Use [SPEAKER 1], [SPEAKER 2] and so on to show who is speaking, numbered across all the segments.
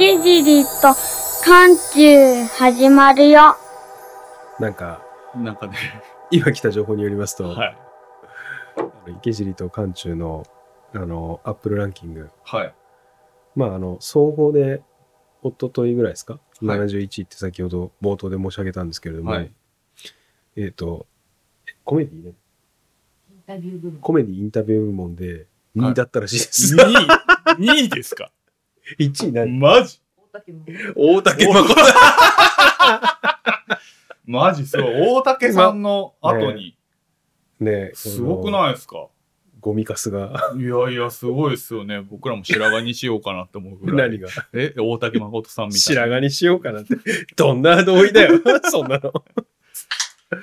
[SPEAKER 1] と、寒中始まるよ。
[SPEAKER 2] なんか、
[SPEAKER 3] なんかね、
[SPEAKER 2] 今来た情報によりますと、
[SPEAKER 3] はい。
[SPEAKER 2] あの池尻と関中の、あの、アップルランキング、
[SPEAKER 3] はい。
[SPEAKER 2] まあ、あの、総合で、一昨日ぐらいですか、
[SPEAKER 3] はい
[SPEAKER 2] ?71 位って先ほど冒頭で申し上げたんですけれども、
[SPEAKER 3] はい
[SPEAKER 2] えっ、と、えコメディね、
[SPEAKER 4] インタビュー部門。
[SPEAKER 2] コメディインタビュー部門で
[SPEAKER 3] は
[SPEAKER 2] 2
[SPEAKER 3] い
[SPEAKER 2] 位だったらしいです。
[SPEAKER 3] 2位、2位ですか
[SPEAKER 2] 1位何
[SPEAKER 3] マジ
[SPEAKER 4] 大竹も。
[SPEAKER 2] 大竹 誠。
[SPEAKER 3] マジそう。大竹さんの後に、
[SPEAKER 2] ね
[SPEAKER 3] すごく
[SPEAKER 2] い
[SPEAKER 3] ないですか
[SPEAKER 2] ゴミカスが、
[SPEAKER 3] いやいや、すごいですよね。僕らも白髪にしようかなって思うぐらい。
[SPEAKER 2] 何が
[SPEAKER 3] え、大竹誠さんみたいな。
[SPEAKER 2] 白髪にしようかなって、どんな同意 だよ、そんな の。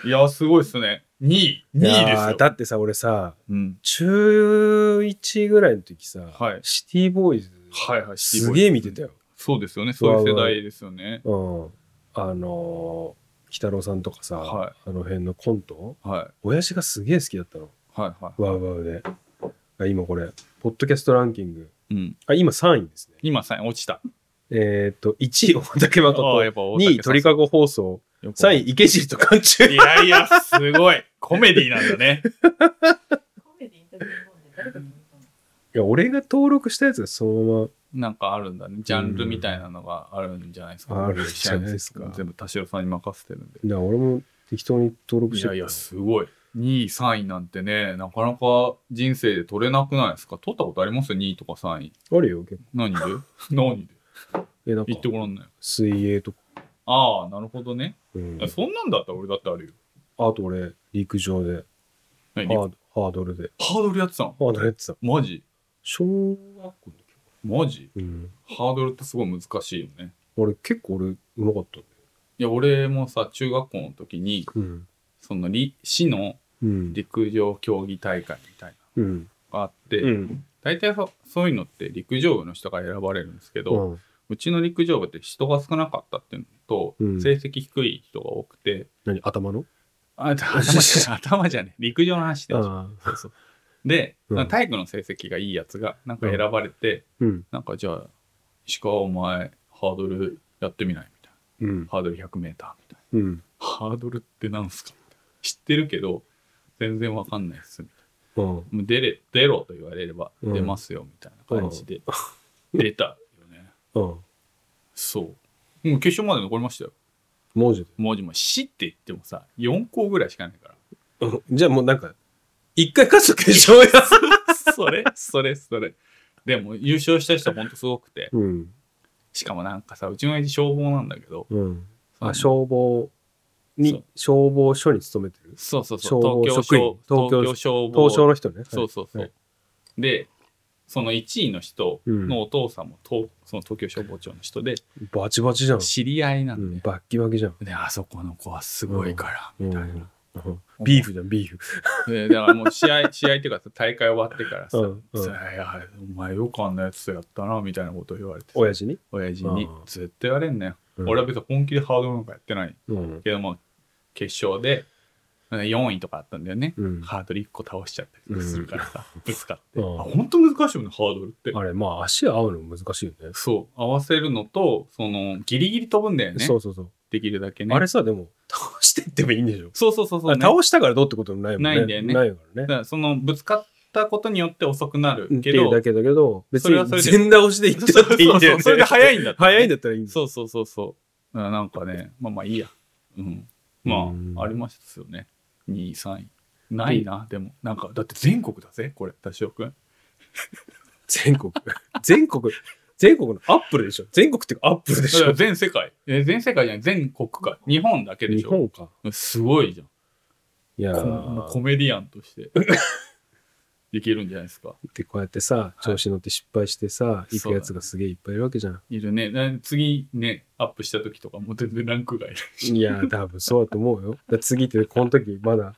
[SPEAKER 3] いや、すごいっすね。2位。
[SPEAKER 2] い
[SPEAKER 3] 2位で
[SPEAKER 2] や
[SPEAKER 3] す
[SPEAKER 2] ー
[SPEAKER 3] よ。
[SPEAKER 2] だってさ、俺さ、
[SPEAKER 3] うん。
[SPEAKER 2] 中1ぐらいの時さ、
[SPEAKER 3] はい
[SPEAKER 2] シティボーイズ、
[SPEAKER 3] はいはい。シティ
[SPEAKER 2] す
[SPEAKER 3] ボーイズ
[SPEAKER 2] げえ見てた。よ。
[SPEAKER 3] そうですよね。そういう世代ですよね。
[SPEAKER 2] うん。あのー、北郎さんとかさ、
[SPEAKER 3] は
[SPEAKER 2] あの辺のコント、
[SPEAKER 3] は
[SPEAKER 2] 親父がすげえ好きだったの。
[SPEAKER 3] い。はいは
[SPEAKER 2] ワウワウで。あ今これ、ポッドキャストランキング。
[SPEAKER 3] い。うん。
[SPEAKER 2] あ、今3位ですね。
[SPEAKER 3] 今さ、落ちた。
[SPEAKER 2] えーっと、1位大竹
[SPEAKER 3] あ
[SPEAKER 2] 誠
[SPEAKER 3] あ、やっぱ大竹
[SPEAKER 2] 2位鳥かご放送、
[SPEAKER 3] よく
[SPEAKER 2] 3位池尻と関中
[SPEAKER 3] い。やいや、すごい。コメディなんだね。
[SPEAKER 4] コメディインタビュー部門で誰かに言ったの
[SPEAKER 2] いや、俺が登録したやつがその
[SPEAKER 3] なんかあるんだね。ジャンルみたいなのがあるんじゃないです
[SPEAKER 2] うん
[SPEAKER 3] か。
[SPEAKER 2] あるんじゃないですか
[SPEAKER 3] 全部田代さんに任せてるんで。
[SPEAKER 2] まま、な俺も適当に登録し
[SPEAKER 3] い
[SPEAKER 2] て
[SPEAKER 3] や
[SPEAKER 2] る
[SPEAKER 3] いや、すごい。2位、3位なんてね、なかなか人生で取れなくないですか取ったことあります ?2 位とか3位。
[SPEAKER 2] あるよ、結構。
[SPEAKER 3] 何で何で
[SPEAKER 2] え、なんか
[SPEAKER 3] 言ってごらんない。
[SPEAKER 2] 水泳とか。
[SPEAKER 3] ああ、なるほどね。
[SPEAKER 2] うん
[SPEAKER 3] いやそんなんだったら俺だってあるよ。
[SPEAKER 2] あと俺、陸上で、ハ
[SPEAKER 3] 何ハ
[SPEAKER 2] ードハードルで。
[SPEAKER 3] ードルやってたの
[SPEAKER 2] ハードルやってた。
[SPEAKER 3] マジ
[SPEAKER 2] 小学校の時。
[SPEAKER 3] マジ
[SPEAKER 2] うん。
[SPEAKER 3] ハードルってすごい難しいよね。
[SPEAKER 2] 俺、結構俺、うまかったんだよ。
[SPEAKER 3] いや、俺もさ、中学校の時に、
[SPEAKER 2] うん。
[SPEAKER 3] そのり市の
[SPEAKER 2] うん。
[SPEAKER 3] 陸上競技大会みたいな
[SPEAKER 2] うん。
[SPEAKER 3] のがあって、
[SPEAKER 2] うん。
[SPEAKER 3] 大体そそういうのって陸上部の人が選ばれるんですけど、う
[SPEAKER 2] うん
[SPEAKER 3] ちの陸上部って人が少なかったっていうのと、
[SPEAKER 2] うん
[SPEAKER 3] 成績低い人が多くて
[SPEAKER 2] 何頭の
[SPEAKER 3] あ頭じ ゃ頭じゃね陸上の話で
[SPEAKER 2] ああ。そうそう。
[SPEAKER 3] で、
[SPEAKER 2] うん
[SPEAKER 3] 体育の成績がいいやつがなんか選ばれて、
[SPEAKER 2] うん。
[SPEAKER 3] なんかじゃあ石川お前ハードルやってみないみたい
[SPEAKER 2] うん
[SPEAKER 3] な。ハードル 100m みたいな
[SPEAKER 2] うん。
[SPEAKER 3] ハードルってなんすか知ってるけど全然わかんないっす
[SPEAKER 2] うん。
[SPEAKER 3] もう出れ出ろと言われれば
[SPEAKER 2] うん
[SPEAKER 3] 出ますよみたいな感じで、出たよね
[SPEAKER 2] うん。
[SPEAKER 3] そうもう決勝まで残りましたよ
[SPEAKER 2] 文字で。
[SPEAKER 3] もうでも死って言ってもさ4校ぐらいしかないか
[SPEAKER 2] うんじゃあもうなんか、一回勝つと決勝や。
[SPEAKER 3] ら それそれそれでも優勝した人ほんとすごくて
[SPEAKER 2] うん。
[SPEAKER 3] しかもなんかさうちの親父消防なんだけど
[SPEAKER 2] うん。あ、
[SPEAKER 3] その
[SPEAKER 2] 消防
[SPEAKER 3] そ
[SPEAKER 2] に
[SPEAKER 3] う、
[SPEAKER 2] 消防署に勤めてる。
[SPEAKER 3] そうそうそう
[SPEAKER 2] 消防
[SPEAKER 3] 東京
[SPEAKER 2] 職員
[SPEAKER 3] 消東京
[SPEAKER 2] 東京
[SPEAKER 3] 消防
[SPEAKER 2] 東証の人ね。はい
[SPEAKER 3] そうそうそう、
[SPEAKER 2] はい
[SPEAKER 3] でその1位の人のお父さんも、とその東京消防庁の人で
[SPEAKER 2] バチバチじゃん。
[SPEAKER 3] 知り合いな
[SPEAKER 2] うん
[SPEAKER 3] で、
[SPEAKER 2] ん、バッキバキじゃん。
[SPEAKER 3] で、あそこの子はすごいから、みたいな。
[SPEAKER 2] うんビーフじゃん、ビーフ。
[SPEAKER 3] でだからもう試 合、試合っていうかさ、大会終わってからさ、
[SPEAKER 2] うんうん
[SPEAKER 3] さいやお前よくあんなやつとやったな、みたいなこと言われてさ、
[SPEAKER 2] 親父に。
[SPEAKER 3] 親父に
[SPEAKER 2] うん、
[SPEAKER 3] 絶対やれんね、
[SPEAKER 2] うん
[SPEAKER 3] 俺は別に本気でハードルなんかやってない
[SPEAKER 2] うん。
[SPEAKER 3] けども、決勝で、4位とかあったんだよね。
[SPEAKER 2] うん
[SPEAKER 3] ハードル1個倒しちゃったりとかするからさ、ぶつかって。
[SPEAKER 2] うん
[SPEAKER 3] あ本当難しいよね、ハードルって。
[SPEAKER 2] あれ、まあ、足合うの難しいよね。
[SPEAKER 3] そう、合わせるのと、その、ギリギリ飛ぶんだよね。
[SPEAKER 2] そうそうそう。
[SPEAKER 3] できるだけね。
[SPEAKER 2] あれさ、でも、倒してってもいいんでしょ。
[SPEAKER 3] そうそうそうそう、
[SPEAKER 2] あ倒したからどうってこともないもんね。
[SPEAKER 3] ないんだよね
[SPEAKER 2] ないから
[SPEAKER 3] だ
[SPEAKER 2] ね。
[SPEAKER 3] からそのぶつかったことによって遅くなる
[SPEAKER 2] って
[SPEAKER 3] け
[SPEAKER 2] いう
[SPEAKER 3] ど、
[SPEAKER 2] だけだけど、別
[SPEAKER 3] それはそ
[SPEAKER 2] に
[SPEAKER 3] れで
[SPEAKER 2] 全倒しでいってたっていいんだ よね。
[SPEAKER 3] そうそうそうそれで早いんだったね
[SPEAKER 2] 早いんだったらいいんだ。
[SPEAKER 3] そうそうそうそう。だからなんかね、まあまあいいや。うん。ま
[SPEAKER 2] うん
[SPEAKER 3] あ、ありますよね。2位、3位。ないな、でも。なんか、だって全国だぜ、これ、田代くん。
[SPEAKER 2] 全国。全国。全国のアップルでしょ。全国っていうかアップルで
[SPEAKER 3] だ
[SPEAKER 2] し
[SPEAKER 3] から
[SPEAKER 2] ょ。
[SPEAKER 3] 全世界。え全世界じゃない、全国か。日本だけで
[SPEAKER 2] 日
[SPEAKER 3] しょ。
[SPEAKER 2] 本か。
[SPEAKER 3] すごいじ
[SPEAKER 2] いや
[SPEAKER 3] ゃん。
[SPEAKER 2] ー
[SPEAKER 3] こもうコメディアンと して。できるんじゃないですか。
[SPEAKER 2] でこうやってさ、調子乗って失敗してさ、
[SPEAKER 3] い
[SPEAKER 2] 行くやつがすげえいっぱいいるわけじゃん。
[SPEAKER 3] いるね。な次ね、アップした時とかもう全然ランク外。
[SPEAKER 2] いや、 多分そうだと思うよ。だから次って、この時まだ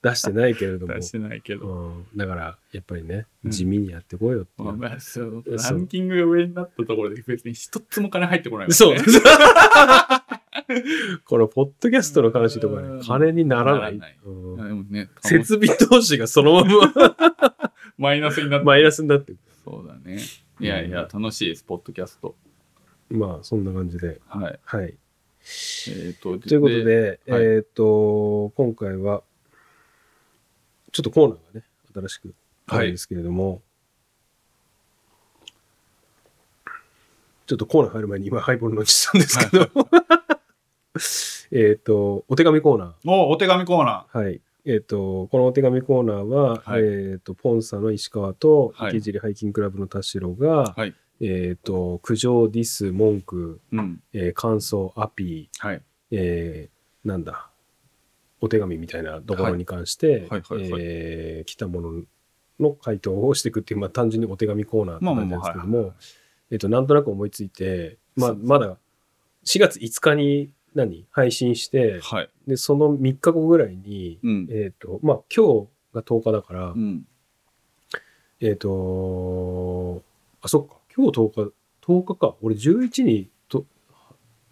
[SPEAKER 2] 出してないけれども。
[SPEAKER 3] 出してないけど。
[SPEAKER 2] うん、だから、やっぱりね、
[SPEAKER 3] うん
[SPEAKER 2] 地味にやってこいよっていう
[SPEAKER 3] まあまあ、そう
[SPEAKER 2] そう
[SPEAKER 3] ランキングが上になったところで別に一つも金入ってこないから
[SPEAKER 2] そう
[SPEAKER 3] ね。。
[SPEAKER 2] このポッドキャストの話とか
[SPEAKER 3] う
[SPEAKER 2] ね
[SPEAKER 3] ん、
[SPEAKER 2] 金にならない。
[SPEAKER 3] ならない
[SPEAKER 2] うん
[SPEAKER 3] でもね、
[SPEAKER 2] 設備投資がそのまま
[SPEAKER 3] マイナスになって
[SPEAKER 2] マイナスになってる。
[SPEAKER 3] そうだね。いやいや、楽しいです、ポッドキャスト。
[SPEAKER 2] まあ、そんな感じで。
[SPEAKER 3] はい。
[SPEAKER 2] はい。
[SPEAKER 3] えっ、と、
[SPEAKER 2] ということで、、
[SPEAKER 3] はい
[SPEAKER 2] えっ、と、今回は、ちょっとコーナーがね、新しくあるんですけれども、ちょっとコーナー入る前に今、ハイボール飲んでたんですけど、えっと、お手紙コーナ
[SPEAKER 3] おお手紙コーナ
[SPEAKER 2] ー。はい。えっ、と、このお手紙コーナーは、
[SPEAKER 3] はい
[SPEAKER 2] えっ、と、ポンサの石川と、
[SPEAKER 3] はい
[SPEAKER 2] 池尻ハイキングクラブの田代が、
[SPEAKER 3] はい
[SPEAKER 2] えっ、と、苦情、ディス、文句、
[SPEAKER 3] ー。うん。
[SPEAKER 2] えー感想、アピー、
[SPEAKER 3] はい。
[SPEAKER 2] えーなんだお手紙みたいなところに関して
[SPEAKER 3] はいはいはいはい
[SPEAKER 2] えー来たものの回答をしていくっていう、まあ、単純にお手紙コーナーって
[SPEAKER 3] まあま
[SPEAKER 2] 感
[SPEAKER 3] あ
[SPEAKER 2] じ
[SPEAKER 3] ま
[SPEAKER 2] な
[SPEAKER 3] あ
[SPEAKER 2] んですけど
[SPEAKER 3] はいはい
[SPEAKER 2] もえっとなんとなく思いついて、まあ、
[SPEAKER 3] そう
[SPEAKER 2] まだ4月5日に何配信して
[SPEAKER 3] はい。
[SPEAKER 2] でその3日後ぐらいに、
[SPEAKER 3] うん。
[SPEAKER 2] えっとまあ、今日が10日だから、
[SPEAKER 3] うん。
[SPEAKER 2] えっ、とあそっか今日10日10日か俺11にと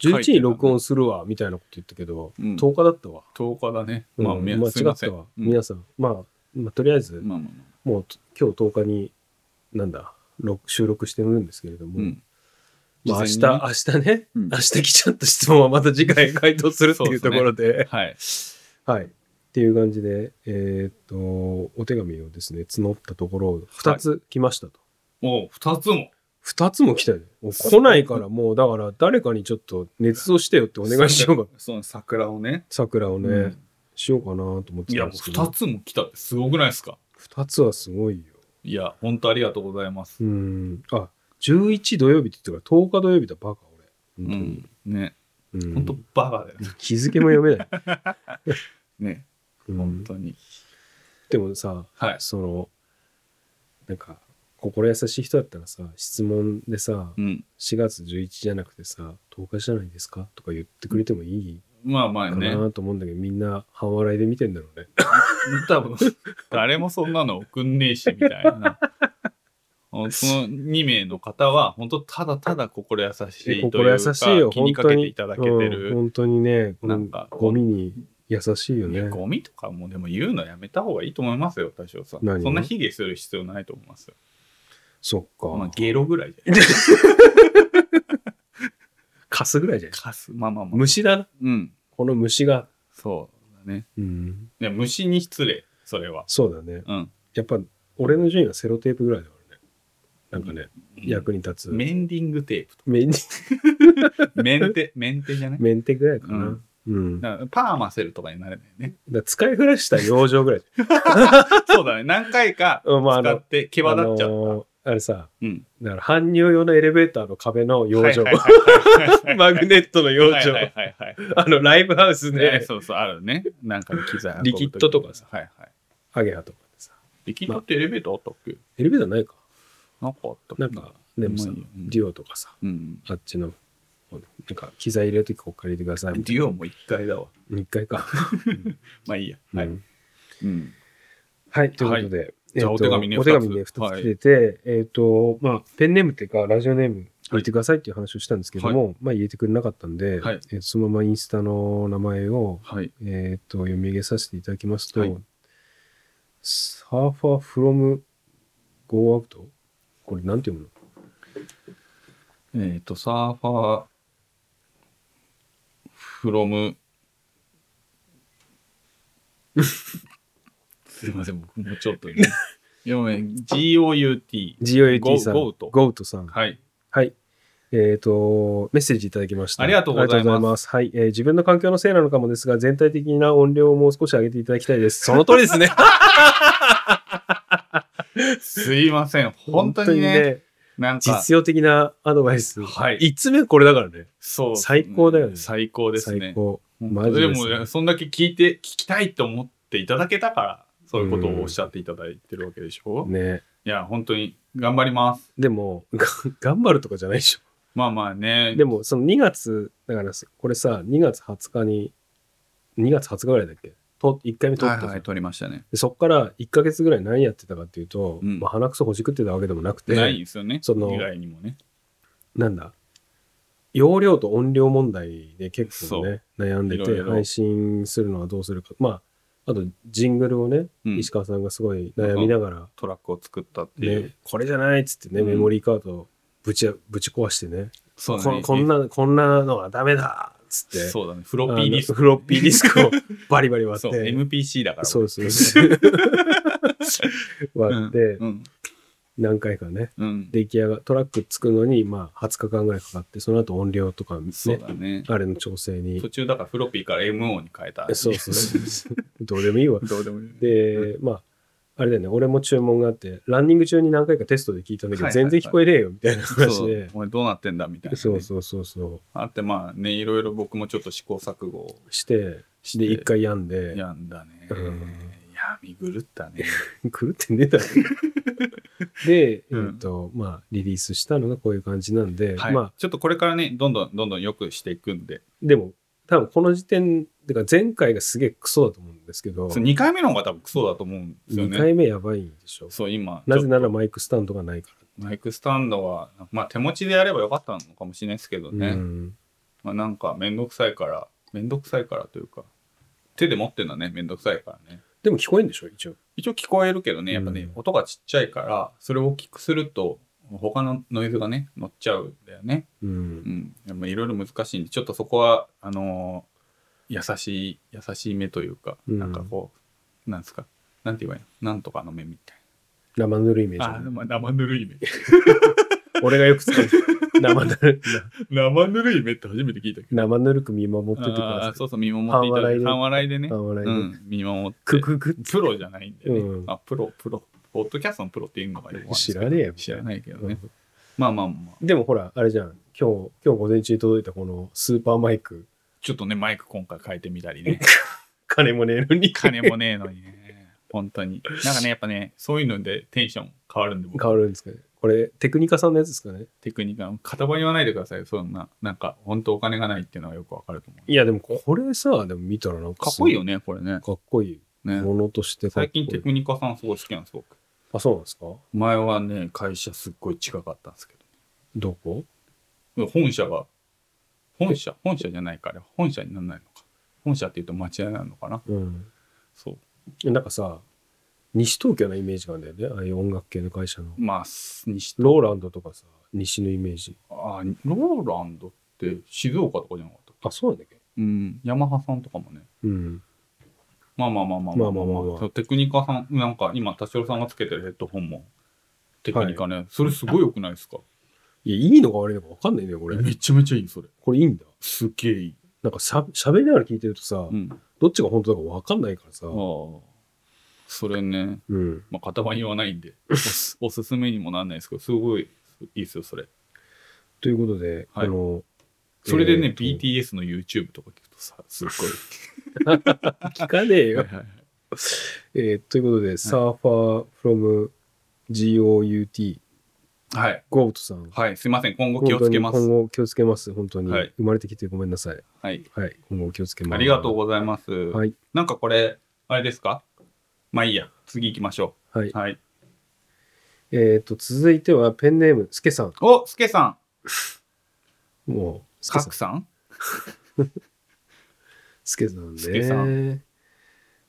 [SPEAKER 2] 11に録音するわみたいなこと言ったけど、
[SPEAKER 3] うん、
[SPEAKER 2] 10日だったわ。
[SPEAKER 3] 10日だね。
[SPEAKER 2] うん
[SPEAKER 3] まあ、め
[SPEAKER 2] 間違
[SPEAKER 3] すいま
[SPEAKER 2] っ
[SPEAKER 3] せん
[SPEAKER 2] たわ。
[SPEAKER 3] うん
[SPEAKER 2] 皆さん、まあ、まあとりあえず、
[SPEAKER 3] まあまあま
[SPEAKER 2] もう今日10日に、なんだ、録収録してるんですけれど
[SPEAKER 3] あ。
[SPEAKER 2] も、
[SPEAKER 3] うん。
[SPEAKER 2] まあ、明日、
[SPEAKER 3] 事前にね
[SPEAKER 2] 明日ね、
[SPEAKER 3] うん
[SPEAKER 2] 明日来ちゃった質問はまた次回回答するっていうところで、
[SPEAKER 3] はい。
[SPEAKER 2] はい。っていう感じで、えーっと、お手紙をですね、募ったところ、2つ来ましたと。
[SPEAKER 3] おう、2つも。
[SPEAKER 2] 2つも来たよ。もう来ないから、もう、だから、誰かにちょっと、熱奏してよってお願いしようか。
[SPEAKER 3] その桜をね。
[SPEAKER 2] 桜をね、
[SPEAKER 3] うん
[SPEAKER 2] しようかなと思っ
[SPEAKER 3] い
[SPEAKER 2] てた
[SPEAKER 3] や、
[SPEAKER 2] ん
[SPEAKER 3] もう
[SPEAKER 2] ですけど。
[SPEAKER 3] 2つも来たってすごくないですか
[SPEAKER 2] 2つはすごいよ。
[SPEAKER 3] いや、本当ありがとうございます。
[SPEAKER 2] うん。あ、11土曜日って言ってから10日土曜日だ、バカ、俺。
[SPEAKER 3] う
[SPEAKER 2] 本
[SPEAKER 3] ん。ね。
[SPEAKER 2] 当に。うん
[SPEAKER 3] 本当バカだよね。
[SPEAKER 2] 日付も読 めない。
[SPEAKER 3] ね。
[SPEAKER 2] うん
[SPEAKER 3] 本当に。
[SPEAKER 2] でもさ、
[SPEAKER 3] はい。
[SPEAKER 2] その、なんか、心優しい人だったらさ、質問でさ、
[SPEAKER 3] うん。
[SPEAKER 2] 4月11じゃなくてさ、10日じゃないですかとか言ってくれてもいい
[SPEAKER 3] まあまあ
[SPEAKER 2] か
[SPEAKER 3] ね。
[SPEAKER 2] なと思うんだけど、みんな半笑いで見てんだろうね。
[SPEAKER 3] 多分、誰もそんなの送んねえし、みたいな。その2名の方は、本当ただただ心優しいとい
[SPEAKER 2] 心優
[SPEAKER 3] う
[SPEAKER 2] し
[SPEAKER 3] か、
[SPEAKER 2] いよ、
[SPEAKER 3] 気
[SPEAKER 2] 本
[SPEAKER 3] にか
[SPEAKER 2] 当
[SPEAKER 3] けて
[SPEAKER 2] に。
[SPEAKER 3] いただけて
[SPEAKER 2] うん
[SPEAKER 3] る。
[SPEAKER 2] 本当にね、こ
[SPEAKER 3] な
[SPEAKER 2] の
[SPEAKER 3] んか
[SPEAKER 2] ゴミに優しいよね。
[SPEAKER 3] ゴミとかもでも言うのやめた方がいいと思いますよ、多少さん。
[SPEAKER 2] 何
[SPEAKER 3] そんな卑下する必要ないと思いますよ。
[SPEAKER 2] そっか。
[SPEAKER 3] まあ、ゲロぐらいじゃない
[SPEAKER 2] カスぐらいじゃない
[SPEAKER 3] かす。まあまあまあ。
[SPEAKER 2] 虫だな。
[SPEAKER 3] うん。
[SPEAKER 2] この虫が。
[SPEAKER 3] そうだね。
[SPEAKER 2] うん。
[SPEAKER 3] いや、虫に失礼、それは。
[SPEAKER 2] そうだね。
[SPEAKER 3] うん。
[SPEAKER 2] やっぱ、俺の順位はセロテープぐらいだからね。なんかね、役に立つ。
[SPEAKER 3] メンディングテープ
[SPEAKER 2] メン、
[SPEAKER 3] と。メンテ、メンテじゃない
[SPEAKER 2] メンテぐらいか
[SPEAKER 3] う
[SPEAKER 2] な。うん。だか
[SPEAKER 3] だからパーマセルとかになれないね。
[SPEAKER 2] ら使い古した養生ぐらい。
[SPEAKER 3] そうだね。何回か
[SPEAKER 2] うんまあ、あ
[SPEAKER 3] 使
[SPEAKER 2] の
[SPEAKER 3] っ、て毛羽立っちゃ
[SPEAKER 2] あ
[SPEAKER 3] う。
[SPEAKER 2] のあれさ、
[SPEAKER 3] うん。
[SPEAKER 2] だから搬入用のエレベーターの壁の養生。
[SPEAKER 3] はいはいはいは い
[SPEAKER 2] マグネットの養
[SPEAKER 3] はい
[SPEAKER 2] 生。
[SPEAKER 3] はいはいはい
[SPEAKER 2] あの、ライブハウス
[SPEAKER 3] ね
[SPEAKER 2] で、
[SPEAKER 3] そうそう、あるね。なんかの機材運ぶ
[SPEAKER 2] リキッドとかさ。
[SPEAKER 3] はいはい。
[SPEAKER 2] アゲハとかでさ。
[SPEAKER 3] リキッドってエレベーターあったっけ
[SPEAKER 2] エレベーターないか。
[SPEAKER 3] なんかあったっけ
[SPEAKER 2] なんか、でもさ
[SPEAKER 3] うまいよ、うん
[SPEAKER 2] デュオとかさ、
[SPEAKER 3] うん。
[SPEAKER 2] あっちの、なんか、機材入れるときここ借りてくださいみた
[SPEAKER 3] デ
[SPEAKER 2] いな。
[SPEAKER 3] ュオも一回だわ。
[SPEAKER 2] 一回か。
[SPEAKER 3] まあいいや。は
[SPEAKER 2] う
[SPEAKER 3] い
[SPEAKER 2] ん。
[SPEAKER 3] うん。
[SPEAKER 2] はい、ということで。
[SPEAKER 3] じゃあ
[SPEAKER 2] えっと
[SPEAKER 3] お手紙ね
[SPEAKER 2] お手紙ね、
[SPEAKER 3] 二つ
[SPEAKER 2] 2つ来てて、えっ、と、まあ、ペンネームっていうか、ラジオネーム入れてくださいっていう話をしたんですけども、まあ、言えてくれなかったんで、
[SPEAKER 3] はい
[SPEAKER 2] えーそのままインスタの名前を、
[SPEAKER 3] はい。
[SPEAKER 2] えっ、と、読み上げさせていただきますと、
[SPEAKER 3] はい
[SPEAKER 2] サーファーフロムゴーアウトこれ、なんて読むの
[SPEAKER 3] えっと、サーファー、フロム、 すいません、僕もちょっとね。いや、ごめん GOUT。
[SPEAKER 2] ?GOUT さん。
[SPEAKER 3] ゴート
[SPEAKER 2] ゴートさん。
[SPEAKER 3] はい。
[SPEAKER 2] はい。えっ、と、メッセージいただきました。
[SPEAKER 3] ありがとうございます
[SPEAKER 2] ありがとすはい、えー自分の環境のせいなのかもですが、全体的な音量をもう少し上げていただきたいです。 その 通りですね。
[SPEAKER 3] すいません、本当にね、なんか、
[SPEAKER 2] 実用的なアドバイス。
[SPEAKER 3] はい
[SPEAKER 2] 一つ目これだからね。
[SPEAKER 3] そうですね、
[SPEAKER 2] 最高だよね
[SPEAKER 3] 最高ですね
[SPEAKER 2] 最。高。マジ
[SPEAKER 3] で
[SPEAKER 2] ですね
[SPEAKER 3] もね、そんだけ聞いて、聞きたいと思っていただけたから、そういうことをおっしゃっていただいてるわけでしょ、い
[SPEAKER 2] ね。
[SPEAKER 3] や、本当に頑張ります。
[SPEAKER 2] でも、が頑張るとかじゃないでしょ。
[SPEAKER 3] まあまあね、
[SPEAKER 2] でも、その2月、だからさこれさ、2月20日に、2月20日ぐらいだっけと ?1 回目撮った
[SPEAKER 3] は
[SPEAKER 2] じ
[SPEAKER 3] い
[SPEAKER 2] ゃん
[SPEAKER 3] はい、取りましたね。
[SPEAKER 2] でそっから1ヶ月ぐらい何やってたかっていうと、
[SPEAKER 3] うん
[SPEAKER 2] まあ、鼻くそほじくってたわけでもなくて、
[SPEAKER 3] ないんですよね、
[SPEAKER 2] その
[SPEAKER 3] 意外にもね。
[SPEAKER 2] なんだ容量と音量問題で結構ね悩んでて
[SPEAKER 3] いろいろ
[SPEAKER 2] 配信するのはどうするかまああとジングルをね、
[SPEAKER 3] うん
[SPEAKER 2] 石川さんがすごい悩みながら、
[SPEAKER 3] トラックを作ったってい
[SPEAKER 2] ね
[SPEAKER 3] う。
[SPEAKER 2] これじゃないっつってね、
[SPEAKER 3] うん
[SPEAKER 2] メモリーカードぶちぶち壊してね
[SPEAKER 3] そうだ
[SPEAKER 2] こ
[SPEAKER 3] ね
[SPEAKER 2] んこんな、こんなのはダメだっつって。
[SPEAKER 3] そうだね。フロッピーディスク
[SPEAKER 2] あのフロッピーディスク をバリバリ割
[SPEAKER 3] そ
[SPEAKER 2] っ
[SPEAKER 3] う、
[SPEAKER 2] て。
[SPEAKER 3] MPC だから。
[SPEAKER 2] そうそうそう。 割って、
[SPEAKER 3] うん。
[SPEAKER 2] 何回かね、
[SPEAKER 3] うん。
[SPEAKER 2] 出来上が、トラック作るのに、まあ、20日間ぐらいかかって、その後音量とか、ね、
[SPEAKER 3] そうだね。
[SPEAKER 2] あれの調整に
[SPEAKER 3] 途。中だからフロッピーから MO に変えた。
[SPEAKER 2] そうそう そう。どうでもいいわ。
[SPEAKER 3] どうでもいい。
[SPEAKER 2] で、まあ、あれだよね、俺も注文があって、ランニング中に何回かテストで聞いたんだけど、
[SPEAKER 3] はいはいは
[SPEAKER 2] 全
[SPEAKER 3] い
[SPEAKER 2] 然聞こえねえよ、みたいな話
[SPEAKER 3] そ
[SPEAKER 2] で
[SPEAKER 3] う。。お前どうなってんだみたいなね。
[SPEAKER 2] そうそうそうそう。
[SPEAKER 3] あってまあね、いろいろ僕もちょっと試行錯誤を
[SPEAKER 2] して、
[SPEAKER 3] して
[SPEAKER 2] で、一回病んで、
[SPEAKER 3] やんだね。
[SPEAKER 2] うん
[SPEAKER 3] いや、見狂ったね。
[SPEAKER 2] 狂ってねえだ ろ。で、
[SPEAKER 3] うん
[SPEAKER 2] えっと、まあ、リリースしたのがこういう感じなんで、
[SPEAKER 3] はい
[SPEAKER 2] まあ、
[SPEAKER 3] ちょっとこれからね、どんどんどんどん良くしていくんで、
[SPEAKER 2] でも、多分この時点、てか前回がすげえクソだと思うんですけど、
[SPEAKER 3] 2回目の方が多分クソだと思うんですよ
[SPEAKER 2] 2
[SPEAKER 3] ね。
[SPEAKER 2] 回目やばいんでしょ。
[SPEAKER 3] そう、今、
[SPEAKER 2] なぜな
[SPEAKER 3] ちょ
[SPEAKER 2] ら
[SPEAKER 3] っ
[SPEAKER 2] マイクスタンドがないか
[SPEAKER 3] とマイクスタンドは、まあ手持ちでやればよかったのかもしれないですけど
[SPEAKER 2] ら。
[SPEAKER 3] ね。
[SPEAKER 2] うん
[SPEAKER 3] まあなんかめんどくさいから、めんどくさいからというか、手で持ってるのはね、めんどくさいからね。
[SPEAKER 2] でも聞こえんでしょ、一応。
[SPEAKER 3] 一応聞こえるけどね、やっぱね、
[SPEAKER 2] うん
[SPEAKER 3] 音がちっちゃいから、それを大きくすると、他のノイズがね、乗っちゃうんだよね。
[SPEAKER 2] う。
[SPEAKER 3] うんん。でもいろいろ難しいんで、ちょっとそこは、あのー優しい、優しい目というか、
[SPEAKER 2] うん
[SPEAKER 3] なんかこう、なんですか、なんて言えばいいのなんとかの目みたい
[SPEAKER 2] 生ぬるいイメ
[SPEAKER 3] な。あ
[SPEAKER 2] ージ。
[SPEAKER 3] まあ、生ぬるい目。
[SPEAKER 2] 俺がよく使う。生ぬる、
[SPEAKER 3] 生ぬるい目って初めて聞いたけ
[SPEAKER 2] 生ぬるく見守っててく
[SPEAKER 3] あ
[SPEAKER 2] だ
[SPEAKER 3] ー
[SPEAKER 2] さ
[SPEAKER 3] そうそう、見守っていただいて、
[SPEAKER 2] 半
[SPEAKER 3] 半笑いでね。
[SPEAKER 2] い。あ、笑いうの。
[SPEAKER 3] ん、見守って。
[SPEAKER 2] くくく
[SPEAKER 3] プロじゃないんでね。
[SPEAKER 2] うん
[SPEAKER 3] あ、プロ、プロ。ポッドキャストのプロっていうのがよくわかんないですけど
[SPEAKER 2] 知らねえよ
[SPEAKER 3] 知らないけど
[SPEAKER 2] う
[SPEAKER 3] ね
[SPEAKER 2] ん。
[SPEAKER 3] まあまあまあ。
[SPEAKER 2] でもほら、あれじゃん。今日、今日午前中に届いたこのスーパーマイク、
[SPEAKER 3] ちょっとね、マイク今回変えてみたりね。
[SPEAKER 2] 金もねえのに。
[SPEAKER 3] 金もねえのにね。本当に。なんかね、やっぱね、そういうのでテンション変わるんで、僕
[SPEAKER 2] 変わるんですかね。これ、テクニカさんのやつですかね。
[SPEAKER 3] テクニカル。片場言わないでください。そんな、なんか、本当お金がないっていうのはよくわかると思う。
[SPEAKER 2] いや、でもこれさ、でも見たらなんか。
[SPEAKER 3] かっこいいよ
[SPEAKER 2] ね。
[SPEAKER 3] ね、これね。
[SPEAKER 2] かっこいい。
[SPEAKER 3] ね
[SPEAKER 2] ものとしてかっ
[SPEAKER 3] 最
[SPEAKER 2] こいい
[SPEAKER 3] 近テクニカさんすごい好きなんです、僕。
[SPEAKER 2] あ、そうなんですか
[SPEAKER 3] 前はね、会社すっごい近かったんですけど。
[SPEAKER 2] どこ
[SPEAKER 3] 本社が本社本社じゃないから本社にならないのか本社っていうと町屋なのかな
[SPEAKER 2] うん。
[SPEAKER 3] そう
[SPEAKER 2] なんかさ、西東京のイメージがあるんだよね。ああいう音楽系の会社の。
[SPEAKER 3] まあす西
[SPEAKER 2] ローランドとかさ、西のイメージ。
[SPEAKER 3] あーローランドって静岡とかじゃなかった
[SPEAKER 2] あ、そうなんだっけ
[SPEAKER 3] うんヤマハさんとかもね
[SPEAKER 2] うん。
[SPEAKER 3] まあまあまあまあまあまあ
[SPEAKER 2] まあまあまあまあ
[SPEAKER 3] そうテクニカさんなんか今達郎さんがつけてるヘッドホンもテクニカね、それすごい良くないですか
[SPEAKER 2] いや、いいのか悪いのか分かんないんだよ、これ。
[SPEAKER 3] めちゃめちゃいいそれ
[SPEAKER 2] これいいんだ。
[SPEAKER 3] すげえいい、
[SPEAKER 2] なんかさ、喋りながら聞いてるとさ
[SPEAKER 3] う、ん、
[SPEAKER 2] どっちが本当だか分かんないからさ。
[SPEAKER 3] ああそれね
[SPEAKER 2] うん。
[SPEAKER 3] まあ型番言わないん でおすおすすめにもなんないですけどすごいいいですよそれ
[SPEAKER 2] ということで、
[SPEAKER 3] はい
[SPEAKER 2] あの、
[SPEAKER 3] それで
[SPEAKER 2] え
[SPEAKER 3] ね
[SPEAKER 2] ー、と
[SPEAKER 3] BTS の YouTube とか聞くとさ、すっ
[SPEAKER 2] 聞かねえ
[SPEAKER 3] ごい。
[SPEAKER 2] よ。えーということで、サーファー from GOUT、
[SPEAKER 3] はい。
[SPEAKER 2] ゴートさん。
[SPEAKER 3] はい。すいません。今後気をつけま
[SPEAKER 2] 本当に
[SPEAKER 3] す。
[SPEAKER 2] 今後気をつけます、本当に。
[SPEAKER 3] はい
[SPEAKER 2] 生まれてきてごめんなさい。
[SPEAKER 3] はい。
[SPEAKER 2] はい、今後気をつけます。
[SPEAKER 3] ありがとうございます。
[SPEAKER 2] はい、
[SPEAKER 3] なんかこれ、あれですかまあいいや。次行きましょ
[SPEAKER 2] はい。
[SPEAKER 3] う。はい。
[SPEAKER 2] えっ、と、続いてはペンネーム、スケさん。
[SPEAKER 3] おスケさ
[SPEAKER 2] もう、
[SPEAKER 3] ん。
[SPEAKER 2] スケ
[SPEAKER 3] カ
[SPEAKER 2] さん
[SPEAKER 3] ク。さん
[SPEAKER 2] スケさん
[SPEAKER 3] スケさ
[SPEAKER 2] ね。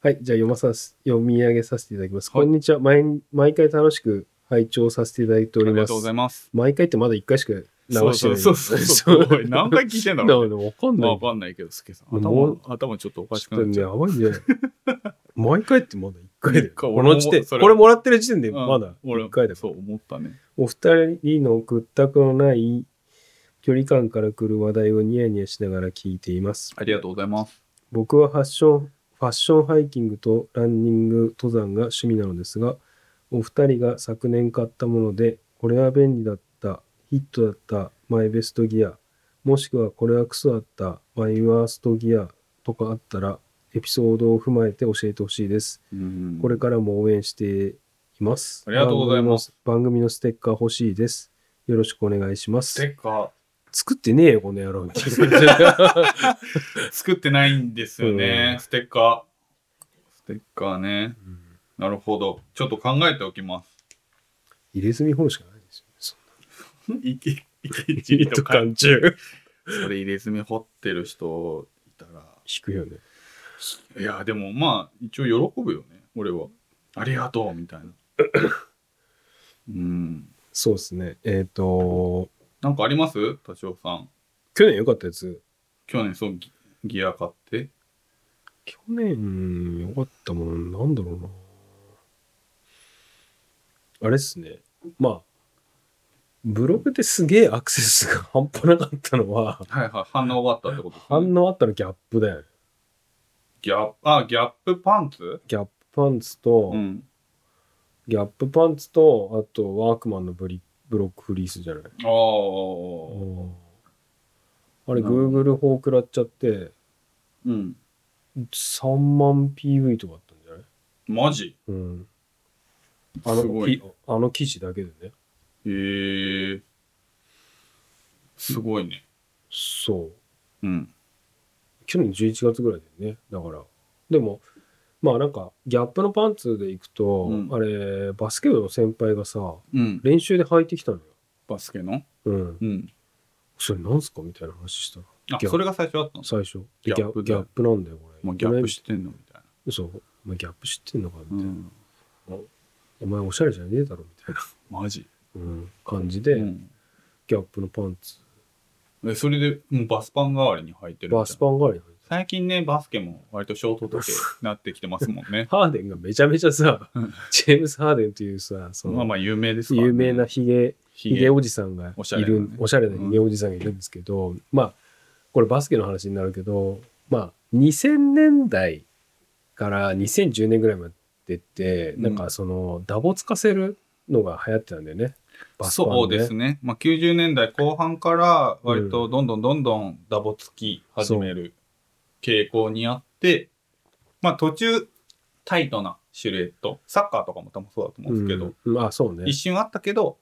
[SPEAKER 2] はい、じゃあ読まさす、読み上げさせていただきます。
[SPEAKER 3] はい
[SPEAKER 2] こんにちは。毎毎回楽しく拝聴させていただいて
[SPEAKER 3] あ
[SPEAKER 2] お
[SPEAKER 3] り
[SPEAKER 2] り
[SPEAKER 3] が
[SPEAKER 2] ます
[SPEAKER 3] とうご。ざいます。
[SPEAKER 2] 毎回ってまだ1回しか流
[SPEAKER 3] そう
[SPEAKER 2] して
[SPEAKER 3] そ
[SPEAKER 2] ない。
[SPEAKER 3] うそうそう。そ うおい何回聞いてんだ
[SPEAKER 2] だ
[SPEAKER 3] ろ
[SPEAKER 2] か
[SPEAKER 3] う。
[SPEAKER 2] らねわかん
[SPEAKER 3] ま
[SPEAKER 2] な
[SPEAKER 3] あ
[SPEAKER 2] い。
[SPEAKER 3] わかんないけど、スケさん。
[SPEAKER 2] も
[SPEAKER 3] 頭
[SPEAKER 2] う、
[SPEAKER 3] 頭ちょっとおかし
[SPEAKER 2] ちょ
[SPEAKER 3] く
[SPEAKER 2] っと
[SPEAKER 3] なっ
[SPEAKER 2] ね、
[SPEAKER 3] ちゃ
[SPEAKER 2] や
[SPEAKER 3] う。
[SPEAKER 2] ばいね。 毎回ってまだ1回だよ。
[SPEAKER 3] 一回
[SPEAKER 2] この時点、
[SPEAKER 3] 俺もそ
[SPEAKER 2] こ
[SPEAKER 3] れ
[SPEAKER 2] れもらってる時点で
[SPEAKER 3] うん
[SPEAKER 2] まだ
[SPEAKER 3] 俺
[SPEAKER 2] 1回だよ。
[SPEAKER 3] そう思ったね。
[SPEAKER 2] お二人の屈託のない距離感から来る話題をニヤニヤしながら聞いています。
[SPEAKER 3] ありがとうございます。
[SPEAKER 2] 僕はファッション、ファッションハイキングとランニング登山が趣味なのですが、お二人が昨年買ったもので、これは便利だった、ヒットだったマイベストギア、もしくはこれはクソだったマイワーストギアとかあったら、エピソードを踏まえて教えてほしいです。
[SPEAKER 3] うん
[SPEAKER 2] これからも応援しています。
[SPEAKER 3] ありがとうございます
[SPEAKER 2] 番組の。番組のステッカー欲しいです。よろしくお願いしま
[SPEAKER 3] ス
[SPEAKER 2] す。
[SPEAKER 3] テッカ
[SPEAKER 2] 作ってねえよ、この野 郎。
[SPEAKER 3] ー 作ってないんですよね。
[SPEAKER 2] うん
[SPEAKER 3] ステッカー。ステッカーね。なるほど。ちょっと考えておきます。
[SPEAKER 2] 入れ墨掘るしかないですよねそん
[SPEAKER 3] いけ、いけ
[SPEAKER 2] な。入れとかんちゅう。
[SPEAKER 3] それ入れ墨掘ってる人いたら。
[SPEAKER 2] 引くよね。
[SPEAKER 3] いや、でもまあ、一応喜ぶよね。俺は。ありがと うみたいな。うん。
[SPEAKER 2] そうですね。えっ、と、
[SPEAKER 3] なんかあります多少さん。
[SPEAKER 2] 去年良かったやつ。
[SPEAKER 3] 去年そうギギア買って。
[SPEAKER 2] 去年良かったもの、なんだろうな。あれっすね。まあ、ブログですげえアクセスが半端なかったのは、
[SPEAKER 3] はいはい。反応があったってことですね。
[SPEAKER 2] 反応あったのギャップだよね。
[SPEAKER 3] ギャップ、あ、ギャップパンツ
[SPEAKER 2] ギャップパンツと、
[SPEAKER 3] うん。
[SPEAKER 2] ギャップパンツと、あとワークマンのブリブロックフリースじゃない。
[SPEAKER 3] ああ。
[SPEAKER 2] あれ、
[SPEAKER 3] なる
[SPEAKER 2] Google 法食らっちゃって、
[SPEAKER 3] うん。
[SPEAKER 2] 3万 PV とかあったんじゃない
[SPEAKER 3] マジ
[SPEAKER 2] うん。あの
[SPEAKER 3] すごい
[SPEAKER 2] きあの記事だけでね。
[SPEAKER 3] へえ。すごいね。
[SPEAKER 2] そう。
[SPEAKER 3] うん。
[SPEAKER 2] 去年11月ぐらいだよね。だから。でも、まあなんか、ギャップのパンツで行くと、
[SPEAKER 3] うん
[SPEAKER 2] あれ、バスケ部の先輩がさ、
[SPEAKER 3] うん。
[SPEAKER 2] 練習で履いてきたのよ。
[SPEAKER 3] バスケの
[SPEAKER 2] うん。
[SPEAKER 3] うん。
[SPEAKER 2] それなんすかみたいな話したら、
[SPEAKER 3] あ
[SPEAKER 2] ギャ、ッ
[SPEAKER 3] それが最初あったの
[SPEAKER 2] 最初。でギ
[SPEAKER 3] ギャ
[SPEAKER 2] ャ
[SPEAKER 3] ップ
[SPEAKER 2] ギ
[SPEAKER 3] だ
[SPEAKER 2] ャップなんだよ、これ。
[SPEAKER 3] まあ、ギャップ知ってんのみたい
[SPEAKER 2] そう。お前ギャップ知ってんのかみた
[SPEAKER 3] な。
[SPEAKER 2] いうな。
[SPEAKER 3] ん。
[SPEAKER 2] お前おしゃれじゃねえだろみたいな、
[SPEAKER 3] マジ
[SPEAKER 2] うん、感じで、
[SPEAKER 3] うん
[SPEAKER 2] ギャップのパンツ
[SPEAKER 3] えそれでもうバスパン代わりに履いてるみたいな
[SPEAKER 2] バスパン代わりに履いて
[SPEAKER 3] 最近ねバスケも割とショート丈になってきてますもんね
[SPEAKER 2] ハーデンがめちゃめちゃさ
[SPEAKER 3] うん
[SPEAKER 2] ジェームス・ハーデンというさ その、
[SPEAKER 3] まあまあ有名ですから、ね、
[SPEAKER 2] 有名なヒゲ
[SPEAKER 3] ヒ
[SPEAKER 2] ヒ
[SPEAKER 3] ゲ
[SPEAKER 2] ゲおじさんが
[SPEAKER 3] おしゃ
[SPEAKER 2] い
[SPEAKER 3] れなね
[SPEAKER 2] るおしゃれなヒゲおじさんがいるんですけど、まあこれバスケの話になるけどまあ2000年代から2010年ぐらいまでって、
[SPEAKER 3] うん
[SPEAKER 2] なんかそのダボつかせるのが流行ってたんだよねバスパンね
[SPEAKER 3] そうですね、まあ、90年代後半から割とどんどんどんどんダボつき始める傾向にあってまあ途中タイトなシルエットサッカーとかも多分そうだと思うんですけど、
[SPEAKER 2] うん、まあそうね
[SPEAKER 3] 一瞬あったけど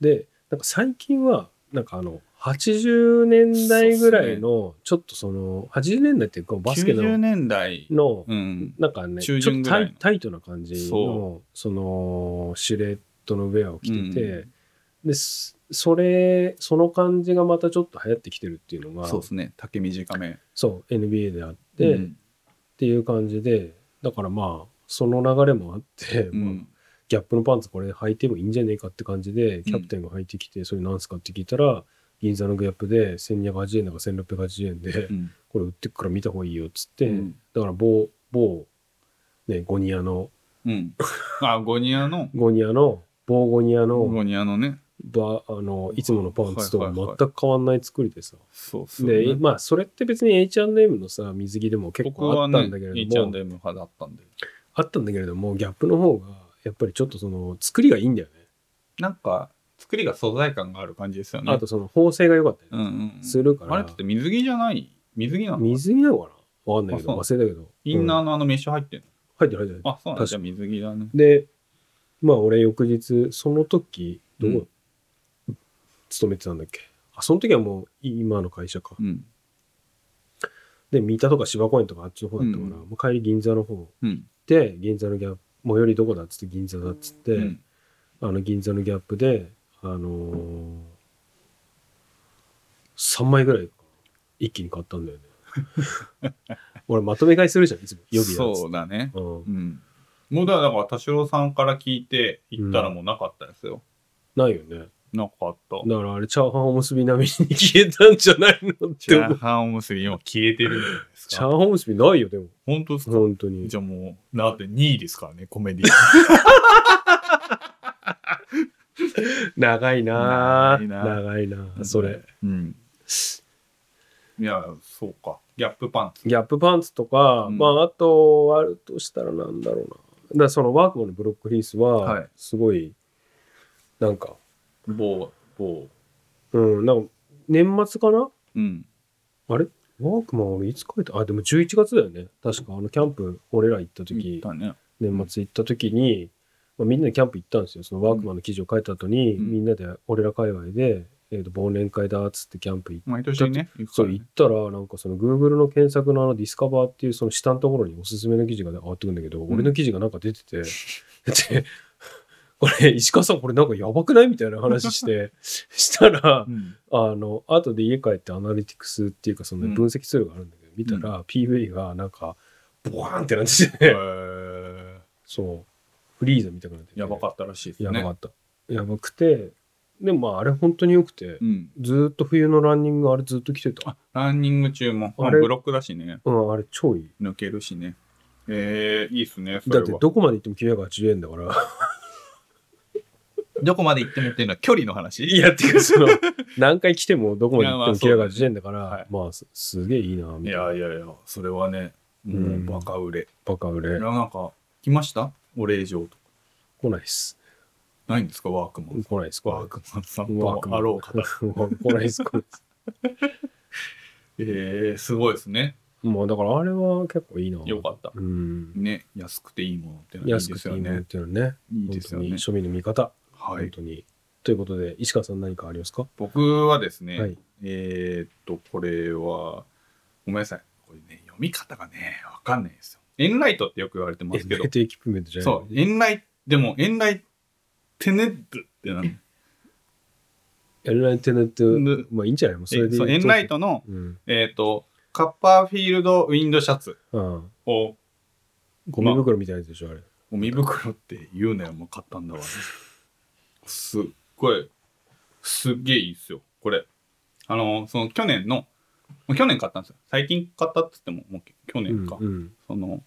[SPEAKER 2] でなんか最近はなんかあの80年代ぐらいのちょっとその80年代っていうかバスケ
[SPEAKER 3] 90
[SPEAKER 2] の
[SPEAKER 3] 年代
[SPEAKER 2] の
[SPEAKER 3] うん
[SPEAKER 2] なんかねちょ
[SPEAKER 3] 中
[SPEAKER 2] っと
[SPEAKER 3] 旬ぐら
[SPEAKER 2] タ
[SPEAKER 3] いの
[SPEAKER 2] イタイトな感じの
[SPEAKER 3] そ
[SPEAKER 2] そのシルエットのウェアを着てて、
[SPEAKER 3] う
[SPEAKER 2] ですそれその感じがまたちょっと流行ってきてるっていうのが
[SPEAKER 3] そうですね丈短め
[SPEAKER 2] そう NBA であって、
[SPEAKER 3] う
[SPEAKER 2] っ
[SPEAKER 3] ん
[SPEAKER 2] ていう感じでだからまあその流れもあって、
[SPEAKER 3] う
[SPEAKER 2] まあ
[SPEAKER 3] ん
[SPEAKER 2] ギャップのパンツこれ履いてもいいんじゃねえかって感じでキャプテンが履いてきて、それなんすかって聞いたら銀座のギャップで1280円だか1680円で、
[SPEAKER 3] うん
[SPEAKER 2] これ売ってくから見た方がいいよっつって、
[SPEAKER 3] うん
[SPEAKER 2] だから某某、ね、ゴニアの
[SPEAKER 3] うん、 あゴニアの
[SPEAKER 2] ゴニアの某ゴニアの
[SPEAKER 3] ゴニアのね
[SPEAKER 2] バあのいつものパンツと
[SPEAKER 3] はいはいはい
[SPEAKER 2] 全く変わんない作りでさ、
[SPEAKER 3] そうっすよね
[SPEAKER 2] でまあそれって別に H&M のさ水着でも結
[SPEAKER 3] 僕
[SPEAKER 2] 構あ
[SPEAKER 3] は
[SPEAKER 2] った
[SPEAKER 3] ね
[SPEAKER 2] んだけれども、
[SPEAKER 3] H&M 派だったんで
[SPEAKER 2] あったんだけれどもギャップの方がやっぱりちょっとその作りがいいんだよね、
[SPEAKER 3] なんか作りが素材感がある感じですよね
[SPEAKER 2] あとその縫製が良かったりね、
[SPEAKER 3] うんうんうん
[SPEAKER 2] するから
[SPEAKER 3] あれだって水着じゃない水着なの
[SPEAKER 2] 水着なのかなわかんないけど、
[SPEAKER 3] あ
[SPEAKER 2] 忘れたけど。
[SPEAKER 3] インナー
[SPEAKER 2] うん
[SPEAKER 3] のあのメッシュ入ってんの、
[SPEAKER 2] 入ってる入ってる。
[SPEAKER 3] あそうなんだじゃあ水着だね
[SPEAKER 2] で、まあ俺翌日、その時、ど
[SPEAKER 3] う
[SPEAKER 2] こ、勤めてたんだっけあ、その時はもう今の会社か。
[SPEAKER 3] うん
[SPEAKER 2] で、三田とか芝公園とかあっちの方だったから、
[SPEAKER 3] うん
[SPEAKER 2] もう帰り銀座の方
[SPEAKER 3] うん
[SPEAKER 2] で、銀座のギャップ、最寄りどこだっつって銀座だっつって、
[SPEAKER 3] うん
[SPEAKER 2] あの銀座のギャップで、あのー、3枚ぐらい一気に買ったんだよね。 俺まとめ買いするじゃん、いつも。予備のやつ。
[SPEAKER 3] そうだね
[SPEAKER 2] うん
[SPEAKER 3] うんもうだからだから田代さんから聞いて行ったらもうなかったですよ、
[SPEAKER 2] ないよね。
[SPEAKER 3] なかった
[SPEAKER 2] だからあれ、チャーハンおむすび並みに消えたんじゃないのっ
[SPEAKER 3] チ
[SPEAKER 2] て
[SPEAKER 3] ャ
[SPEAKER 2] 思う。
[SPEAKER 3] ーハンおむすび今消えてるんじゃないです
[SPEAKER 2] チャーハ
[SPEAKER 3] か
[SPEAKER 2] ンおむすびないよ、でも。
[SPEAKER 3] 本当ですか
[SPEAKER 2] 本当に。
[SPEAKER 3] じゃあもうだって2位ですからねコメディ
[SPEAKER 2] 長いな
[SPEAKER 3] 長
[SPEAKER 2] ぁ
[SPEAKER 3] いな
[SPEAKER 2] 長いなぁ それ。。
[SPEAKER 3] うん。いや、そうか。ギャップパンツ。
[SPEAKER 2] ギャップパンツとか、
[SPEAKER 3] うん
[SPEAKER 2] まあ、あと、あるとしたらなんだろうな。だからそのワークマンのブロックリース
[SPEAKER 3] は
[SPEAKER 2] は、
[SPEAKER 3] い
[SPEAKER 2] すごい、なんか、
[SPEAKER 3] 某、某。
[SPEAKER 2] うん、なんか、年末かな
[SPEAKER 3] うん。
[SPEAKER 2] ワークマン俺いつ書いたあ、でも11月だよね。確か、あの、キャンプ、俺ら行った
[SPEAKER 3] 行っ
[SPEAKER 2] 時、
[SPEAKER 3] たね。
[SPEAKER 2] 年末行った時に、まあ、みんなでキャンプ行ったんですよそのワークマンの記事を書いた後に、
[SPEAKER 3] うん
[SPEAKER 2] みんなで俺ら界隈で、えー、と忘年会だっつってキャンプ行って、
[SPEAKER 3] 毎年ね。行くか
[SPEAKER 2] そ
[SPEAKER 3] ら
[SPEAKER 2] う
[SPEAKER 3] ね
[SPEAKER 2] 行ったらなんかその Google の検索のあのディスカバーっていうその下のところにおすすめの記事が上がってくるんだけど、
[SPEAKER 3] ん
[SPEAKER 2] 俺の記事がなんか出てて でこれ石川さんこれなんかやばくないみたいな話して したら
[SPEAKER 3] うん
[SPEAKER 2] あの後で家帰ってアナリティクスっていうかそのね
[SPEAKER 3] うん
[SPEAKER 2] 分析ツールがあるんだけど、見たら PV がなんかボワーンってなってて、
[SPEAKER 3] へー
[SPEAKER 2] そうフリーザみたいになってて
[SPEAKER 3] やばかったらしいですね。
[SPEAKER 2] やばかった。やばくて、でもまああれ本当に良くて、
[SPEAKER 3] うん。
[SPEAKER 2] ずーっと冬のランニングあれずっと来てた
[SPEAKER 3] あ、ランニング中も。
[SPEAKER 2] あ
[SPEAKER 3] あ
[SPEAKER 2] れ
[SPEAKER 3] ブロックだしね。
[SPEAKER 2] うん、あれ超いい
[SPEAKER 3] 抜けるしね。えー、いいっすね。それ
[SPEAKER 2] だっ
[SPEAKER 3] は
[SPEAKER 2] てどこまで行っても980円だから
[SPEAKER 3] どこまで行ってもっていうのは距離の話
[SPEAKER 2] いやっていうかその何回来てもどこまで行っても
[SPEAKER 3] いやまあ
[SPEAKER 2] 980円だから
[SPEAKER 3] はい
[SPEAKER 2] まあすすげえいいなみた
[SPEAKER 3] い
[SPEAKER 2] いな
[SPEAKER 3] やいやいや、それはね、も
[SPEAKER 2] う
[SPEAKER 3] うんバカ売れ。
[SPEAKER 2] バカ売
[SPEAKER 3] いや、
[SPEAKER 2] れ
[SPEAKER 3] なんか、来ましたお礼状とか。
[SPEAKER 2] 来ないっす
[SPEAKER 3] ないんですかワークマン。
[SPEAKER 2] 来ないっす
[SPEAKER 3] ワー
[SPEAKER 2] 来
[SPEAKER 3] クマンさん
[SPEAKER 2] ワーク
[SPEAKER 3] と
[SPEAKER 2] マン
[SPEAKER 3] あろう方。
[SPEAKER 2] ないっす 来ないっす
[SPEAKER 3] えー、すごいですね。
[SPEAKER 2] まあだからあれは結構いいな
[SPEAKER 3] よかった。
[SPEAKER 2] うん
[SPEAKER 3] ね、安くていいものってのはいい
[SPEAKER 2] 安
[SPEAKER 3] で
[SPEAKER 2] く
[SPEAKER 3] す
[SPEAKER 2] て
[SPEAKER 3] よ
[SPEAKER 2] いいものっ
[SPEAKER 3] ね。
[SPEAKER 2] ていうのね
[SPEAKER 3] いい
[SPEAKER 2] 本
[SPEAKER 3] です
[SPEAKER 2] 当
[SPEAKER 3] よ
[SPEAKER 2] に
[SPEAKER 3] ね。
[SPEAKER 2] 庶民の味方
[SPEAKER 3] は
[SPEAKER 2] 本
[SPEAKER 3] い。
[SPEAKER 2] 当にということで石川さん何かありますか
[SPEAKER 3] 僕はですね、
[SPEAKER 2] はい
[SPEAKER 3] えーっと、これは、ごめんなさい。これね、読み方がね、わかんないんですよ。エンライトってよく言われてますけ
[SPEAKER 2] エン、
[SPEAKER 3] ど
[SPEAKER 2] ライトエキプメントじゃない
[SPEAKER 3] そう、エンライ、でも、エンライってねってなん
[SPEAKER 2] エンライトネット
[SPEAKER 3] ぬ
[SPEAKER 2] まあいいんじゃないもうそれで
[SPEAKER 3] そうエンライトの、
[SPEAKER 2] うん
[SPEAKER 3] えっ、と、カッパーフィールドウィンドシャツ
[SPEAKER 2] ああ
[SPEAKER 3] を、
[SPEAKER 2] ゴミ袋みたいなやつでしょあれ
[SPEAKER 3] ゴミ袋って言うなよ、もう買ったんだわ。すっごい、すっげえいいっすよ、これ。あの、その去年の、もう去年買ったんですよ。最近買ったって言っても、もう去年か。
[SPEAKER 2] うん
[SPEAKER 3] その、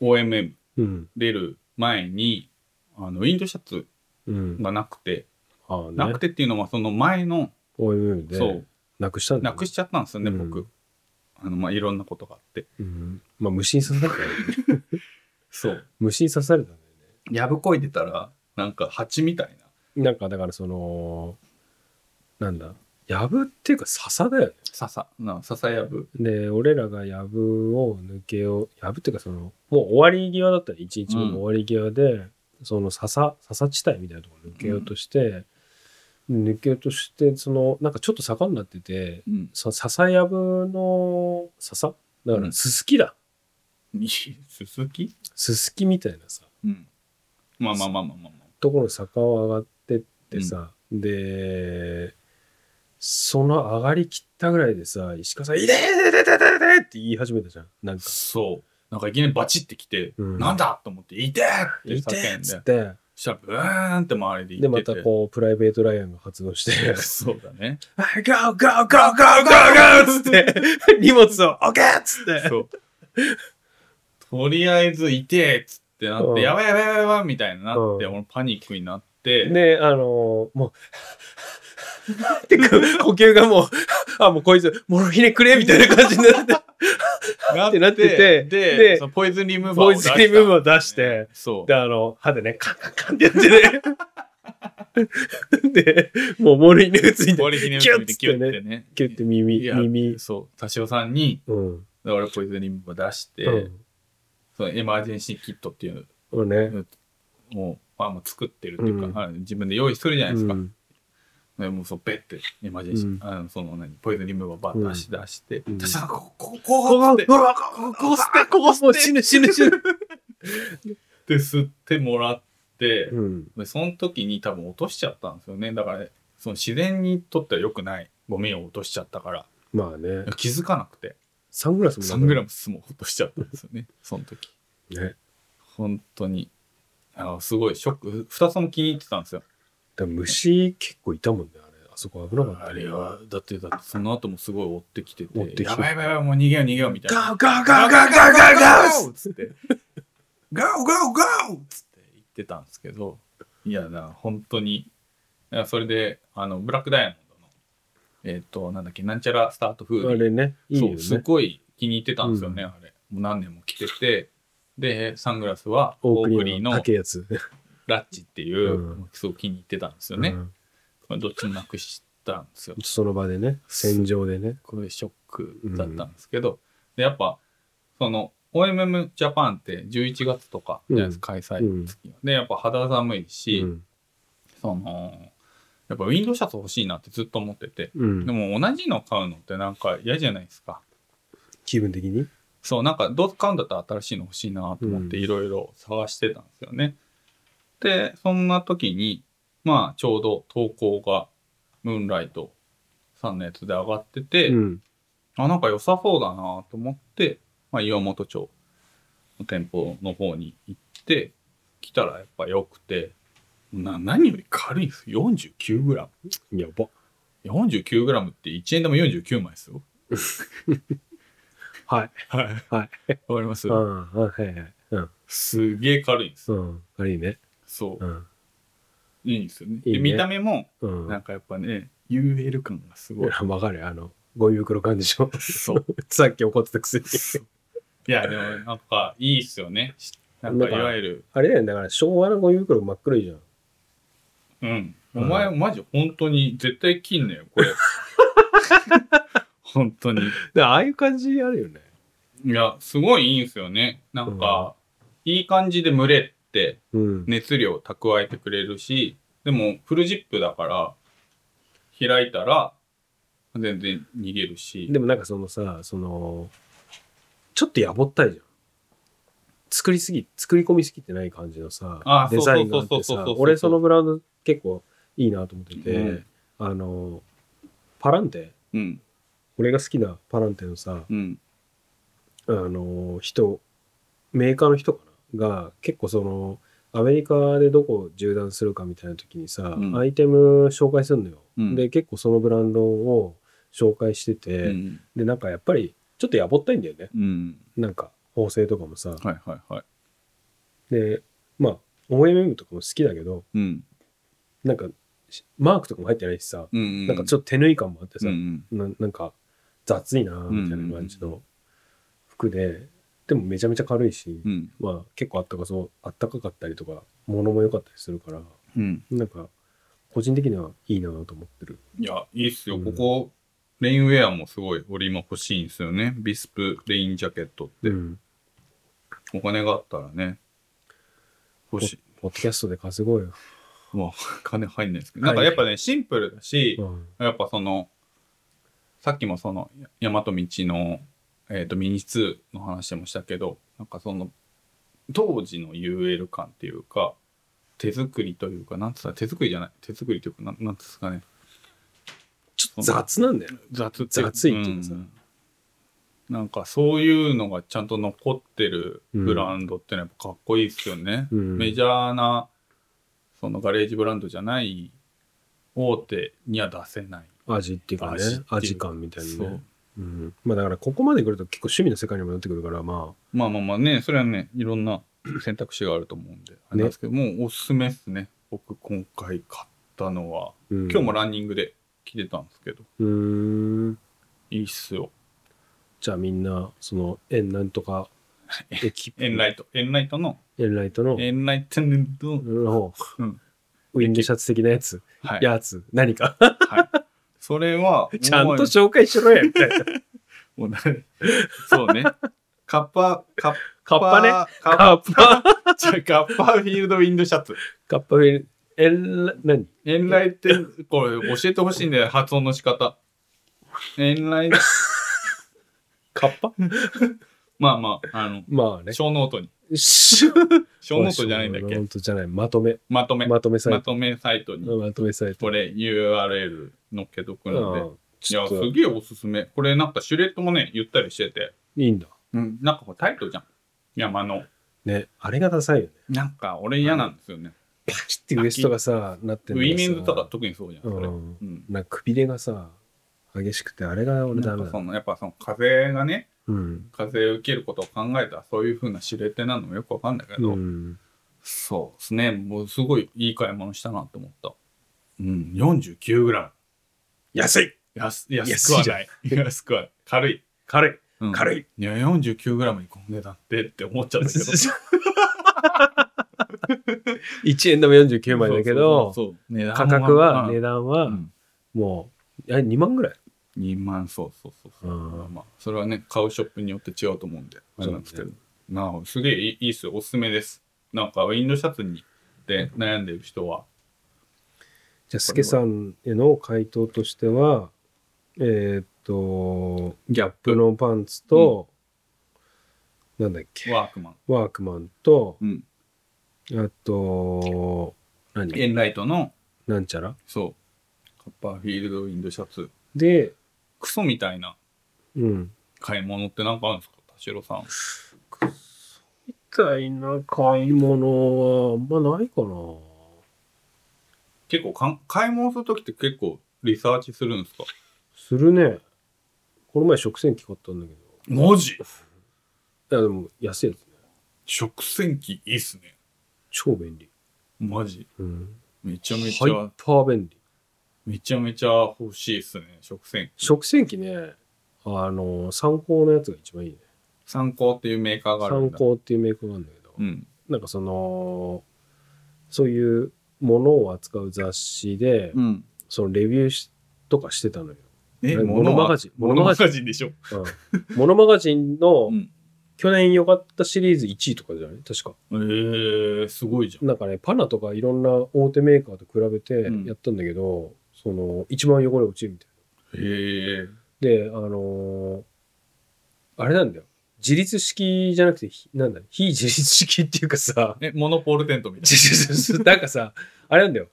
[SPEAKER 3] OMM
[SPEAKER 2] うん
[SPEAKER 3] 出る前に、あの、ウィンドシャツ
[SPEAKER 2] うん
[SPEAKER 3] がなくて、
[SPEAKER 2] ああ
[SPEAKER 3] な
[SPEAKER 2] ね
[SPEAKER 3] くてっていうのは、その前の、
[SPEAKER 2] OMM で
[SPEAKER 3] そう、
[SPEAKER 2] なくしたんだ
[SPEAKER 3] なくしちゃったんですよね、
[SPEAKER 2] うん
[SPEAKER 3] 僕。あの、まあ、いろんなことがあって。
[SPEAKER 2] うんまあ虫に刺 されたね
[SPEAKER 3] そう。
[SPEAKER 2] 虫に刺されたね
[SPEAKER 3] やぶこいてたら、なんか蜂みたいな。
[SPEAKER 2] なんかだからそのなんだやぶっていうか笹だよね
[SPEAKER 3] 笹、な、笹やぶ。
[SPEAKER 2] で俺らがやぶを抜けようやぶっていうかそのもう終わり際だったら一日目の終わり際で、その笹笹地帯みたいなところ抜けようとして、抜けようとしてそのなんかちょっと坂になってて
[SPEAKER 3] うん。
[SPEAKER 2] そ笹やぶの笹だか
[SPEAKER 3] うん
[SPEAKER 2] らすすきだ、
[SPEAKER 3] すすき
[SPEAKER 2] すすきみたいなさ
[SPEAKER 3] うん。まあまあまあまあまあまあ。
[SPEAKER 2] ところに坂を上がってってさ、でその上がりきったぐらいでさ石川さん「いでーででででで!」って言い始めたじゃんなんか
[SPEAKER 3] そう。なんかいきなりバチってきて、
[SPEAKER 2] うん
[SPEAKER 3] なんだと思って、いてー
[SPEAKER 2] 「
[SPEAKER 3] って
[SPEAKER 2] いて!」
[SPEAKER 3] 叫
[SPEAKER 2] っ
[SPEAKER 3] ん
[SPEAKER 2] つっ
[SPEAKER 3] で、
[SPEAKER 2] て
[SPEAKER 3] そしたらブーンって周りで
[SPEAKER 2] で
[SPEAKER 3] 言っ
[SPEAKER 2] ま
[SPEAKER 3] てて。
[SPEAKER 2] たこうプライベートライアンが発動して
[SPEAKER 3] そうだね。
[SPEAKER 2] 「ゴーゴーゴーゴーゴーゴー!」っつって荷物を「オッケー!」っつって
[SPEAKER 3] そう。とりあえず、いてーっつってなって、
[SPEAKER 2] うん
[SPEAKER 3] やばいやばいやばいやばいみたいになって、
[SPEAKER 2] うん
[SPEAKER 3] 俺パニックになって、
[SPEAKER 2] であのもうってか呼吸がもうあもうこいつもろひねくれみたいな感じになって
[SPEAKER 3] な
[SPEAKER 2] ってなってて
[SPEAKER 3] で
[SPEAKER 2] で
[SPEAKER 3] そのポイズンリムーバーを出した
[SPEAKER 2] ポイズンリムーバーを出して
[SPEAKER 3] そう
[SPEAKER 2] で、あの、歯でね、カンカンカンってやってね。で、もう森について、
[SPEAKER 3] 森ひね
[SPEAKER 2] キュッ
[SPEAKER 3] みて
[SPEAKER 2] つっ
[SPEAKER 3] キュ
[SPEAKER 2] て
[SPEAKER 3] ッて
[SPEAKER 2] ね、
[SPEAKER 3] ね
[SPEAKER 2] キュッて耳、
[SPEAKER 3] いや
[SPEAKER 2] 耳、
[SPEAKER 3] そう田代さんに
[SPEAKER 2] うん。
[SPEAKER 3] だからポイズンリムーバー出して、
[SPEAKER 2] うん
[SPEAKER 3] そのエマージェンシーキットっていう
[SPEAKER 2] そうね。
[SPEAKER 3] のを、まあ、もう作ってるっていうか、
[SPEAKER 2] うん
[SPEAKER 3] あの自分で用意するじゃないですか、
[SPEAKER 2] うん
[SPEAKER 3] でもうそうベッてエマージェンシー、
[SPEAKER 2] うん
[SPEAKER 3] あのその何ポイズンリムーバーバー出し出して、
[SPEAKER 2] うん
[SPEAKER 3] 田代さんここ
[SPEAKER 2] こ
[SPEAKER 3] ここ
[SPEAKER 2] こ
[SPEAKER 3] って
[SPEAKER 2] うわここここ吸って、ここ吸って。死ぬ、死ぬ、死ぬ。
[SPEAKER 3] で吸ってもらって、
[SPEAKER 2] うん。
[SPEAKER 3] でその時に多分落としちゃったんですよねだからその自然にとっては良くないゴミを落としちゃったから
[SPEAKER 2] まあね。
[SPEAKER 3] 気づかなくて
[SPEAKER 2] サングラスも
[SPEAKER 3] 3グラ
[SPEAKER 2] ム。
[SPEAKER 3] ム進もうとしちゃったんですよねその時
[SPEAKER 2] ね。
[SPEAKER 3] 本当にあのすごいショック2つとも気に入ってたんですよ
[SPEAKER 2] でも虫結構いたもんね、あれ。あそこ危なかった
[SPEAKER 3] あ
[SPEAKER 2] ね
[SPEAKER 3] れはだってだってその後もすごい追ってきてて
[SPEAKER 2] 追ってきて
[SPEAKER 3] やばいやばいやばいもう逃げよう逃げようみたいな
[SPEAKER 2] ガーガーガーガーガーガーガー
[SPEAKER 3] っつってガオガオガオっつって言ってたんですけどいやな本当にいやそれであのブラックダイヤモンドのえっ、となんだっけなんちゃらスタートフード
[SPEAKER 2] あれね、いいよ
[SPEAKER 3] そう
[SPEAKER 2] ね。
[SPEAKER 3] すごい気に入ってたんですよね、
[SPEAKER 2] う
[SPEAKER 3] あれもう何年も着ててでサングラスは
[SPEAKER 2] オ
[SPEAKER 3] オ
[SPEAKER 2] ー
[SPEAKER 3] ー
[SPEAKER 2] ク
[SPEAKER 3] ク
[SPEAKER 2] リ
[SPEAKER 3] リ
[SPEAKER 2] ー
[SPEAKER 3] ー
[SPEAKER 2] の
[SPEAKER 3] の
[SPEAKER 2] 高いやつ。
[SPEAKER 3] ラッチっていう、
[SPEAKER 2] うん
[SPEAKER 3] すごく気に入ってたんですよね、
[SPEAKER 2] うん
[SPEAKER 3] まあどっちもなくしたんですよ
[SPEAKER 2] その場でね、戦場でね。
[SPEAKER 3] これショックだったんですけど、でやっぱその OMM ジャパンって11月とかじゃないですか、開催月はでやっぱ肌寒いうし、
[SPEAKER 2] ん
[SPEAKER 3] そのやっぱウィンドウシャツ欲しいなってずっと思ってて
[SPEAKER 2] う
[SPEAKER 3] で
[SPEAKER 2] ん。
[SPEAKER 3] も同じの買うのってなんか嫌じゃないですか
[SPEAKER 2] 気分的に
[SPEAKER 3] そう、なんか、どう買うんだったら新しいの欲しいなと思って、
[SPEAKER 2] うん
[SPEAKER 3] いろいろ探してたんですよね。で、そんな時に、まあ、ちょうど投稿が、ムーンライトさんのやつで上がってて、
[SPEAKER 2] うん。
[SPEAKER 3] あ、なんか良さそうだなと思って、まあ、岩本町の店舗の方に行って、来たらやっぱ良くて、な何より軽軽いんですよ。49グラム。
[SPEAKER 2] やば。
[SPEAKER 3] 49グラムって1円玉49枚ですよ。
[SPEAKER 2] はい。
[SPEAKER 3] はい。
[SPEAKER 2] はい。
[SPEAKER 3] わかります
[SPEAKER 2] ああ、はいはい。うん。
[SPEAKER 3] すげえ軽いんです。
[SPEAKER 2] うん。あれいいね。
[SPEAKER 3] そう
[SPEAKER 2] う。ん。
[SPEAKER 3] いいんですよね。
[SPEAKER 2] いいね
[SPEAKER 3] で見た目も、
[SPEAKER 2] うん。
[SPEAKER 3] なんかやっぱね、UL 感がす ごい。
[SPEAKER 2] わかるよあの、ゴミ袋感でしょ。
[SPEAKER 3] そう。
[SPEAKER 2] さっき怒ってたく せに。
[SPEAKER 3] いや、でもなんかいいっすよね。しなんかいわゆる、
[SPEAKER 2] あれだよね、だから昭和のゴミ袋真っ黒いじゃん。
[SPEAKER 3] うん。お
[SPEAKER 2] うん
[SPEAKER 3] 前マジ本当に絶対切んねよ、これ。本当に。
[SPEAKER 2] でああいう感じあるよね。
[SPEAKER 3] いや、すごいいいんすよね。なんか、いい感じで群れって
[SPEAKER 2] うん。
[SPEAKER 3] 熱量を蓄えてくれるし、でもフルジップだから、開いたら全然逃げるし。
[SPEAKER 2] でもなんかそのさ、その、ちょっとやぼったいじゃん。作りすぎ、作り込みすぎてない感じのさ
[SPEAKER 3] あ、
[SPEAKER 2] デザインがあって
[SPEAKER 3] そうそうそうそう
[SPEAKER 2] さ
[SPEAKER 3] そう、そう
[SPEAKER 2] 俺そのブランド結構いいなと思ってて、
[SPEAKER 3] うん
[SPEAKER 2] あの、パランテ、
[SPEAKER 3] うん。
[SPEAKER 2] 俺が好きなパランテのさ、
[SPEAKER 3] うん。
[SPEAKER 2] あの人メーカーの人かなが結構そのアメリカでどこを縦断するかみたいな時にさ、
[SPEAKER 3] うん
[SPEAKER 2] アイテム紹介するのよ、
[SPEAKER 3] うん
[SPEAKER 2] で結構そのブランドを紹介してて、
[SPEAKER 3] うん。
[SPEAKER 2] でなんかやっぱりちょっとやぼったいんだよね
[SPEAKER 3] うん。
[SPEAKER 2] なんか縫製とかもさ、
[SPEAKER 3] はいはいはい。
[SPEAKER 2] でまあ OMM とかも好きだけど
[SPEAKER 3] うん。
[SPEAKER 2] なんかしマークとかも入ってないしさ、
[SPEAKER 3] うん。
[SPEAKER 2] なんかち
[SPEAKER 3] ょ
[SPEAKER 2] ょ
[SPEAKER 3] っ
[SPEAKER 2] っと手縫い感もあって
[SPEAKER 3] と
[SPEAKER 2] さ、ななんか雑いなみたいな感じの服で、でもめちゃめちゃ軽いし、
[SPEAKER 3] うん。
[SPEAKER 2] まあ結構あったかそうあったかかったりとか物も良かったりするから
[SPEAKER 3] うん。
[SPEAKER 2] なんか個人的にはいいなと思ってる
[SPEAKER 3] いや、いいっすよ。
[SPEAKER 2] うん
[SPEAKER 3] ここ、レインウェアもすごい、俺今欲しいんですよね。ビスプレインジャケットって。
[SPEAKER 2] ん、
[SPEAKER 3] お金があったらね。欲しい。
[SPEAKER 2] ポッドキャストで稼ごうよ、
[SPEAKER 3] まあ、金入んないですけど。なんかやっぱね、シンプルだし、
[SPEAKER 2] うん
[SPEAKER 3] やっぱその、さっきもその、大和道の、えっ、と、ミニ2の話でもしたけど、なんかその、当時の UL 感っていうか、手作りというか、なんつったら手作りじゃない。手作りというか、なんなんつうんですかね。
[SPEAKER 2] ちょっと雑なんだよね
[SPEAKER 3] 雑
[SPEAKER 2] ていうかうん
[SPEAKER 3] なんかそういうのがちゃんと残ってるブランドってのはやっぱかっこいいですよね、
[SPEAKER 2] うん
[SPEAKER 3] メジャーなそのガレージブランドじゃない大手には出せない、
[SPEAKER 2] 味っていうかね
[SPEAKER 3] 味っていう
[SPEAKER 2] 味感みたい
[SPEAKER 3] そ
[SPEAKER 2] な
[SPEAKER 3] う
[SPEAKER 2] ねうん、まあだからここまで来ると結構趣味の世界にもなってくるからま
[SPEAKER 3] まあまあまあねそれはねいろんな選択肢があると思うんであれなんですけど、もうおすすめですね僕今回買ったのは
[SPEAKER 2] あ、うん
[SPEAKER 3] 今日もランニングで着てたんですけど、
[SPEAKER 2] うーん
[SPEAKER 3] いいっすよ
[SPEAKER 2] じゃあみんなその円なんとかエキ
[SPEAKER 3] エンライトエンライトの
[SPEAKER 2] エンライトの
[SPEAKER 3] エンライトの、
[SPEAKER 2] の、
[SPEAKER 3] うん
[SPEAKER 2] ウィンドウシャツ的なやつ、
[SPEAKER 3] はい
[SPEAKER 2] やつ何か
[SPEAKER 3] はい、それは
[SPEAKER 2] ちゃん
[SPEAKER 3] もう
[SPEAKER 2] と紹介しろやみたいな
[SPEAKER 3] もうなそうね。カッパ、カッ
[SPEAKER 2] カッパね
[SPEAKER 3] カッ
[SPEAKER 2] カッパ
[SPEAKER 3] パ、じゃあカッパーフィールドウィンドシャツ。
[SPEAKER 2] カッパフィル、えら、何
[SPEAKER 3] エンライテン、これ教えてほしいんだよ、発音の仕方。エンライ、
[SPEAKER 2] カッパ
[SPEAKER 3] まあまあ、あの、
[SPEAKER 2] まあね。
[SPEAKER 3] 小ノートに。
[SPEAKER 2] ショ
[SPEAKER 3] 小ノートじゃないんだっ
[SPEAKER 2] ショーノ
[SPEAKER 3] け
[SPEAKER 2] ートじゃない。まとめ。
[SPEAKER 3] まとめ、
[SPEAKER 2] まとめサ
[SPEAKER 3] ま
[SPEAKER 2] イト。
[SPEAKER 3] とめサイトに。
[SPEAKER 2] まとめサイト。
[SPEAKER 3] これ URL のっけとく
[SPEAKER 2] う
[SPEAKER 3] の
[SPEAKER 2] ん
[SPEAKER 3] で。い
[SPEAKER 2] ちょ
[SPEAKER 3] や、
[SPEAKER 2] っ
[SPEAKER 3] す
[SPEAKER 2] と、
[SPEAKER 3] げえおすすめ。これなんかシュレットもね、ゆったりしてて。
[SPEAKER 2] いいんだ。
[SPEAKER 3] うん、なんかこれタイトじゃん。山の。
[SPEAKER 2] ね、あれがダサいよね。
[SPEAKER 3] なんか俺嫌なんですよね。
[SPEAKER 2] パキってウエストがさ、なって
[SPEAKER 3] ウ
[SPEAKER 2] んのがさ
[SPEAKER 3] ィメンズとか特にそうじゃん、それ。
[SPEAKER 2] う
[SPEAKER 3] うんん。
[SPEAKER 2] なんかくびれがさ、激しくて、あれが俺ダ
[SPEAKER 3] なん
[SPEAKER 2] メだ
[SPEAKER 3] かそ。のやっぱその風がね
[SPEAKER 2] うん。
[SPEAKER 3] 風を受けることを考えたらそういうふうな指令手なのもよくわかんないけ
[SPEAKER 2] う
[SPEAKER 3] ど、
[SPEAKER 2] ん。
[SPEAKER 3] そうですねもうすごいいい買い物したなと思ったうん4 9
[SPEAKER 2] 安い
[SPEAKER 3] m 安安くはない安くはない軽い、
[SPEAKER 2] 軽い
[SPEAKER 3] うん
[SPEAKER 2] 軽い
[SPEAKER 3] いや 49g にこんでだってって思っちゃっ たけど
[SPEAKER 2] 1円でも49枚だけど、
[SPEAKER 3] そうそうそう値段
[SPEAKER 2] 価格は、値
[SPEAKER 3] 段
[SPEAKER 2] 段は、もう、え、2万ぐらい
[SPEAKER 3] 2万そうそうそうそう、
[SPEAKER 2] うん
[SPEAKER 3] まあそれはね買うショップによって違うと思うんであれなんですけど、まあすげえいいいいっすよおすすめですなんかウィンドウシャツにで悩んでる人は
[SPEAKER 2] じゃあ、スケさんへの回答としては、えーっと、
[SPEAKER 3] ギャッ
[SPEAKER 2] ブロンパンツと、なんだっけ、
[SPEAKER 3] ワークマン
[SPEAKER 2] ワークマンと、
[SPEAKER 3] うん
[SPEAKER 2] あと、
[SPEAKER 3] エ
[SPEAKER 2] 何
[SPEAKER 3] ンライトの
[SPEAKER 2] なんちゃら
[SPEAKER 3] そうカッパーフィールドウィンドウシャツ
[SPEAKER 2] で、
[SPEAKER 3] クソみたいな
[SPEAKER 2] うん。
[SPEAKER 3] 買い物ってなんかあるんですか田代さん
[SPEAKER 2] みたいな買い物はあんまないかな。
[SPEAKER 3] 結構かん買い物するときって結構リサーチするんですか
[SPEAKER 2] するね。この前食洗機買ったんだけど。
[SPEAKER 3] マジ
[SPEAKER 2] いや、でも安いやつね。
[SPEAKER 3] 食洗機いいっすね。
[SPEAKER 2] 超便利。
[SPEAKER 3] マジ。
[SPEAKER 2] うん。
[SPEAKER 3] めちゃめち
[SPEAKER 2] ハイ
[SPEAKER 3] ゃ、
[SPEAKER 2] パー便利。
[SPEAKER 3] めちゃめちゃ欲しいっすね。食洗機。
[SPEAKER 2] 食洗機ね、あの、参考のやつが一番いいね。
[SPEAKER 3] 参考っていうメーカーがある
[SPEAKER 2] 参
[SPEAKER 3] んだ。
[SPEAKER 2] 考っていうメーカーがあるんだけど、
[SPEAKER 3] うん。
[SPEAKER 2] なんかその、そういうものを扱う雑誌で、
[SPEAKER 3] うん。
[SPEAKER 2] そのレビューしとかしてたのよ。
[SPEAKER 3] え、
[SPEAKER 2] 何
[SPEAKER 3] モ
[SPEAKER 2] モ
[SPEAKER 3] ノ
[SPEAKER 2] ノマガジン
[SPEAKER 3] モノマガジンでしょ。
[SPEAKER 2] うん、モノマガジンの
[SPEAKER 3] うん
[SPEAKER 2] 去年良かったシリーズ1位とかじゃない確か。
[SPEAKER 3] えー、すごいじゃん。
[SPEAKER 2] なんかね、パナとかいろんな大手メーカーと比べて
[SPEAKER 3] うん
[SPEAKER 2] やったんだけど、その、一番汚れ落ちるみたい
[SPEAKER 3] へえー。
[SPEAKER 2] な。で、あのーあれなんだよ。自立式じゃなくて、ひなんだ、非自立式っていうか さ、
[SPEAKER 3] え、モノポールテントみたい
[SPEAKER 2] なんかさ、あれなんだよ。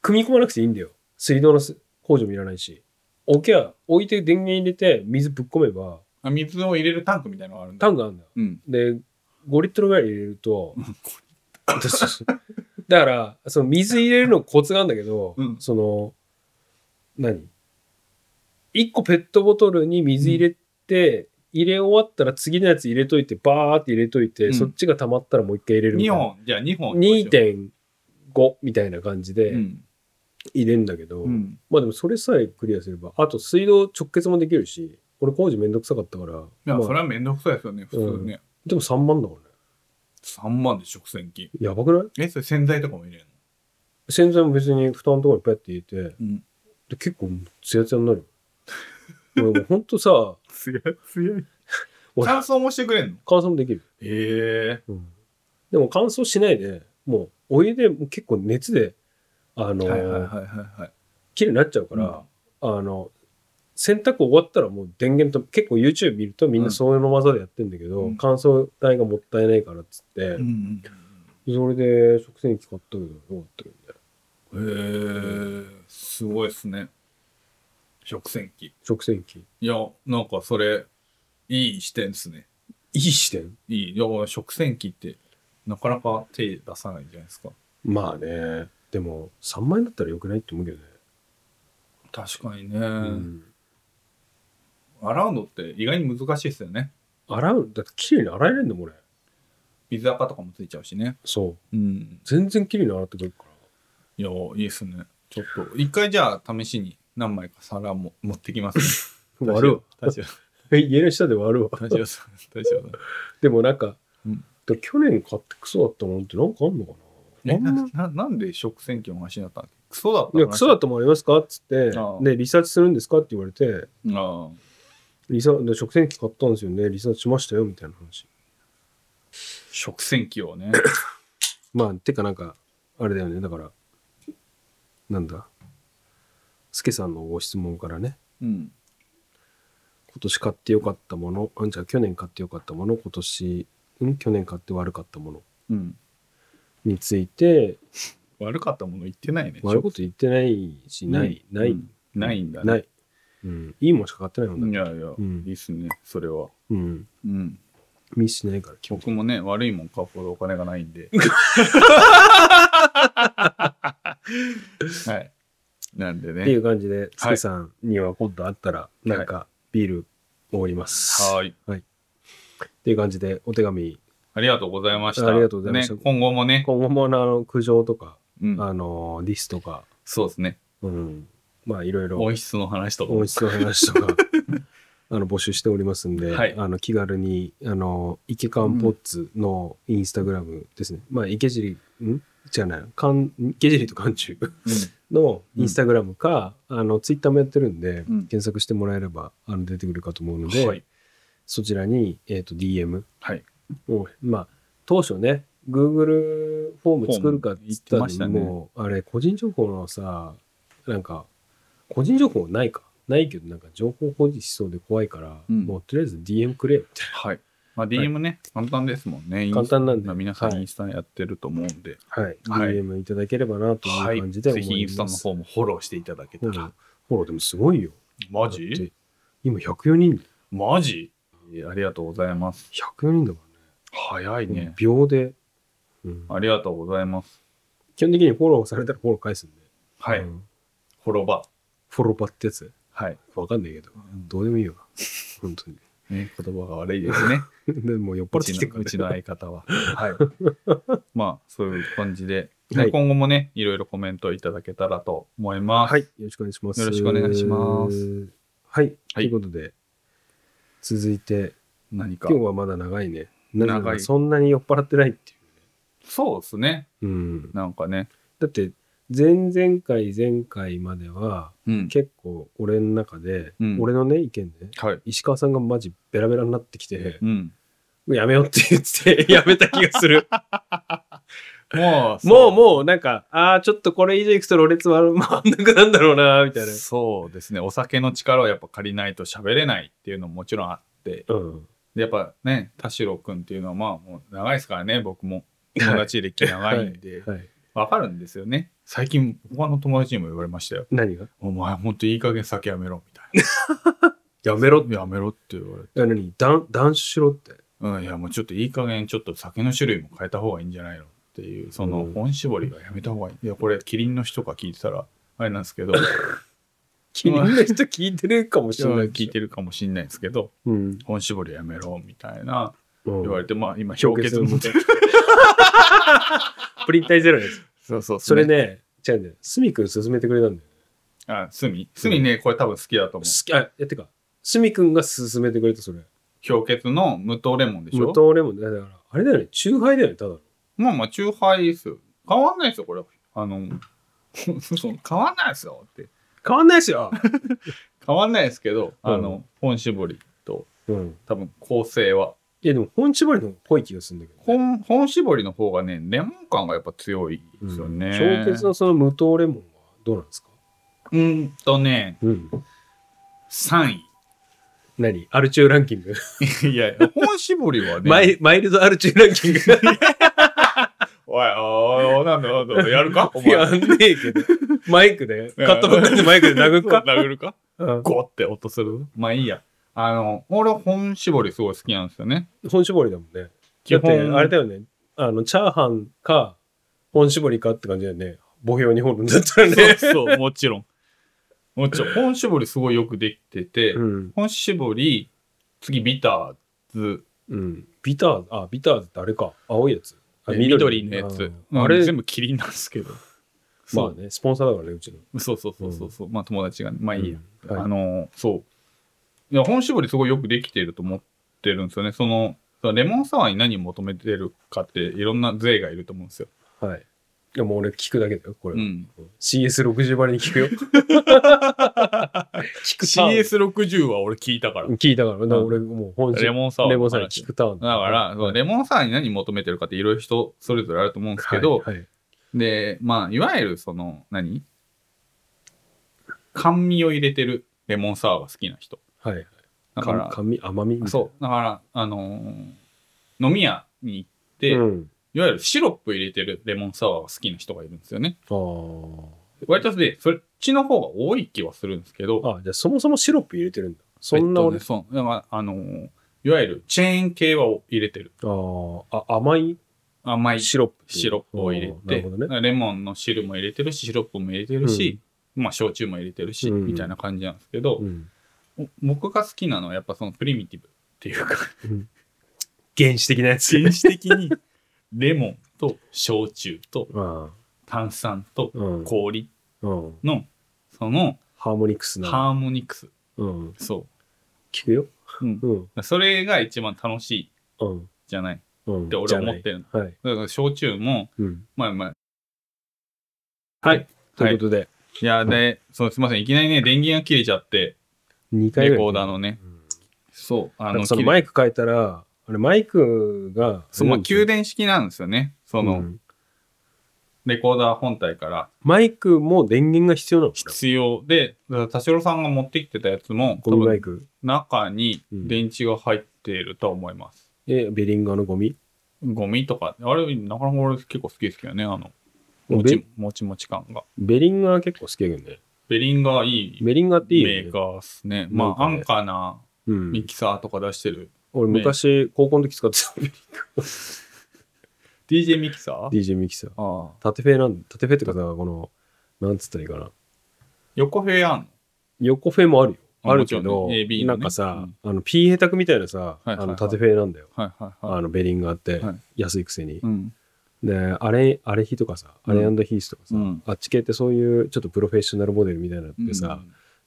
[SPEAKER 2] 組み込まなくていいんだよ。水道のす工場もいらないし。置けば、置いて電源入れて水ぶっ込めば、
[SPEAKER 3] な。あ水を入れるタンクみたいなのがあるんだ。
[SPEAKER 2] タンクあるんだよ。
[SPEAKER 3] うん。
[SPEAKER 2] で、5リットルぐらい入れると、そうそうそうだから、その水入れるのコツがあるんだけど、
[SPEAKER 3] うん
[SPEAKER 2] その、何 ?1 個ペットボトルに水入れて、入れ終わったら次のやつ入れといて、バーって入れといて、
[SPEAKER 3] うん
[SPEAKER 2] そっちが溜まったらもう一回入れるみ
[SPEAKER 3] 2
[SPEAKER 2] たいな。
[SPEAKER 3] 本、じゃあ2本。
[SPEAKER 2] 2.5みたいな感じ
[SPEAKER 3] う
[SPEAKER 2] で
[SPEAKER 3] ん。
[SPEAKER 2] 入れるんだけど、
[SPEAKER 3] うん。
[SPEAKER 2] まあでもそれさえクリアすればあと水道直結もできるし俺工事めんどくさかったから
[SPEAKER 3] いや、
[SPEAKER 2] まあ
[SPEAKER 3] それはめんどくさいですよね、普通ね。
[SPEAKER 2] でも3万だからね
[SPEAKER 3] 3万で食洗機。
[SPEAKER 2] やばくない
[SPEAKER 3] え、それ洗剤とかも入れる
[SPEAKER 2] 洗剤も別に蓋のところにペッて入れて
[SPEAKER 3] のうん。
[SPEAKER 2] で結構ツヤツヤになるよ 俺もうほんとさ
[SPEAKER 3] つやつや。
[SPEAKER 2] 俺
[SPEAKER 3] 乾燥もしてくれんの
[SPEAKER 2] 乾燥もできる、
[SPEAKER 3] え
[SPEAKER 2] う
[SPEAKER 3] え
[SPEAKER 2] んでも乾燥しないでもうお湯でもう結構熱であの、
[SPEAKER 3] はいはいはいはいはい。
[SPEAKER 2] 綺麗になっちゃうから、あの洗濯終わったらもう電源と結構 YouTube 見るとみん
[SPEAKER 3] う
[SPEAKER 2] なんそういうの技でやってんだけど、
[SPEAKER 3] うん
[SPEAKER 2] 乾燥代がもったいないからっつって、
[SPEAKER 3] うん。
[SPEAKER 2] それで食洗機買ったけどよかったけどね
[SPEAKER 3] へえすごいですね。食洗機。
[SPEAKER 2] 食洗機い
[SPEAKER 3] いや、なんかそれ、いい視点ですね。
[SPEAKER 2] い視点
[SPEAKER 3] いい。いや、食洗機って、なかなか手出さないじゃないですか。
[SPEAKER 2] まあねでも3万円だったらよくないって思うけどね、
[SPEAKER 3] 確かにね。
[SPEAKER 2] うん
[SPEAKER 3] 洗うのって意外に難しいですよね。
[SPEAKER 2] 洗うだって綺麗に洗えれんだもん俺
[SPEAKER 3] 水垢とかもついちゃうしね。
[SPEAKER 2] そう
[SPEAKER 3] うん。
[SPEAKER 2] 全然綺麗に洗ってくれるから
[SPEAKER 3] いや、いいですね。ちょっと、一回じゃあ試しに何枚か皿も持ってきます、ね。
[SPEAKER 2] 割る
[SPEAKER 3] 大丈夫。
[SPEAKER 2] わ 家の下で割るわ
[SPEAKER 3] 大丈夫。大丈夫。
[SPEAKER 2] でもなんか、
[SPEAKER 3] うん
[SPEAKER 2] で去年買ってクソだったものってなんかあんのかな
[SPEAKER 3] え
[SPEAKER 2] あんま
[SPEAKER 3] なななんで食洗機の話になったんだっけクソだった
[SPEAKER 2] いや、クソだ
[SPEAKER 3] っ
[SPEAKER 2] と思いますかっつって
[SPEAKER 3] ああ、
[SPEAKER 2] で、リサーチするんですかって言われて、
[SPEAKER 3] たああ
[SPEAKER 2] リサで食洗機買ったんですよね、リサーチしましたよ、みたいな話。
[SPEAKER 3] 食洗機をね
[SPEAKER 2] まあ、てかなんか、あれだよね、だから、なんだ、スケさんのご質問からね、
[SPEAKER 3] うん
[SPEAKER 2] 今年買ってよかったもの、あんじゃあ去年買ってよかったもの、今年、うん、去年買って悪かったもの
[SPEAKER 3] うん
[SPEAKER 2] について、
[SPEAKER 3] 悪かったもの言ってないね
[SPEAKER 2] 悪いこと言ってないし、ない、
[SPEAKER 3] うん
[SPEAKER 2] ない、
[SPEAKER 3] うんないんだ、ね、
[SPEAKER 2] ない。うん、いいもんしか買ってないもんだ
[SPEAKER 3] い
[SPEAKER 2] から。
[SPEAKER 3] やいや、
[SPEAKER 2] うん
[SPEAKER 3] いいっすねそれは
[SPEAKER 2] うん、
[SPEAKER 3] うん
[SPEAKER 2] ミスしないから、基本的
[SPEAKER 3] 僕もね悪いもん買うほどお金がない んではいなんで
[SPEAKER 2] ってい
[SPEAKER 3] ね
[SPEAKER 2] う感じで、つけさんには今度会ったら、なんかビールおごります。
[SPEAKER 3] はい
[SPEAKER 2] っていう感じで、お手紙、
[SPEAKER 3] ありがとうございました
[SPEAKER 2] ありがとうございました
[SPEAKER 3] ね、今後もね、
[SPEAKER 2] 今後もあの苦情とか、
[SPEAKER 3] うん、
[SPEAKER 2] あのディスとか、
[SPEAKER 3] そうですね
[SPEAKER 2] うん、まあいろいろ
[SPEAKER 3] 音質の話とか
[SPEAKER 2] 音質の話と かあの募集しておりますんで、
[SPEAKER 3] はい
[SPEAKER 2] あの気軽にあの池ンポッツのインスタグラムですね、まあ池尻ん違うなかん池尻と館中のインスタグラムか、あのツイッターもやってるんで、
[SPEAKER 3] ん
[SPEAKER 2] 検索してもらえればあの出てくるかと思う
[SPEAKER 3] う
[SPEAKER 2] の
[SPEAKER 3] ん
[SPEAKER 2] で、
[SPEAKER 3] はい
[SPEAKER 2] そちらに、えー、と DM
[SPEAKER 3] はい
[SPEAKER 2] を、まあ、当初ね、Google フォーム作るかって言ったの
[SPEAKER 3] フォーム言ってまし
[SPEAKER 2] に、
[SPEAKER 3] たね
[SPEAKER 2] もう、あれ、個人情報のさ、なんか、個人情報ないか。ないけど、なんか情報保持しそうで怖いから、
[SPEAKER 3] うん
[SPEAKER 2] もうとりあえず DM くれみたい
[SPEAKER 3] はい。まあ、DM ね、簡単ですもんね。インス
[SPEAKER 2] 簡単なんで
[SPEAKER 3] まあ皆さん
[SPEAKER 2] はい
[SPEAKER 3] インスタやってると思うんで、
[SPEAKER 2] な。はい。
[SPEAKER 3] はい
[SPEAKER 2] DM いただければなという感じで
[SPEAKER 3] ぜ
[SPEAKER 2] 思
[SPEAKER 3] ひイ
[SPEAKER 2] い
[SPEAKER 3] ンスタ
[SPEAKER 2] ま
[SPEAKER 3] の
[SPEAKER 2] す。
[SPEAKER 3] 方もフォローしていただけた
[SPEAKER 2] うん
[SPEAKER 3] ら。
[SPEAKER 2] フォローでもすごいよ。
[SPEAKER 3] マ
[SPEAKER 2] だっ
[SPEAKER 3] ジ
[SPEAKER 2] て今104人、
[SPEAKER 3] マジえーありがとうございます。
[SPEAKER 2] 104人だか
[SPEAKER 3] 早い
[SPEAKER 2] らね。
[SPEAKER 3] ね。
[SPEAKER 2] 秒で。うん
[SPEAKER 3] ありがとうございます。
[SPEAKER 2] 基本的にフォローされたらフォロー返すんで。
[SPEAKER 3] は
[SPEAKER 2] う
[SPEAKER 3] い。
[SPEAKER 2] ん
[SPEAKER 3] 滅ば。
[SPEAKER 2] フォローパってやつ
[SPEAKER 3] はい。
[SPEAKER 2] わかんないけど。どうでもいいよな。本当に。
[SPEAKER 3] ね、言葉が悪いです ね。
[SPEAKER 2] でも酔っ
[SPEAKER 3] う
[SPEAKER 2] 払ってきて
[SPEAKER 3] ち
[SPEAKER 2] るか
[SPEAKER 3] のう
[SPEAKER 2] ら
[SPEAKER 3] ち
[SPEAKER 2] ね
[SPEAKER 3] の相方 は。はい。まあ、そういう感じで、
[SPEAKER 2] はい
[SPEAKER 3] 今後もね、いろいろコメントいただけたらと思います。
[SPEAKER 2] はい。よろしくお願いします。
[SPEAKER 3] よろしくお願いします。
[SPEAKER 2] はい。ということで、続いて、
[SPEAKER 3] 何か
[SPEAKER 2] 今。日はまだ長いね。
[SPEAKER 3] 長い
[SPEAKER 2] 長い。そんなに酔っ払ってないってい
[SPEAKER 3] そうですね。
[SPEAKER 2] う。うん。
[SPEAKER 3] なんかね。
[SPEAKER 2] だって、前々回、前回までは、
[SPEAKER 3] うん。
[SPEAKER 2] 結構俺の中で、
[SPEAKER 3] うん
[SPEAKER 2] 俺のね、意見ね、
[SPEAKER 3] はい。
[SPEAKER 2] 石川さんがマジベラベラになってきて、
[SPEAKER 3] うん。
[SPEAKER 2] やめようって言って、 やめた気がする。
[SPEAKER 3] もう、
[SPEAKER 2] もう、もう、なんか、ああ、ちょっとこれ以上いくとろれつ回んなくなんだろうな、みたいな。
[SPEAKER 3] そうですね。お酒の力をやっぱ借りないと喋れないっていうのももちろんあって。
[SPEAKER 2] うん。
[SPEAKER 3] でやっぱね、田代くんっていうのはまあもう長いですからね、僕も。友達歴長いんで。
[SPEAKER 2] はい。
[SPEAKER 3] わかるんですよね。最近、他の友達にも言われましたよ。
[SPEAKER 2] 何が
[SPEAKER 3] お前、ほんといい加減酒やめろ、みたい な。やめろやめろって言われて。
[SPEAKER 2] あ何断断酒しろって。
[SPEAKER 3] うん、いや、もうちょっといい加減、ちょっと酒の種類も変えた方がいいんじゃないのっていう、そうの
[SPEAKER 2] ん
[SPEAKER 3] 本絞りがやめた方がいい。いや、これ、キリンの人が聞いてたら、あれなんですけど、
[SPEAKER 2] キリンの人聞いてるかもしれない。
[SPEAKER 3] 聞いてるかもしんないんですけど、
[SPEAKER 2] うん。
[SPEAKER 3] 本絞りやめろ、みたいな、
[SPEAKER 2] 言
[SPEAKER 3] 言われて、まあ、今、氷結
[SPEAKER 2] 氷
[SPEAKER 3] も。
[SPEAKER 2] 結 プリン体ゼロのやつ。
[SPEAKER 3] そうそ う、
[SPEAKER 2] それ。ね、違うんだよ。スミ君勧めてくれたんだよ。
[SPEAKER 3] あ、すみ。すみね、これ多分好きだと思う
[SPEAKER 2] 好。き、あ、やってか。スミ君が勧めてくれた、それ。
[SPEAKER 3] 氷結の無糖レモンでしょ
[SPEAKER 2] 無糖レモン。だから、あれだよね。チューハイだよね、ただの。
[SPEAKER 3] まあまあ、チューハイですよ。変わんないですよ、これ。あの、 そう変わんないですよって。
[SPEAKER 2] 変わんないですよ。
[SPEAKER 3] 変わんないですけど、
[SPEAKER 2] うん
[SPEAKER 3] あの、本絞りと、
[SPEAKER 2] うん。
[SPEAKER 3] 多分構成は。
[SPEAKER 2] いや、でも、本絞りの方が濃い気がするんだけどね。
[SPEAKER 3] 本、本絞りの方がね、レモン感がやっぱ強いですよね。
[SPEAKER 2] 氷結のその無糖レモンはどうなんですか
[SPEAKER 3] うーんとね、
[SPEAKER 2] うん。
[SPEAKER 3] 3
[SPEAKER 2] 何アルチューランキング、
[SPEAKER 3] 位。いやいや、本絞り はね、
[SPEAKER 2] マイマイルドアルチューランキング
[SPEAKER 3] おい、おい、おいなんだなんだ、や るかお前。
[SPEAKER 2] やんねえけど。マイクで、買ったばっかりでマイクで殴る か。
[SPEAKER 3] 殴るか
[SPEAKER 2] うん
[SPEAKER 3] ゴーって音するまあいいや。あの、俺本絞りすごい好きなんですよね。
[SPEAKER 2] 本絞りだもんね。
[SPEAKER 3] 基
[SPEAKER 2] だって、
[SPEAKER 3] 本
[SPEAKER 2] あれだよね。あの、チャーハンか、本絞りかって感じだよね。母標に掘るんだったらね。
[SPEAKER 3] そうそう、もちろん。もちろん。本絞りすごいよくできてて、
[SPEAKER 2] うん。
[SPEAKER 3] 本絞り、次ビターズ、
[SPEAKER 2] うん。ビター、あ、ビターズってあれか。青いやつ。あ
[SPEAKER 3] え緑のやつ。
[SPEAKER 2] あー
[SPEAKER 3] あ
[SPEAKER 2] あ
[SPEAKER 3] れ
[SPEAKER 2] れ、
[SPEAKER 3] 全部キリンなんですけど。
[SPEAKER 2] まあ
[SPEAKER 3] そ
[SPEAKER 2] ね、スポンサーだからね、うちの。
[SPEAKER 3] うそうそうそうそうそう。まあ友達がね、まあいいや。
[SPEAKER 2] うんはい
[SPEAKER 3] あのーそう。いや、本絞りすごいよくできてると思ってるんですよね。その、そのレモンサワーに何求めてるかっていろんな税がいると思うんですよ。
[SPEAKER 2] はい。いや、もう俺聞くだけだよ、これ。
[SPEAKER 3] うん。
[SPEAKER 2] CS60 割に聞く よ。聞くターン
[SPEAKER 3] CS60 は俺聞いたから。
[SPEAKER 2] 聞いたから、だから俺もう本
[SPEAKER 3] レ
[SPEAKER 2] 心、
[SPEAKER 3] モンサワー
[SPEAKER 2] レモ
[SPEAKER 3] の
[SPEAKER 2] ンさん
[SPEAKER 3] 話。
[SPEAKER 2] 聞くターン
[SPEAKER 3] だから、そうレモンサワーに何求めてるかっていろいろ人それぞれあると思うんですけど、
[SPEAKER 2] はいはい
[SPEAKER 3] で、まあ、いわゆるその、何甘味を入れてるレモンサワーが好きな人。
[SPEAKER 2] はいはい。
[SPEAKER 3] だから、
[SPEAKER 2] かみ甘みみたいな
[SPEAKER 3] そう。だから、あのー飲み屋に行って、
[SPEAKER 2] うん。
[SPEAKER 3] いわゆるシロップ入れてるレモンサワーが好きな人がいるんですよね。
[SPEAKER 2] あー
[SPEAKER 3] 割とで、そっちの方が多い気はするんですけど、
[SPEAKER 2] あ、じゃあそもそもシロップ入れてるんだ。そんな
[SPEAKER 3] えっと
[SPEAKER 2] 俺、
[SPEAKER 3] ねそう。だから、あのーいわゆるチェーン系は入れてる。
[SPEAKER 2] あーあ、甘い
[SPEAKER 3] 甘い
[SPEAKER 2] シロップっていう。
[SPEAKER 3] シロップを入れ
[SPEAKER 2] あーなる
[SPEAKER 3] て、
[SPEAKER 2] ほどね。
[SPEAKER 3] レモンの汁も入れてるしシロップも入れてるし、まあ焼酎も入れてるし、
[SPEAKER 2] うん
[SPEAKER 3] みたいな感じなんですけど
[SPEAKER 2] う、ん
[SPEAKER 3] お僕が好きなのはやっぱそのプリミティブっていうか
[SPEAKER 2] 原始的なやつ。
[SPEAKER 3] 原始的にレモンと焼酎と
[SPEAKER 2] あ
[SPEAKER 3] 炭酸と
[SPEAKER 2] ーうん
[SPEAKER 3] 氷
[SPEAKER 2] うん。
[SPEAKER 3] のその
[SPEAKER 2] ハーモニクスな。
[SPEAKER 3] ハーモニクス、
[SPEAKER 2] うん。
[SPEAKER 3] そ
[SPEAKER 2] 聞くよ。
[SPEAKER 3] う、うん
[SPEAKER 2] うん。
[SPEAKER 3] それが一番楽しい
[SPEAKER 2] うん。
[SPEAKER 3] じゃない
[SPEAKER 2] うん。
[SPEAKER 3] って俺は思ってるの
[SPEAKER 2] じゃない。はい。
[SPEAKER 3] だから焼酎も
[SPEAKER 2] うん。
[SPEAKER 3] まあまあ
[SPEAKER 2] はい。ということで、
[SPEAKER 3] いやでそうすいませんいきなりね電源が切れちゃって
[SPEAKER 2] 2回
[SPEAKER 3] レ
[SPEAKER 2] ぐらい。
[SPEAKER 3] コーダーのね
[SPEAKER 2] うん
[SPEAKER 3] そうあ
[SPEAKER 2] なん
[SPEAKER 3] の
[SPEAKER 2] かその
[SPEAKER 3] 切れ
[SPEAKER 2] マイク変えたら、あれマイクが、
[SPEAKER 3] そう、まあ、給電式なんですよね。その、
[SPEAKER 2] うん
[SPEAKER 3] レコーダー本体から
[SPEAKER 2] マイクも電源が必要なのかな
[SPEAKER 3] 必要で、だから田代さんが持ってきてたやつも、
[SPEAKER 2] ゴミ
[SPEAKER 3] 多
[SPEAKER 2] マイ
[SPEAKER 3] 分
[SPEAKER 2] ク。
[SPEAKER 3] 中に電池が入っていると思います。
[SPEAKER 2] え、ベリンガーのゴミ。
[SPEAKER 3] ゴミとか、あれ、なかなか俺結構好きですけどね、あの、も
[SPEAKER 2] ベ
[SPEAKER 3] ちもちもち感が。
[SPEAKER 2] ベリンガー結構好きやけどね。
[SPEAKER 3] ベリンガーいい
[SPEAKER 2] ベリンガーっていいよね。
[SPEAKER 3] メーカーっすね。
[SPEAKER 2] メー
[SPEAKER 3] ま
[SPEAKER 2] カ
[SPEAKER 3] あ、
[SPEAKER 2] ー
[SPEAKER 3] 安
[SPEAKER 2] ね
[SPEAKER 3] 価な
[SPEAKER 2] う
[SPEAKER 3] ミ
[SPEAKER 2] ん。
[SPEAKER 3] キサーとか出してる。
[SPEAKER 2] 俺昔、高校の時使ってた。
[SPEAKER 3] って DJ ミキサー
[SPEAKER 2] DJ ミキサー。
[SPEAKER 3] ああ。
[SPEAKER 2] 縦フェなん、縦フェってかさ、この、なんつったらいいかな。
[SPEAKER 3] 横部屋あんの
[SPEAKER 2] 横フェもあるよ。
[SPEAKER 3] あ
[SPEAKER 2] あるけど、
[SPEAKER 3] もちろんね AB
[SPEAKER 2] な
[SPEAKER 3] のね
[SPEAKER 2] んかさ、あの、P ヘタクみたいなさ、
[SPEAKER 3] いはいはい
[SPEAKER 2] あの縦フェなんだよ。
[SPEAKER 3] はいはいはい。
[SPEAKER 2] あの、ベリンがあって、
[SPEAKER 3] はい
[SPEAKER 2] 安いくせに。
[SPEAKER 3] うん。
[SPEAKER 2] で、あれ、あれ日とかさ、あれヒ
[SPEAKER 3] うん
[SPEAKER 2] ースとかさ、
[SPEAKER 3] うん
[SPEAKER 2] あっち系ってそういうちょっとプロフェッショナルモデルみたいなのってさ、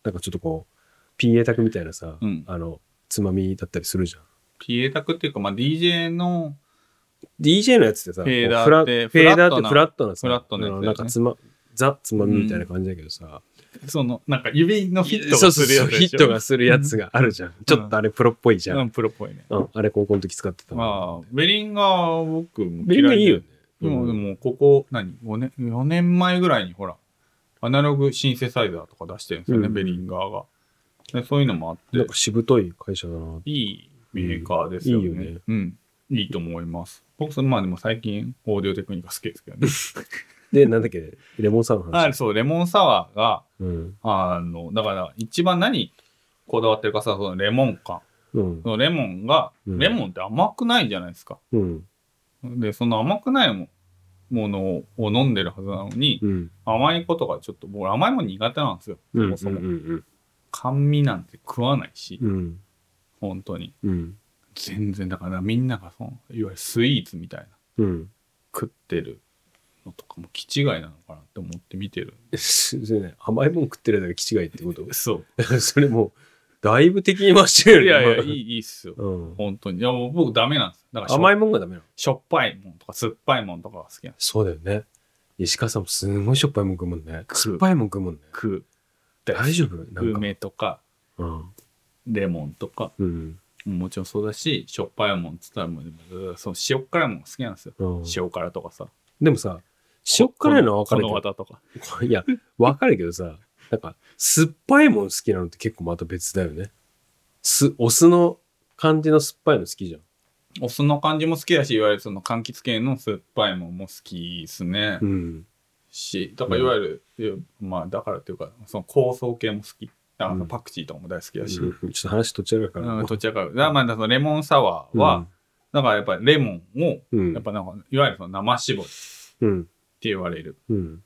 [SPEAKER 2] なんかちょっとこう、PA 宅みたいなさ、
[SPEAKER 3] うん
[SPEAKER 2] あの、つまみだったりするじゃん。
[SPEAKER 3] ピエタクっていうか、まあ、DJ の
[SPEAKER 2] DJ のやつってさ、
[SPEAKER 3] フェーダー
[SPEAKER 2] こう
[SPEAKER 3] って
[SPEAKER 2] フェーダ
[SPEAKER 3] フラッ
[SPEAKER 2] ーっ
[SPEAKER 3] ト
[SPEAKER 2] て
[SPEAKER 3] な
[SPEAKER 2] フラットなさ、
[SPEAKER 3] フラットなやつだよね
[SPEAKER 2] なんかつま、ザつまみみたいな感じだけどさ、
[SPEAKER 3] そのなんか指のフィ
[SPEAKER 2] そ
[SPEAKER 3] ット
[SPEAKER 2] う
[SPEAKER 3] が
[SPEAKER 2] そう
[SPEAKER 3] する
[SPEAKER 2] そ
[SPEAKER 3] や
[SPEAKER 2] う、
[SPEAKER 3] つ
[SPEAKER 2] ヒ
[SPEAKER 3] でし
[SPEAKER 2] ッ
[SPEAKER 3] ょ
[SPEAKER 2] トがするやつがあるじゃん。ちょっとあれプロっぽいじゃん。
[SPEAKER 3] うんプロっぽいね
[SPEAKER 2] うんあれ高校の時使ってたの。
[SPEAKER 3] まあベリンガー僕も
[SPEAKER 2] ベリンガーいいよね。
[SPEAKER 3] でも、
[SPEAKER 2] う
[SPEAKER 3] で
[SPEAKER 2] ん
[SPEAKER 3] もここ何5年4年前ぐらいにほらアナログシンセサイザーとか出してるんですよね、
[SPEAKER 2] うん
[SPEAKER 3] ベリンガーがでそういうのもあって
[SPEAKER 2] なんかしぶとい会社だな。
[SPEAKER 3] いいメーカーですよね,、
[SPEAKER 2] う
[SPEAKER 3] うんん、
[SPEAKER 2] い
[SPEAKER 3] い
[SPEAKER 2] い
[SPEAKER 3] い
[SPEAKER 2] よね
[SPEAKER 3] と思います僕そのまあでも最近オーディオテクニカ好きですけどね
[SPEAKER 2] で、なんだっけ、レモンサワーの話。
[SPEAKER 3] あそうレモンサワーが
[SPEAKER 2] うん。
[SPEAKER 3] あのだから一番何こだわってるかさそのレモン感
[SPEAKER 2] うん
[SPEAKER 3] そ。のレモンが、
[SPEAKER 2] うん
[SPEAKER 3] レモンって甘くないじゃないですか
[SPEAKER 2] うん。
[SPEAKER 3] でその甘くないもものを飲んでるはずなのに、
[SPEAKER 2] うん。
[SPEAKER 3] 甘いことがちょっと僕甘いもん苦手なんですよそ
[SPEAKER 2] うん。うん。
[SPEAKER 3] もそも、
[SPEAKER 2] うん。
[SPEAKER 3] 甘味なんて食わないし、
[SPEAKER 2] うん。
[SPEAKER 3] 本当に
[SPEAKER 2] うん。
[SPEAKER 3] 全然だからみんながそのいわゆるスイーツみたいな
[SPEAKER 2] うん。
[SPEAKER 3] 食ってるのとかも気違いなのかなって思って見てる
[SPEAKER 2] それね、甘いもん食ってるだけ気違いってこと
[SPEAKER 3] そ
[SPEAKER 2] それもう、だいぶ敵に回して
[SPEAKER 3] い
[SPEAKER 2] るよ
[SPEAKER 3] やい
[SPEAKER 2] ね。
[SPEAKER 3] やいいいいっすよ
[SPEAKER 2] うん、
[SPEAKER 3] 本当にいやもう僕ダメなんですだからしょ
[SPEAKER 2] 甘いもんがダメなの
[SPEAKER 3] しょっぱいもんとか酸っぱいもんとかが好きなんです
[SPEAKER 2] そうだよね。石川さんもすごいしょっぱいもん食うもんね。
[SPEAKER 3] 食う
[SPEAKER 2] 酸っぱいもん食うもんね。
[SPEAKER 3] 食う
[SPEAKER 2] 大丈夫なんか。
[SPEAKER 3] 梅とか
[SPEAKER 2] うん。
[SPEAKER 3] レモンとか
[SPEAKER 2] うん。
[SPEAKER 3] もちろんそうだししょっぱいもんっつったらもうでもずーそう塩辛いもんが好きなんですよ
[SPEAKER 2] うん、
[SPEAKER 3] 塩辛とかさ
[SPEAKER 2] でもさ、塩辛いのは分か
[SPEAKER 3] こ
[SPEAKER 2] る
[SPEAKER 3] の
[SPEAKER 2] け
[SPEAKER 3] 綿とか
[SPEAKER 2] ど、いや、分かるけどさ、なんか、酸っぱいもん好きなのって結構また別だよね。す、お酢の感じの酸っぱいの好きじゃん。
[SPEAKER 3] お酢の感じも好きだしいわゆるその柑橘系の酸っぱいもんも好きですね、
[SPEAKER 2] うん。
[SPEAKER 3] しだからいわゆる、いやまあだからっていうかその香草系も好きだからそのパクチーとかも大好きだし、うん
[SPEAKER 2] うんちょっと話とっちゃうから。
[SPEAKER 3] どちらかだからまあそのレモンサワーは、だからやっぱりレモンを
[SPEAKER 2] うん、
[SPEAKER 3] やっぱなんかいわゆるその生搾りって
[SPEAKER 2] うん。
[SPEAKER 3] 言われる
[SPEAKER 2] うん。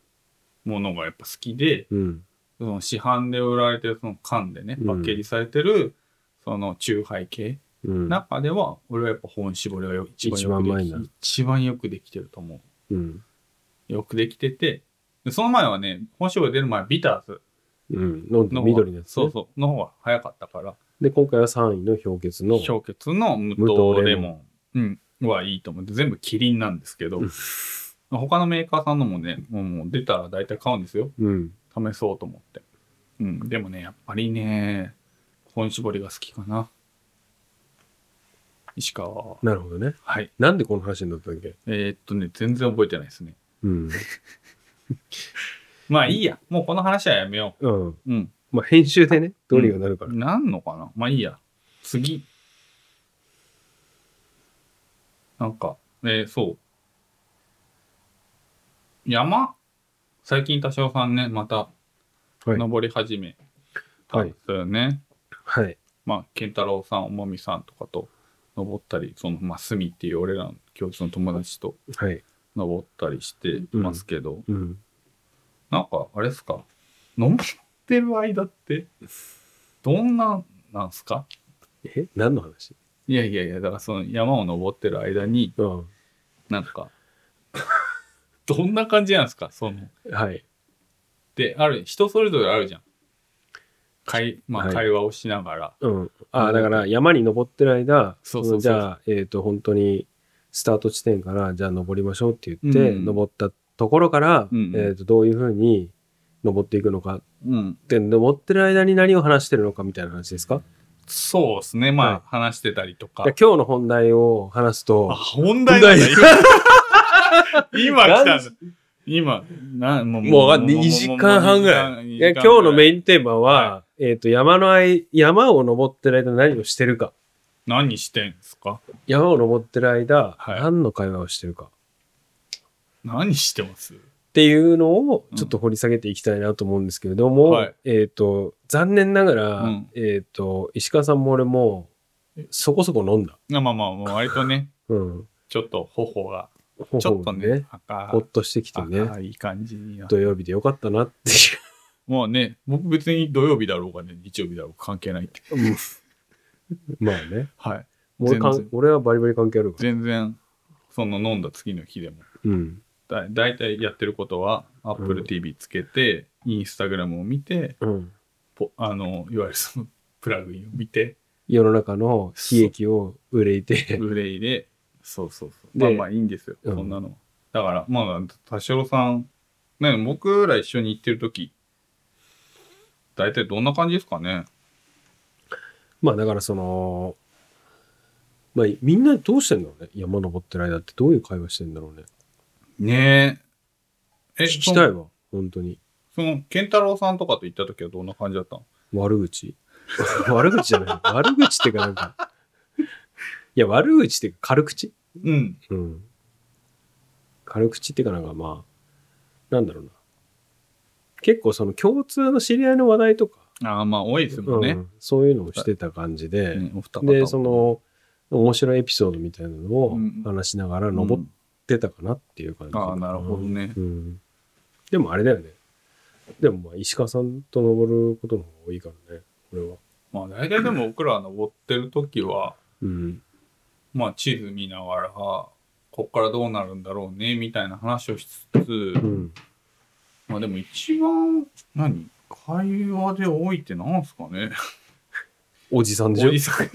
[SPEAKER 3] ものがやっぱ好きで
[SPEAKER 2] うん。
[SPEAKER 3] その市販で売られてるその缶でね
[SPEAKER 2] うん
[SPEAKER 3] パッケージされてる、その酎ハイ系
[SPEAKER 2] うん。
[SPEAKER 3] 中では俺はやっぱ本搾りがよ一番
[SPEAKER 2] 一番う
[SPEAKER 3] よくで
[SPEAKER 2] まいな
[SPEAKER 3] き一番よくできてると思う
[SPEAKER 2] うん。
[SPEAKER 3] よくできてて、でその前はね、本州が出る前、ビターズ
[SPEAKER 2] うん。飲んで
[SPEAKER 3] の方が
[SPEAKER 2] 緑のやつ、ね。
[SPEAKER 3] そうそう、の方が早かったから、
[SPEAKER 2] で、今回は3位の氷結の。
[SPEAKER 3] 氷結の無
[SPEAKER 2] 無糖
[SPEAKER 3] 糖
[SPEAKER 2] レ
[SPEAKER 3] レ
[SPEAKER 2] モ
[SPEAKER 3] モン、うん、はいいと思って、全部キリンなんですけど
[SPEAKER 2] うん、
[SPEAKER 3] 他のメーカーさんのもね、もうもう出たら大体買うんですよ。
[SPEAKER 2] うん。
[SPEAKER 3] 試そうと思って。うん、でもね、やっぱりね、本搾りが好きかな。石川は。
[SPEAKER 2] なるほどね。
[SPEAKER 3] はい。
[SPEAKER 2] なんでこの話になったんだっけ
[SPEAKER 3] えーっとね、全然覚えてないですね。
[SPEAKER 2] うん。
[SPEAKER 3] まあいいや。もうこの話はやめよ
[SPEAKER 2] うん。
[SPEAKER 3] う。うん。
[SPEAKER 2] まあ、編集でね、どうにかなるから。
[SPEAKER 3] なんのかなまあいいや。次。なんか、えーそう。山最近多少さんね、また
[SPEAKER 2] はい
[SPEAKER 3] 登り始めたんですよね。
[SPEAKER 2] はい。
[SPEAKER 3] まあ、健太郎さん、おもみさんとかと登ったり、その、まあ、すみっていう俺らの共通の友達と
[SPEAKER 2] はい。
[SPEAKER 3] 登ったりしてますけど、
[SPEAKER 2] うん。
[SPEAKER 3] なんか、あれですか登ってる間って、どんな、なんすか
[SPEAKER 2] え何の話
[SPEAKER 3] いやいやいや、だからその山を登ってる間に、
[SPEAKER 2] うん。
[SPEAKER 3] なんか、 どんな感じなんですかその、
[SPEAKER 2] はい。
[SPEAKER 3] で、ある、人それぞれあるじゃん。会、まあ
[SPEAKER 2] はい
[SPEAKER 3] 会話をしながら。
[SPEAKER 2] うん。あ、だから山に登ってる間、
[SPEAKER 3] そうそうそう
[SPEAKER 2] のじゃあ、えっ、と、本当に、スタート地点から、じゃあ登りましょうって言って、
[SPEAKER 3] うん
[SPEAKER 2] 登ったところから、
[SPEAKER 3] うん
[SPEAKER 2] えっ、と、どういうふうに登っていくのか
[SPEAKER 3] うん。
[SPEAKER 2] って、登ってる間に何を話してるのかみたいな話ですか
[SPEAKER 3] そうですね。まあ、
[SPEAKER 2] はい
[SPEAKER 3] 話してたりとか
[SPEAKER 2] いや。今日の本題を話す
[SPEAKER 3] あ、
[SPEAKER 2] と、
[SPEAKER 3] 本題なんだ
[SPEAKER 2] 本
[SPEAKER 3] 今今来たん
[SPEAKER 2] な
[SPEAKER 3] だ。今、なも
[SPEAKER 2] もうわかんない2時間半ぐらい。いや今日のメ
[SPEAKER 3] イン。
[SPEAKER 2] インテーマは、えっ、と、山のあい、山を登ってる間何をしてるか。
[SPEAKER 3] 何してんすか
[SPEAKER 2] 山を登ってる間、
[SPEAKER 3] はい
[SPEAKER 2] 何の会話をしてるか。っ
[SPEAKER 3] 何してます
[SPEAKER 2] ていうのを、ちょっと掘り下げていきたいなと思うんですけれども、
[SPEAKER 3] うんはい
[SPEAKER 2] えっ、と、残念ながら、
[SPEAKER 3] うん
[SPEAKER 2] えっ、と、石川さんも俺も、そこそこ飲んだ。
[SPEAKER 3] まあまあまあ、割とね、
[SPEAKER 2] うん。
[SPEAKER 3] ちょっと頬が
[SPEAKER 2] ほ
[SPEAKER 3] ちょっとね、
[SPEAKER 2] ほ
[SPEAKER 3] 赤
[SPEAKER 2] っとしてきてね、
[SPEAKER 3] いい感じにな
[SPEAKER 2] 土曜日でよかったなってい
[SPEAKER 3] もうね、僕別に土曜日だろうがね、日曜日だろうが関係ないって。
[SPEAKER 2] う。 まあね。
[SPEAKER 3] はい。
[SPEAKER 2] もう俺かん
[SPEAKER 3] 全然
[SPEAKER 2] 俺はバリバリ関係あるから。
[SPEAKER 3] 全然、その飲んだ次の日でも。
[SPEAKER 2] うん。
[SPEAKER 3] だだいたいやってることは、
[SPEAKER 2] う
[SPEAKER 3] Apple
[SPEAKER 2] ん
[SPEAKER 3] TV つけて、インスタグラムを見て、
[SPEAKER 2] うん。
[SPEAKER 3] ポ あの、いわゆるその、プラグインを見て、
[SPEAKER 2] 世の中の悲劇を憂いて、
[SPEAKER 3] ブレイで、そうそうそう。
[SPEAKER 2] で
[SPEAKER 3] まあまあいいんですよ、
[SPEAKER 2] うん
[SPEAKER 3] そんなの。だから、まあ、田代さん、ね、僕ら一緒に行ってる時だいたいどんな感じですかね。
[SPEAKER 2] まあだからその、まあみんなどうしてんだろうね。山登ってる間ってどういう会話してんだろうね。
[SPEAKER 3] ねえ。え、
[SPEAKER 2] 聞き
[SPEAKER 3] そ
[SPEAKER 2] たい
[SPEAKER 3] の、
[SPEAKER 2] わ。本当に。
[SPEAKER 3] その、健太郎さんとかと行った時はどんな感じだったの
[SPEAKER 2] 悪口 悪口じゃない。悪口っていうかなんか。いや、悪口っていうか軽口
[SPEAKER 3] うん。
[SPEAKER 2] うん。軽口っていうかなんかまあ、なんだろうな。結構その共通の知り合いの話題とか、
[SPEAKER 3] ああ、まあ、多いですもん
[SPEAKER 2] う
[SPEAKER 3] ね。
[SPEAKER 2] んそういうのをしてた感じで、
[SPEAKER 3] ねお二方
[SPEAKER 2] で、そ、の、面白いエピソードみたいなのを
[SPEAKER 3] うん
[SPEAKER 2] 話しながら
[SPEAKER 3] うん
[SPEAKER 2] 登ってたかなっていう感じ、
[SPEAKER 3] ああ、なるほど。ね。
[SPEAKER 2] うん。でもあれだよね。でもまあ、石川さんと登ることの方が多いからね、これは。
[SPEAKER 3] まあ、大体でも僕ら登ってる時は、
[SPEAKER 2] うん。
[SPEAKER 3] まあ、地図見ながら、こっからどうなるんだろうね、みたいな話をしつつ、
[SPEAKER 2] うん。
[SPEAKER 3] まあ、でも一番、何会話で多いってなんすかね。
[SPEAKER 2] おじさんでしょ
[SPEAKER 3] お じさん。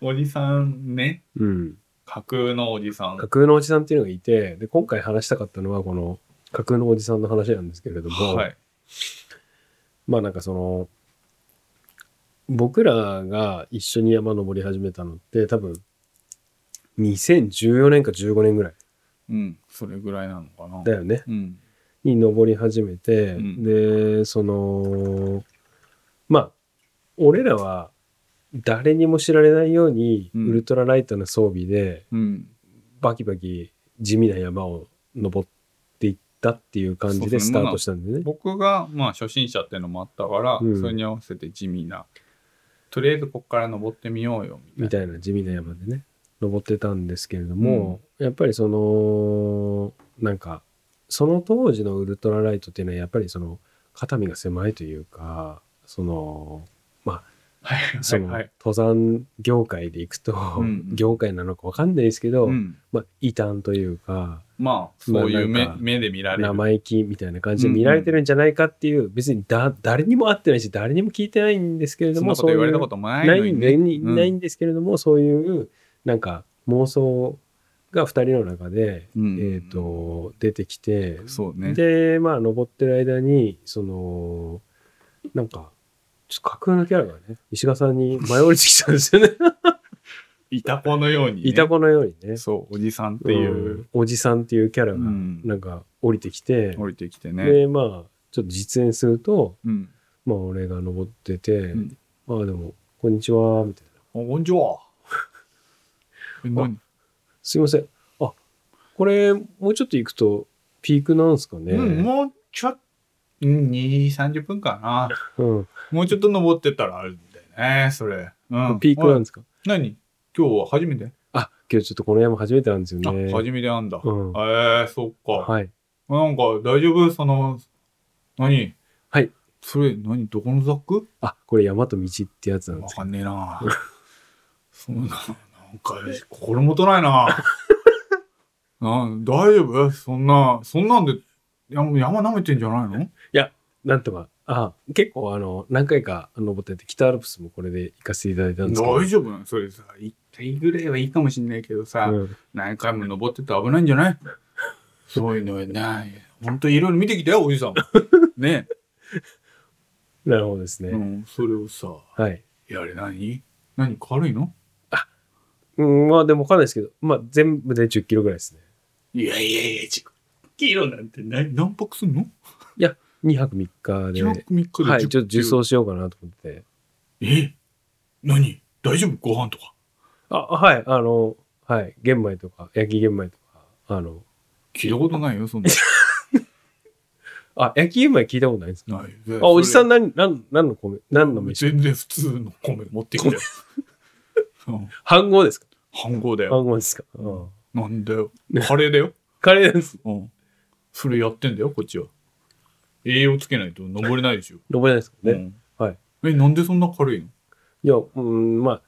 [SPEAKER 3] おじさんね。
[SPEAKER 2] うん。
[SPEAKER 3] 架空のおじさん。
[SPEAKER 2] 架空のおじさんっていうのがいて、で、今回話したかったのは、この架空のおじさんの話なんですけれども、
[SPEAKER 3] はい。
[SPEAKER 2] まあなんかその、僕らが一緒に山登り始めたのって、多分、2014年か15年ぐらい
[SPEAKER 3] うん。それぐらいなのかな。
[SPEAKER 2] だよね、
[SPEAKER 3] うん。
[SPEAKER 2] に登り始めて、
[SPEAKER 3] うん
[SPEAKER 2] で、その、まあ、俺らは誰にも知られないように、
[SPEAKER 3] うん
[SPEAKER 2] ウルトラライターの装備で、
[SPEAKER 3] うん。
[SPEAKER 2] バキバキ地味な山を登っていったっていう感じでスタートしたんでね。
[SPEAKER 3] 僕がまあ初心者ってのもあったから、
[SPEAKER 2] うん
[SPEAKER 3] それに合わせて地味なとりあえずこっから登ってみようよみ
[SPEAKER 2] み
[SPEAKER 3] たい
[SPEAKER 2] たいな地味な山でね、登ってたんですけれども、やっぱりその、なんか、その当時のウルトラライトっていうのはやっぱりその、肩身が狭いというか、その、
[SPEAKER 3] な。はい
[SPEAKER 2] その、登山業界で行くと、
[SPEAKER 3] うん
[SPEAKER 2] 業界なのかわかんないですけど、
[SPEAKER 3] うん、
[SPEAKER 2] まあ、異端というか、
[SPEAKER 3] まあそういう目,、
[SPEAKER 2] まあなんか
[SPEAKER 3] 目で見られる。
[SPEAKER 2] 生意気みたいな感じで見られてるんじゃないかっていう、別にだ誰にも会ってないし誰にも聞いてないんですけれど
[SPEAKER 3] そんな
[SPEAKER 2] も
[SPEAKER 3] こと言われた
[SPEAKER 2] そ
[SPEAKER 3] こ
[SPEAKER 2] う
[SPEAKER 3] とも
[SPEAKER 2] い
[SPEAKER 3] な
[SPEAKER 2] う
[SPEAKER 3] い
[SPEAKER 2] な
[SPEAKER 3] の
[SPEAKER 2] い
[SPEAKER 3] に
[SPEAKER 2] ん
[SPEAKER 3] ね。
[SPEAKER 2] でに
[SPEAKER 3] うん
[SPEAKER 2] ないんですけれども、そういうなんか妄想が2人の中で、
[SPEAKER 3] うん
[SPEAKER 2] えー、と出てきて、
[SPEAKER 3] そうね。
[SPEAKER 2] でまあ登ってる間にそのなんかちょっと架空のキャラがね石川さんに舞い降りてきたんですよね
[SPEAKER 3] いた子のように、ね。
[SPEAKER 2] いた子のようにね。
[SPEAKER 3] そうおじさんっていう、
[SPEAKER 2] うんおじさんっていうキャラ
[SPEAKER 3] う
[SPEAKER 2] が
[SPEAKER 3] ん
[SPEAKER 2] なんか降りてきて、
[SPEAKER 3] 降りてきてね。
[SPEAKER 2] でまあちょっと実演すると
[SPEAKER 3] うん。
[SPEAKER 2] まあ俺が登ってて、
[SPEAKER 3] ん
[SPEAKER 2] まあでも「こんにちは」みたいな
[SPEAKER 3] おこんにちは。え何
[SPEAKER 2] 「すいませんあこれもうちょっと行くとピークなんすかね」
[SPEAKER 3] うんもうちょっうん2時30分かな。
[SPEAKER 2] うん
[SPEAKER 3] もうちょっと登ってったらあるんだよね、それ。うん。
[SPEAKER 2] ピークな
[SPEAKER 3] お
[SPEAKER 2] ん
[SPEAKER 3] い
[SPEAKER 2] ですか
[SPEAKER 3] 何今日は初めて、
[SPEAKER 2] あ今日ちょっとこの山初めてなんですよ
[SPEAKER 3] あ、
[SPEAKER 2] ね。
[SPEAKER 3] 初めてなんだ。
[SPEAKER 2] うん
[SPEAKER 3] えー、そっか。
[SPEAKER 2] はい、
[SPEAKER 3] なんか、大丈夫その、何
[SPEAKER 2] はい。
[SPEAKER 3] それ、何どこのザック
[SPEAKER 2] あこれ山と道ってやつなんで
[SPEAKER 3] わ
[SPEAKER 2] すけ
[SPEAKER 3] かんねえ な。そうな、なんか、心もとないな。 なん大丈夫そんな、そんなんで、山山舐めてんじゃないの
[SPEAKER 2] どなんとかあ結構あの何回か登ってて北アルプスもこれで行かせていただいたんですけど。
[SPEAKER 3] 大丈夫なのそれさ、一回ぐらいはいいかもしんないけどさ、
[SPEAKER 2] うん
[SPEAKER 3] 何回も登ってって危ないんじゃないそういうのはない。本当いろいろ見てきたよ、お じさんも。ね。
[SPEAKER 2] なるほどですね。
[SPEAKER 3] うん、それをさ、
[SPEAKER 2] はい。
[SPEAKER 3] いやあれ何何軽いの
[SPEAKER 2] うん、まあでもわかんないですけど、まあ全部で10キロぐらいですね。
[SPEAKER 3] いやいやいや、10キロなんて何何泊すんの
[SPEAKER 2] 2泊3日で。
[SPEAKER 3] ?1 泊3日で
[SPEAKER 2] はい、ちょっと
[SPEAKER 3] 10キ
[SPEAKER 2] 重
[SPEAKER 3] ロ。
[SPEAKER 2] 装しようかなと思ってて。
[SPEAKER 3] え何大丈夫ご飯とか。
[SPEAKER 2] あ、はい、あの、はい、玄米とか、焼き玄米とか、あの、
[SPEAKER 3] 聞いたことないよ、 そんな。
[SPEAKER 2] あ、焼き玄米聞いたことないんですか
[SPEAKER 3] ない
[SPEAKER 2] あ、おじさん
[SPEAKER 3] の
[SPEAKER 2] 何、何、何の米、何の飯
[SPEAKER 3] 全然普通の 米持ってきたよ。うん
[SPEAKER 2] 半合ですか
[SPEAKER 3] 飯盒だよ。
[SPEAKER 2] 半合ですか、うん、
[SPEAKER 3] なんだよ。カレーだよ。
[SPEAKER 2] カレーです。
[SPEAKER 3] うん。それやってんだよ、こっちは。栄養つけないと登れないでしょ。
[SPEAKER 2] 登れないですからね。
[SPEAKER 3] うん
[SPEAKER 2] はい。
[SPEAKER 3] え、なんでそんな軽いの
[SPEAKER 2] いや、うん、まあ、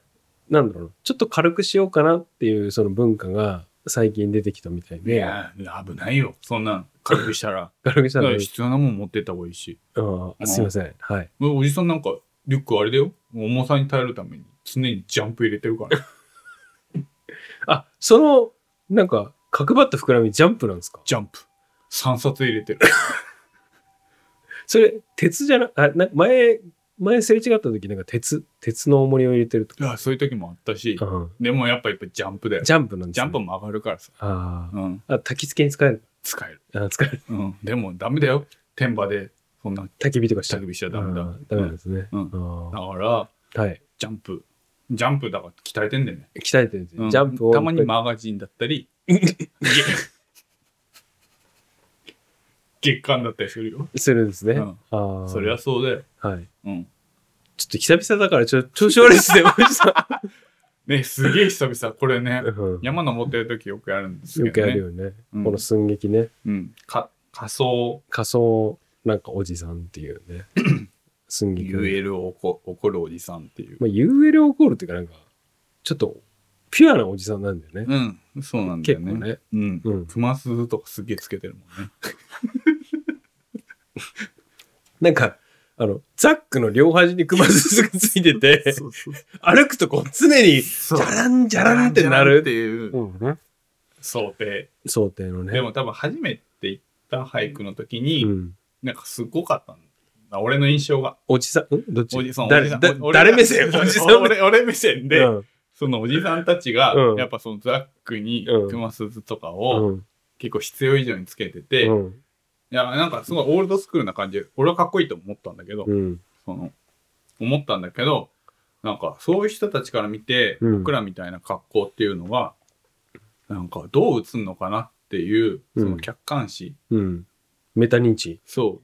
[SPEAKER 2] なんだろうな。ちょっと軽くしようかなっていう、その文化が最近出てきたみたい
[SPEAKER 3] い
[SPEAKER 2] で、
[SPEAKER 3] や、危ないよ。そんなん、軽くした ら。
[SPEAKER 2] 軽くした、
[SPEAKER 3] だからら必要なもん持ってった方がいいし。
[SPEAKER 2] ああすいません。はい。
[SPEAKER 3] もうおじさんなんか、リュックあれだよ。重さに耐えるために常にジャンプ入れてるから。
[SPEAKER 2] あ、その、なんか、角張った膨らみ、ジャンプなんですか
[SPEAKER 3] ジャンプ。3冊入れてる。
[SPEAKER 2] それ、鉄じゃな、あ、な前、前すれ違った時、なんか鉄、鉄の重りを入れてると
[SPEAKER 3] い
[SPEAKER 2] か。
[SPEAKER 3] や、そういう時 もあったし
[SPEAKER 2] う、ん
[SPEAKER 3] でもやっぱやっぱジャンプだよ。
[SPEAKER 2] ジャンプなんです
[SPEAKER 3] ジ
[SPEAKER 2] ね
[SPEAKER 3] ャンプも上がるからさ。
[SPEAKER 2] あ
[SPEAKER 3] うん。
[SPEAKER 2] あ。あ、焚き付けに使える。
[SPEAKER 3] 使える。
[SPEAKER 2] あ使える。
[SPEAKER 3] うん。でもダメだよ。天馬で、そんな、
[SPEAKER 2] 焚き火とかしちゃ
[SPEAKER 3] た
[SPEAKER 2] う
[SPEAKER 3] くびしちゃダメだ。
[SPEAKER 2] ああダメなんですね。
[SPEAKER 3] うん
[SPEAKER 2] あ
[SPEAKER 3] だから、
[SPEAKER 2] あはい。
[SPEAKER 3] ジャンプ。ジャンプだから鍛えてんだよね。
[SPEAKER 2] 鍛えてるんですね、
[SPEAKER 3] うん
[SPEAKER 2] ジャンプを。
[SPEAKER 3] たまにマガジンだっ たり、月間だったりするよ。
[SPEAKER 2] するんですね。
[SPEAKER 3] うん
[SPEAKER 2] ああ。
[SPEAKER 3] そりゃそうだよ。
[SPEAKER 2] はい。
[SPEAKER 3] うん。
[SPEAKER 2] ちょっと久々だから、ちょ、調子悪いです ね、おじさん。
[SPEAKER 3] ね、すげえ久々。これね、
[SPEAKER 2] うん
[SPEAKER 3] 山登ってる時よくやるんです
[SPEAKER 2] よく
[SPEAKER 3] けど
[SPEAKER 2] やる
[SPEAKER 3] ね。
[SPEAKER 2] よね。
[SPEAKER 3] うん
[SPEAKER 2] この寸劇ね。
[SPEAKER 3] うん。か、仮想
[SPEAKER 2] 仮想、なんかおじさんっていうね。 寸劇。
[SPEAKER 3] UL を怒怒るおじさんっていう。
[SPEAKER 2] まあ、UL オコールっていうか、なんか、ちょっと、ピュアなおじさんなんだよね。
[SPEAKER 3] うん。そうなんだよ
[SPEAKER 2] 結
[SPEAKER 3] ね。
[SPEAKER 2] 構ね。
[SPEAKER 3] うん。
[SPEAKER 2] うん。
[SPEAKER 3] プマスとかすげえつけてるもんね。
[SPEAKER 2] なんか、あの、ザックの両端に熊鈴がついてて、
[SPEAKER 3] う そう。
[SPEAKER 2] 歩くとこう常に、じ
[SPEAKER 3] そう
[SPEAKER 2] ゃらんじゃらんってな
[SPEAKER 3] っ
[SPEAKER 2] る。
[SPEAKER 3] ていう
[SPEAKER 2] うんね。
[SPEAKER 3] 想定。
[SPEAKER 2] 想定のね。
[SPEAKER 3] でも多分初めて行った俳句の時
[SPEAKER 2] う
[SPEAKER 3] に、
[SPEAKER 2] ん。
[SPEAKER 3] なんかすごかったんだ。俺の印象が。
[SPEAKER 2] おじさん、んどっち
[SPEAKER 3] おじさん、お
[SPEAKER 2] 誰
[SPEAKER 3] じさん。
[SPEAKER 2] だ
[SPEAKER 3] 俺
[SPEAKER 2] 誰
[SPEAKER 3] が
[SPEAKER 2] 目 線おじさん目線
[SPEAKER 3] 俺、俺目線で、
[SPEAKER 2] うん
[SPEAKER 3] そのおじさんたちが、
[SPEAKER 2] うん
[SPEAKER 3] やっぱそのザックに
[SPEAKER 2] うん
[SPEAKER 3] 熊鈴とか
[SPEAKER 2] う
[SPEAKER 3] を
[SPEAKER 2] ん。
[SPEAKER 3] 結構必要以上につけてて、い
[SPEAKER 2] うん
[SPEAKER 3] や、なんかすごいオールドスクールな感じで、俺はかっこいいと思ったんだけど、
[SPEAKER 2] うん。
[SPEAKER 3] その、思ったんだけど、なんかそういう人たちから見て、
[SPEAKER 2] うん
[SPEAKER 3] 僕らみたいな格好っていうのが、なんかどう映んのかなっていう、その客観視、
[SPEAKER 2] うん。メタ認知。
[SPEAKER 3] そ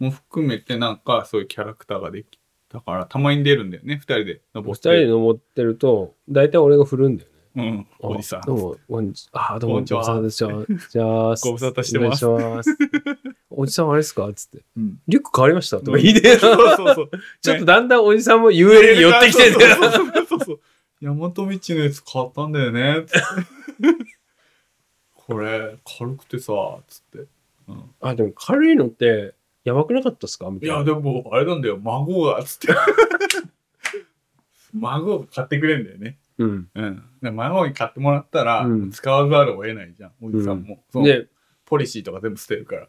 [SPEAKER 3] う。も含めてなんかそういうキャラクターができたから、たまに出るんだよね、二人で
[SPEAKER 2] 二
[SPEAKER 3] 登っ
[SPEAKER 2] 人で
[SPEAKER 3] て。
[SPEAKER 2] 登ってると、大体俺が振るんだよね。
[SPEAKER 3] うん、おじさん
[SPEAKER 2] あ。どうも、こんにちあ、どうも、
[SPEAKER 3] こんにちは
[SPEAKER 2] ご無沙汰してます。
[SPEAKER 3] ご無沙汰してます
[SPEAKER 2] お願いし ます。おじさんあれですかつって。
[SPEAKER 3] うん。
[SPEAKER 2] リュック変わりましたとか言いて、 ち
[SPEAKER 3] そうそうそう。
[SPEAKER 2] ょっとだんだんおじさんも UL に寄ってきてるか
[SPEAKER 3] そう
[SPEAKER 2] ら。
[SPEAKER 3] そうそうそうそう。大和道のやつ買ったんだよね。つって これ、軽くてさ、つって。うん
[SPEAKER 2] あ、でも軽いのって、やばくなかったっすかみた
[SPEAKER 3] い
[SPEAKER 2] いな。
[SPEAKER 3] や、でも、あれなんだよ、孫が、つって。 孫が買ってくれんだよね。
[SPEAKER 2] うん。
[SPEAKER 3] うん。で孫に買ってもらったら、
[SPEAKER 2] うん
[SPEAKER 3] 使わざるを得ないじゃん、おじさんも。その
[SPEAKER 2] で、
[SPEAKER 3] ポリシーとか全部捨てるから。っ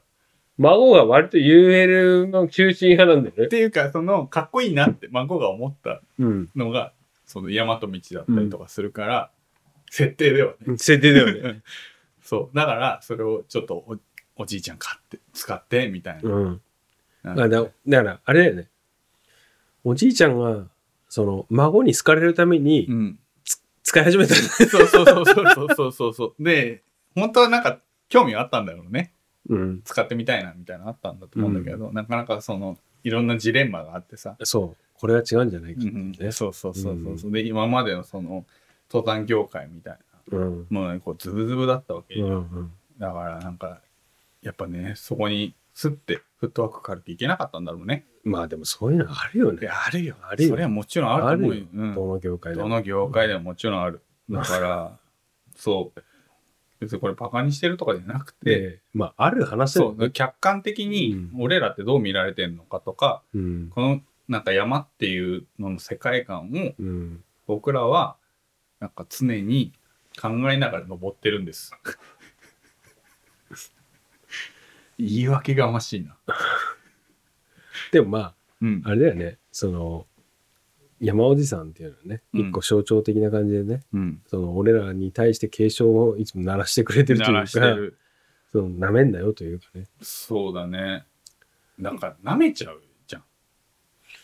[SPEAKER 2] 孫が割と UL の中心派なんだよね。
[SPEAKER 3] ていうか、その、かっこいいなって孫が思った
[SPEAKER 2] うん。
[SPEAKER 3] のが、その、大和道だったりとかするから、設定ではね。
[SPEAKER 2] 設定だよね。
[SPEAKER 3] そう。だから、それをちょっとお、おじいちゃん買って、使って、みたいな。
[SPEAKER 2] うん。
[SPEAKER 3] なんか
[SPEAKER 2] あだだから、あれだよね。おじいちゃんが、その、孫に好かれるために
[SPEAKER 3] うん。
[SPEAKER 2] 使い始めたんだ。
[SPEAKER 3] そうそうそうそうそうそうそう。で、本当はなんか、興味はあったんだろうね。
[SPEAKER 2] うん。
[SPEAKER 3] 使ってみたいな、みたいなのあったんだと思うんだけど、なかなかその、いろんなジレンマがあってさ。
[SPEAKER 2] そう。これは違うんじゃないかっていうね。
[SPEAKER 3] そうそうそうそうそう。で、今までのその、登山業界みたい
[SPEAKER 2] うん。
[SPEAKER 3] なものにこう、ズブズブだったわけ
[SPEAKER 2] う
[SPEAKER 3] よ。
[SPEAKER 2] ん。
[SPEAKER 3] だから、なんか、やっぱね、そこに、すって、フットワーク軽くいけなかったんだろうね。
[SPEAKER 2] まあでもそういうのあるよ
[SPEAKER 3] い
[SPEAKER 2] ね。
[SPEAKER 3] やあるよ。
[SPEAKER 2] あるよ
[SPEAKER 3] それはもちろんあると思うよ。
[SPEAKER 2] よ
[SPEAKER 3] うん
[SPEAKER 2] どの業界で
[SPEAKER 3] ど
[SPEAKER 2] も。
[SPEAKER 3] の業界でももちろんある。だから、そう。別にこれバカにしてるとかじゃなくて、
[SPEAKER 2] で、まあある話だ
[SPEAKER 3] そ
[SPEAKER 2] よね
[SPEAKER 3] う、客観的
[SPEAKER 2] う
[SPEAKER 3] に
[SPEAKER 2] ん
[SPEAKER 3] 俺らってどう見られてるのかとか、
[SPEAKER 2] うん。
[SPEAKER 3] このなんか山っていうのの世界観を
[SPEAKER 2] うん。
[SPEAKER 3] 僕らはなんか常に考えながら登ってるんです。 言い訳がましいな。
[SPEAKER 2] でもま
[SPEAKER 3] うん
[SPEAKER 2] あ、。あれだよね。その、山おじさんっていうのはね、
[SPEAKER 3] うん
[SPEAKER 2] 一個象徴的な感じでね、
[SPEAKER 3] うん。
[SPEAKER 2] その俺らに対して警鐘をいつも鳴らしてくれてるとい
[SPEAKER 3] 鳴
[SPEAKER 2] う
[SPEAKER 3] ら
[SPEAKER 2] か、
[SPEAKER 3] して
[SPEAKER 2] そ
[SPEAKER 3] る。
[SPEAKER 2] の舐めんなよというかね。
[SPEAKER 3] そうだね。なんか舐めちゃうじゃん。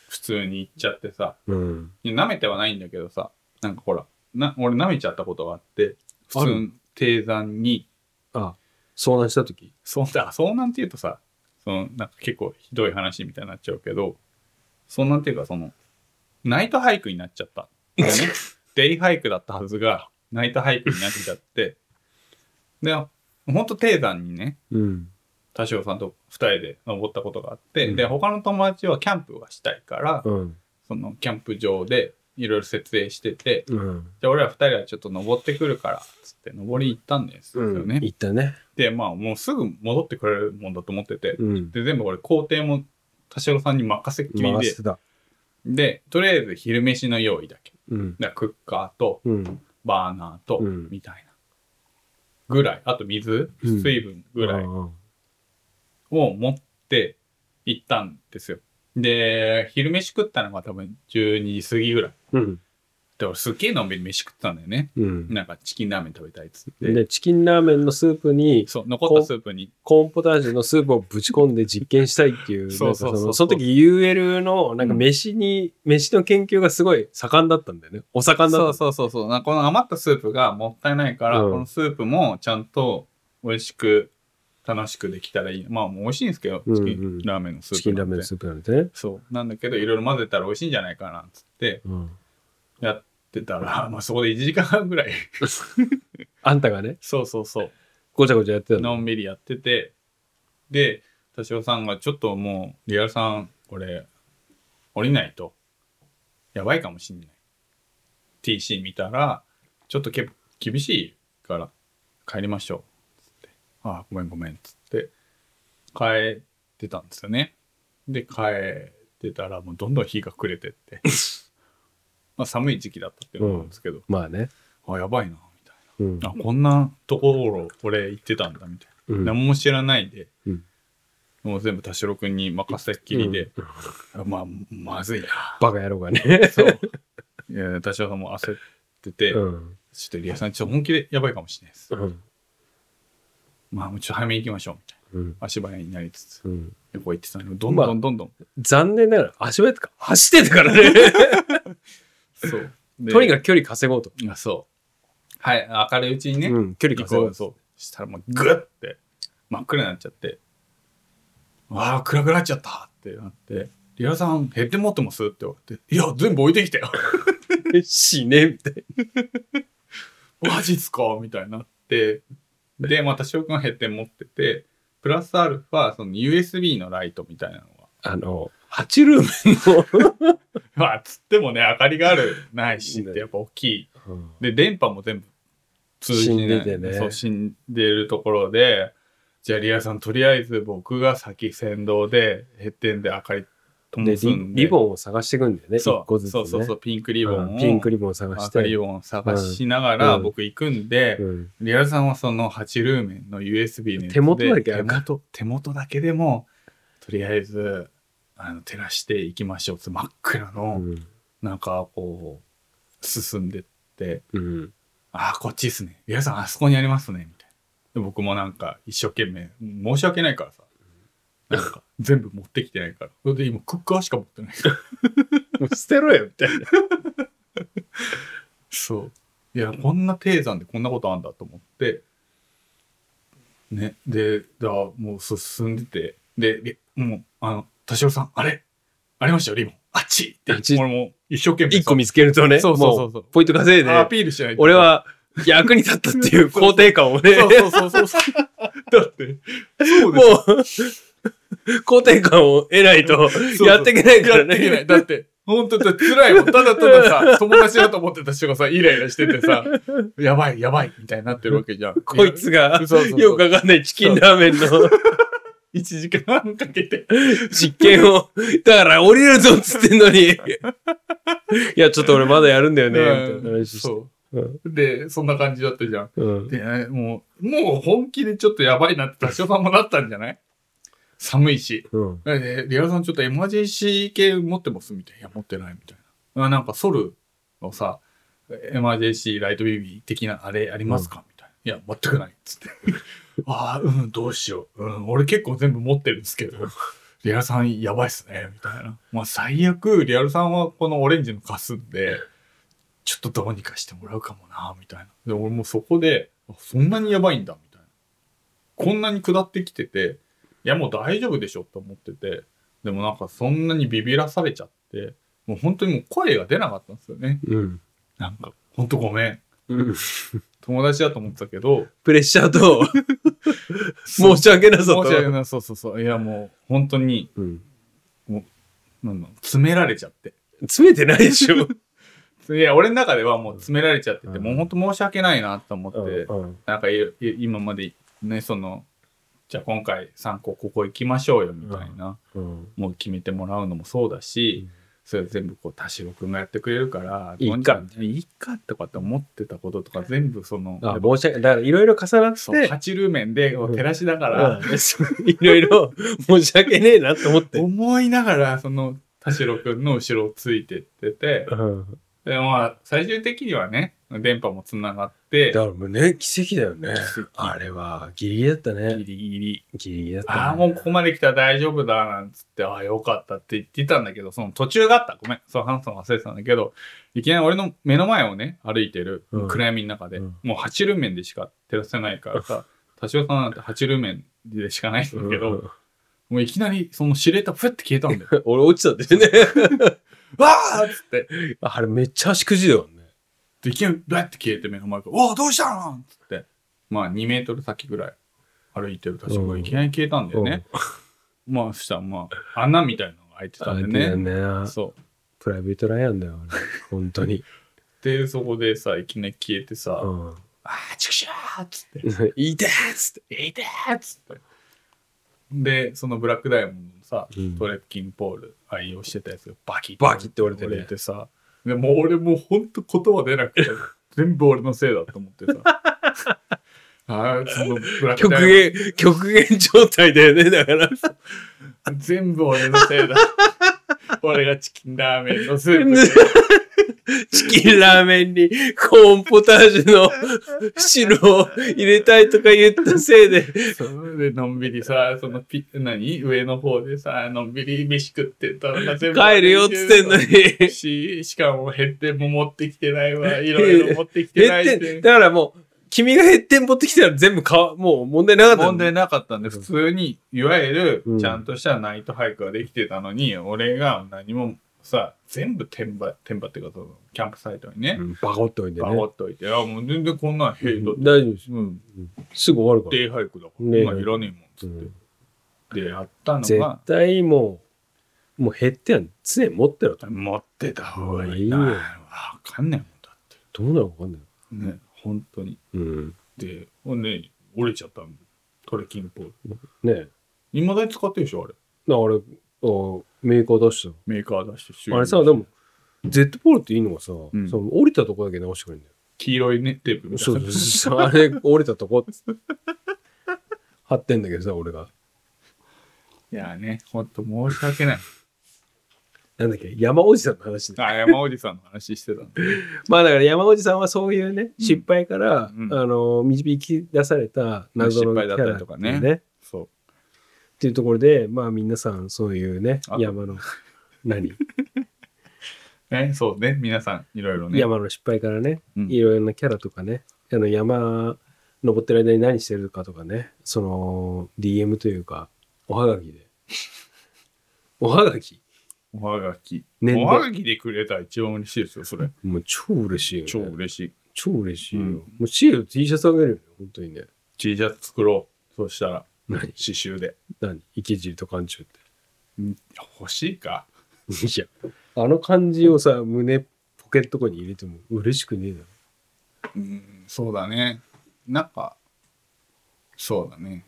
[SPEAKER 3] 普通に言っちゃってさ。
[SPEAKER 2] うん。
[SPEAKER 3] いや舐めてはないんだけどさ。なんかほら、な俺舐めちゃったことがあって、普
[SPEAKER 2] あ
[SPEAKER 3] 通
[SPEAKER 2] る
[SPEAKER 3] に低山に、
[SPEAKER 2] あ、遭難した時
[SPEAKER 3] そうだ、遭難って言うとさ、そのなんか結構ひどい話みたいになっちゃうけど、遭難っていうかその、ナイトハイクになっちゃったんだよね。デイハイクだったはずが、泣いた俳句になっちゃって、で、ほんと低山にね、
[SPEAKER 2] うん。
[SPEAKER 3] 田代さんと二人で登ったことがあって、
[SPEAKER 2] うん
[SPEAKER 3] で、他の友達はキャンプがしたいから、
[SPEAKER 2] うん。
[SPEAKER 3] そのキャンプ場でいろいろ設営してて、
[SPEAKER 2] うん。
[SPEAKER 3] じゃあ俺ら二人はちょっと登ってくるから、つって登り行ったんですよ
[SPEAKER 2] うん。
[SPEAKER 3] ね。
[SPEAKER 2] 行ったね。
[SPEAKER 3] で、まあもうすぐ戻ってくれるもんだと思ってて、
[SPEAKER 2] うん。
[SPEAKER 3] で、全部俺工程も田代さんに任せっきり
[SPEAKER 2] 回
[SPEAKER 3] で
[SPEAKER 2] し、てた。
[SPEAKER 3] で、とりあえず昼飯の用意だけ。
[SPEAKER 2] うん。
[SPEAKER 3] だからクッカーと
[SPEAKER 2] うん。
[SPEAKER 3] バーナーと
[SPEAKER 2] うん
[SPEAKER 3] みたいな。ぐらい。あと水、
[SPEAKER 2] うん
[SPEAKER 3] 水分ぐらい
[SPEAKER 2] あ
[SPEAKER 3] を持って行ったんですよ。で、昼飯食ったのが多分12時過ぎぐらい。
[SPEAKER 2] あ。うん。
[SPEAKER 3] で、俺すっげえのんびり飯食ってたんだよね。
[SPEAKER 2] うん。
[SPEAKER 3] なんかチキンラーメン食べたいっつって。
[SPEAKER 2] で、チキンラーメンのスープに、
[SPEAKER 3] そう、残ったスープに。
[SPEAKER 2] コーンポタージュのスープをぶち込んで実験したいっていう、
[SPEAKER 3] そうそうそうそう
[SPEAKER 2] なんかのその時 UL の、なんか飯に、飯の研究がすごい盛んだったんだよね。お
[SPEAKER 3] そ
[SPEAKER 2] 盛んだ
[SPEAKER 3] う
[SPEAKER 2] った。
[SPEAKER 3] そうそうそう。なんかこの余ったスープがもったいないから、
[SPEAKER 2] うん
[SPEAKER 3] このスープもちゃんと美味しく、楽しくできたらいい。まあもう美味しいんですけど、
[SPEAKER 2] うんうん
[SPEAKER 3] チキンラーメンのスープなんて。
[SPEAKER 2] チキンラーメンのスープなんてね。
[SPEAKER 3] そう。なんだけど、いろいろ混ぜたら美味しいんじゃないかな、つって、
[SPEAKER 2] うん。
[SPEAKER 3] やってたら、 まあそこで1時間半ぐらい。
[SPEAKER 2] あんたがね、
[SPEAKER 3] そうそうそう。
[SPEAKER 2] ごちゃごちゃやってたの。
[SPEAKER 3] のんびりやってて、で、田代さんがちょっともう、リアルさん、これ、降りないと、やばいかもしんない。TC 見たら、ちょっとけ厳しいから、帰りましょう。つって、ああ、ごめんごめん、つって、帰ってたんですよね。で、帰ってたら、もうどんどん日が暮れてって、 まあ寒い時期だったっていうのもあるんですけど、
[SPEAKER 2] まあね。
[SPEAKER 3] あやばいな、みたい
[SPEAKER 2] うん
[SPEAKER 3] な。あ、こんなところ、俺行ってたんだ、みたいな。
[SPEAKER 2] うん
[SPEAKER 3] 何も知らないで、
[SPEAKER 2] うん
[SPEAKER 3] もう全部田代君に任せっきりで、まあまずいな
[SPEAKER 2] バカ野郎が ね。
[SPEAKER 3] そういや田代さんも焦ってて、
[SPEAKER 2] うん。
[SPEAKER 3] ちょっとリアさんちょっと本気でやばいかもしれないです、
[SPEAKER 2] うん。
[SPEAKER 3] まあもうちょっと早めに行きましょうみたい
[SPEAKER 2] うん。
[SPEAKER 3] な足早になりつつ
[SPEAKER 2] うん
[SPEAKER 3] 旅行行ってたのにどんどんどんどん、
[SPEAKER 2] 残念ながら足早とか走ってたから ね。
[SPEAKER 3] そうで
[SPEAKER 2] とにかく距離稼ごうと。
[SPEAKER 3] あそうはい明るいうちにね、
[SPEAKER 2] うん。距離
[SPEAKER 3] 行
[SPEAKER 2] 稼
[SPEAKER 3] こ
[SPEAKER 2] ご
[SPEAKER 3] う
[SPEAKER 2] う。
[SPEAKER 3] そうしたらもうグッて真っ暗になっちゃって「わあ暗くなっちゃった」ってなって「リアさん減って持ってます?」って言われて「いや全部置いてきたよ」
[SPEAKER 2] 死ね、みたい
[SPEAKER 3] マジっすかみたいになって、で、また翔くんはヘッテン持ってて、プラスアルファ、その USB のライトみたいなの
[SPEAKER 2] な。あの、8ルーメンの。
[SPEAKER 3] が。まあ、つってもね、明かりがある、ないしってやっぱ大きい。
[SPEAKER 2] うん
[SPEAKER 3] で、電波も全部通じない。
[SPEAKER 2] 死んでてね
[SPEAKER 3] そう、死んでるところで、じゃあリアさん、とりあえず僕が先先導で、ヘッテンで明かり灯
[SPEAKER 2] で、
[SPEAKER 3] すん
[SPEAKER 2] リ
[SPEAKER 3] で。
[SPEAKER 2] リボ
[SPEAKER 3] ン
[SPEAKER 2] ンを探していくんだよね。
[SPEAKER 3] そ
[SPEAKER 2] 一個
[SPEAKER 3] う、
[SPEAKER 2] ずつ、ね。
[SPEAKER 3] そうそうそう、ピンクリボン
[SPEAKER 2] う
[SPEAKER 3] を。
[SPEAKER 2] んピンクリボンを探
[SPEAKER 3] 明
[SPEAKER 2] し
[SPEAKER 3] か
[SPEAKER 2] て。
[SPEAKER 3] りを探しながら
[SPEAKER 2] うん
[SPEAKER 3] 僕行くんで、
[SPEAKER 2] うん
[SPEAKER 3] リアルさんはその8ルーメンの USB のやつで
[SPEAKER 2] 手元だけあ
[SPEAKER 3] 手
[SPEAKER 2] るか
[SPEAKER 3] 元手元だけでもとりあえずあの照らしていきましょうつ真っ暗
[SPEAKER 2] う
[SPEAKER 3] の、
[SPEAKER 2] ん。
[SPEAKER 3] なんかこう進んでって
[SPEAKER 2] うん。
[SPEAKER 3] 「ああこっちですねリアルさんあそこにありますね」みたいなで僕もなんか一生懸命申し訳ないからさなんか全部持ってきてないからそれで今クッカーしか持ってないから
[SPEAKER 2] 捨てろよ、みたいな。
[SPEAKER 3] そういやこんな低山でこんなことあんだと思ってね、で、だもう進んでて、で、でもう、あの、田代さん、あれありましたよ、リボン。あっちって
[SPEAKER 2] あっち
[SPEAKER 3] 俺も一生懸命。
[SPEAKER 2] 一個見つけるとね、
[SPEAKER 3] そうそうそうそう
[SPEAKER 2] もポイント稼い
[SPEAKER 3] ア
[SPEAKER 2] で、
[SPEAKER 3] ピールしないと
[SPEAKER 2] 俺、は役に立ったっていう肯定感をね、
[SPEAKER 3] そうそうそ うそうそう。だって、そう
[SPEAKER 2] も
[SPEAKER 3] です。
[SPEAKER 2] う、肯定感を得ないと
[SPEAKER 3] そう
[SPEAKER 2] やっていけないから
[SPEAKER 3] やっていけな
[SPEAKER 2] ね。
[SPEAKER 3] いだって、本当だ、辛いもん。ただたださ、 友達だと思ってた人がさ、イライラしててさ、やばい、やばい、みたいになってるわけじゃ ん。
[SPEAKER 2] こいつが
[SPEAKER 3] そうそうそう
[SPEAKER 2] よくわかんないチキンラーメンの
[SPEAKER 3] 1時間半かけて。
[SPEAKER 2] 実験を、だから降りるぞっつってんの に。いや、ちょっと俺まだやるんだよね、みたいな
[SPEAKER 3] うん
[SPEAKER 2] 話して。
[SPEAKER 3] そうう。で、そんな感じだったじゃん。
[SPEAKER 2] んうん
[SPEAKER 3] で、もう、もう本気でちょっとやばいなって多少さんもなったんじゃない寒いし。
[SPEAKER 2] うん
[SPEAKER 3] え、リアルさんちょっとエマージェンシー系持ってますみたいな。いや、持ってないみたいな。あなんかソルのさ、エマージェンシーライトビビー的なあれありますか、みたいな。いや、全くない。つって。 ああ、うん、どうしよう。うん、俺結構全部持ってるんですけど。リアルさんやばいっすね。みたいな。まあ最悪、リアルさんはこのオレンジの貸すんで、ちょっとどうにかしてもらうかもな、みたいな。で、俺もそこで、あそんなにやばいんだ、みたいな。こんなに下ってきてて、いやもう大丈夫でしょって思ってて、でもなんかそんなにビビらされちゃって、もう本当にもう声が出なかったんですよね。
[SPEAKER 2] うん。
[SPEAKER 3] なんか、ほんとごめん。
[SPEAKER 2] うん
[SPEAKER 3] 友達だと思ってたけど、
[SPEAKER 5] プレッシャー と申し訳なさ
[SPEAKER 3] 申し訳
[SPEAKER 5] と
[SPEAKER 3] ない、そうそうそう。いや、もう、本当に、
[SPEAKER 2] うん
[SPEAKER 3] なんだろう詰められちゃって。
[SPEAKER 5] 詰めてないでしょ
[SPEAKER 3] いや、俺の中ではもう詰められちゃってて、
[SPEAKER 2] うん
[SPEAKER 3] もう本当申し訳ないなと思って、
[SPEAKER 2] うん
[SPEAKER 3] なんかいい今までね、その、じゃあ今回3個ここ行きましょうよみたいな、
[SPEAKER 2] うん
[SPEAKER 3] もう決めてもらうのもそうだし、
[SPEAKER 2] うん
[SPEAKER 3] それ全部こう田代くんがやってくれるから、
[SPEAKER 2] いいか
[SPEAKER 3] どうにいいかとかって思ってたこととか全部その、
[SPEAKER 2] あ申し訳だからいろいろ重なっ
[SPEAKER 3] そう、
[SPEAKER 2] て
[SPEAKER 3] 八ルーメンで
[SPEAKER 2] うん
[SPEAKER 3] 照らしなが
[SPEAKER 5] う
[SPEAKER 3] ら、
[SPEAKER 5] んそういろいろ申し訳ねえなと思って
[SPEAKER 3] 思いながら、その田代くんの後ろをついてってて、
[SPEAKER 2] うん
[SPEAKER 3] でまあ最終的にはね、電波もつながって
[SPEAKER 2] だ、からもうね奇跡だよね
[SPEAKER 3] 奇跡
[SPEAKER 2] あれはギリギリだった
[SPEAKER 3] ギ
[SPEAKER 2] ね
[SPEAKER 3] リギリ
[SPEAKER 2] ギリギリだったね
[SPEAKER 3] ああ、もうここまで来たら大丈夫だ、なんつって、ああ、よかったって言ってたんだけど、その途中があった。ごめん。そう、話すの忘れてたんだけど、いきなり俺の目の前をね、歩いてる、
[SPEAKER 2] うん
[SPEAKER 3] 暗闇の中で、
[SPEAKER 2] うん
[SPEAKER 3] もう8ルーメンでしか照らせないから さ、田代さんなんて8ルーメンでしかないんだけど、
[SPEAKER 2] うん
[SPEAKER 3] もういきなりその司令塔ふって消えたんだ よ。
[SPEAKER 5] 俺落ちたんだよね
[SPEAKER 3] わーっつって、
[SPEAKER 2] あれめっちゃ足くじだよね
[SPEAKER 3] でいきなりバッて消えて目の前から、おお、どうしたのっつって、まあ2メートル先ぐらい歩いてる田代がいきなり消えたんだよね。まあそしたらまあ、穴みたいなのが開いてた
[SPEAKER 2] あれ
[SPEAKER 3] んで
[SPEAKER 2] だよ
[SPEAKER 3] ね。
[SPEAKER 2] ね
[SPEAKER 3] そう。
[SPEAKER 2] プライベートライアンだよあれ本当に
[SPEAKER 3] で、そこでさ、いきなり消えてさ、
[SPEAKER 2] う
[SPEAKER 3] あ
[SPEAKER 2] ん
[SPEAKER 3] あー、ちくしょーっつって、
[SPEAKER 5] いてーっつって
[SPEAKER 3] いてーっつって。で、そのブラックダイヤモンドのさ、
[SPEAKER 2] うん
[SPEAKER 3] トレッキングポール愛用してたやつがバキッ
[SPEAKER 5] バキッて折れてね
[SPEAKER 3] 折れてさ、でもう俺もうほんと言葉出な くて、全部俺のせいだと思ってさ。ああ、そのブラック
[SPEAKER 5] 極
[SPEAKER 3] ダイヤ
[SPEAKER 5] 限極限状態だよねだから
[SPEAKER 3] モンド全部俺のせい だ。俺がチキンラーメンのスープで。
[SPEAKER 5] チキンラーメンにコーンポタージュの汁を入れたいとか言ったせいで、
[SPEAKER 3] それでのんびりさ、そのピ、何上の方でさ、のんびり飯食ってたのが全部
[SPEAKER 5] 帰るよっつってんのに。
[SPEAKER 3] し、しかも減点も持ってきてないわ、いろいろ持ってきてない
[SPEAKER 5] 減
[SPEAKER 3] っ
[SPEAKER 5] 点、
[SPEAKER 3] て。
[SPEAKER 5] だからもう、君が減点持ってきたら全部か、もう問題なかった。
[SPEAKER 3] 問題なかったんで、普通に、いわゆる
[SPEAKER 2] うん、
[SPEAKER 3] ちゃんとしたナイトハイクができてたのに、俺が何もさ、全部転売、転売っていうか、そのキャンプサイトにね
[SPEAKER 2] う、んバコッと置いてね
[SPEAKER 3] バコっといて、あ、もう全然こんなん平
[SPEAKER 2] う
[SPEAKER 3] 等
[SPEAKER 2] ん。大丈夫です
[SPEAKER 3] うん、
[SPEAKER 2] すぐ終わるから
[SPEAKER 3] デイハイクだから、
[SPEAKER 2] ね
[SPEAKER 3] 今いらねえもん、つ
[SPEAKER 2] うん
[SPEAKER 3] って。で、やったの
[SPEAKER 2] 絶
[SPEAKER 3] が、
[SPEAKER 2] 対もう、もう減ってやん。常持ってろと。
[SPEAKER 3] 持ってた方がい
[SPEAKER 2] いい
[SPEAKER 3] い
[SPEAKER 2] よ
[SPEAKER 3] な。わかんないもんだっ
[SPEAKER 2] どうなのかわかんない。
[SPEAKER 3] て。ね、本当に。
[SPEAKER 2] うん。
[SPEAKER 3] で、ほんで、折れちゃったの。トレキンポール。
[SPEAKER 2] ねえ。
[SPEAKER 3] いまだに使ってるでしょ、あれ。
[SPEAKER 2] だから、あメーカー出した
[SPEAKER 3] メーカー出して修理
[SPEAKER 2] の。あれさ、でも、Z ポールっていいのがさ、
[SPEAKER 3] ん
[SPEAKER 2] その降りたとこだけ直してくれるんだよ。
[SPEAKER 3] 黄色いね、テープみたい
[SPEAKER 2] そ
[SPEAKER 3] な
[SPEAKER 2] うそうそう。 あれ、折れたとこっつって貼ってんだけどさ、俺が。
[SPEAKER 3] いやね、ほんと申し訳ない。
[SPEAKER 2] なんだっけ、山おじさんの話ね
[SPEAKER 3] あ、山おじさんの話してたんで。
[SPEAKER 2] まあだから山おじさんはそういうね、失敗から、
[SPEAKER 3] うん
[SPEAKER 2] あの、導き出された謎のキャラ
[SPEAKER 3] 失敗だったりとかね
[SPEAKER 2] っていう
[SPEAKER 3] そう。
[SPEAKER 2] っていうところで、まあ皆さんそういうね
[SPEAKER 3] あ、
[SPEAKER 2] 山の、 何、
[SPEAKER 3] ね、そうね、皆さん、いろいろね。
[SPEAKER 2] 山の失敗からね、
[SPEAKER 3] うん
[SPEAKER 2] いろいろなキャラとかね、あの山登ってる間に何してるかとかね、その DM というか、おはがき で。おはがき
[SPEAKER 3] おはがき。
[SPEAKER 2] 年
[SPEAKER 3] お
[SPEAKER 2] 齢
[SPEAKER 3] はがきでくれたら一番嬉しいですよ、それ。
[SPEAKER 2] もう超嬉しいよ、ね。
[SPEAKER 3] 超嬉しい。
[SPEAKER 2] 超嬉しいよ。
[SPEAKER 3] うん
[SPEAKER 2] もうシール T シャツあげるよね、本当にね。
[SPEAKER 3] T シャツ作ろう。そうしたら、
[SPEAKER 2] 何
[SPEAKER 3] 刺繍で。
[SPEAKER 2] 何池尻と館長って。
[SPEAKER 3] 欲しいか
[SPEAKER 2] いや、あの感じをさ、胸ポケットに入れても嬉しくねえだろ。
[SPEAKER 3] うん、そうだね。なんか、そうだね。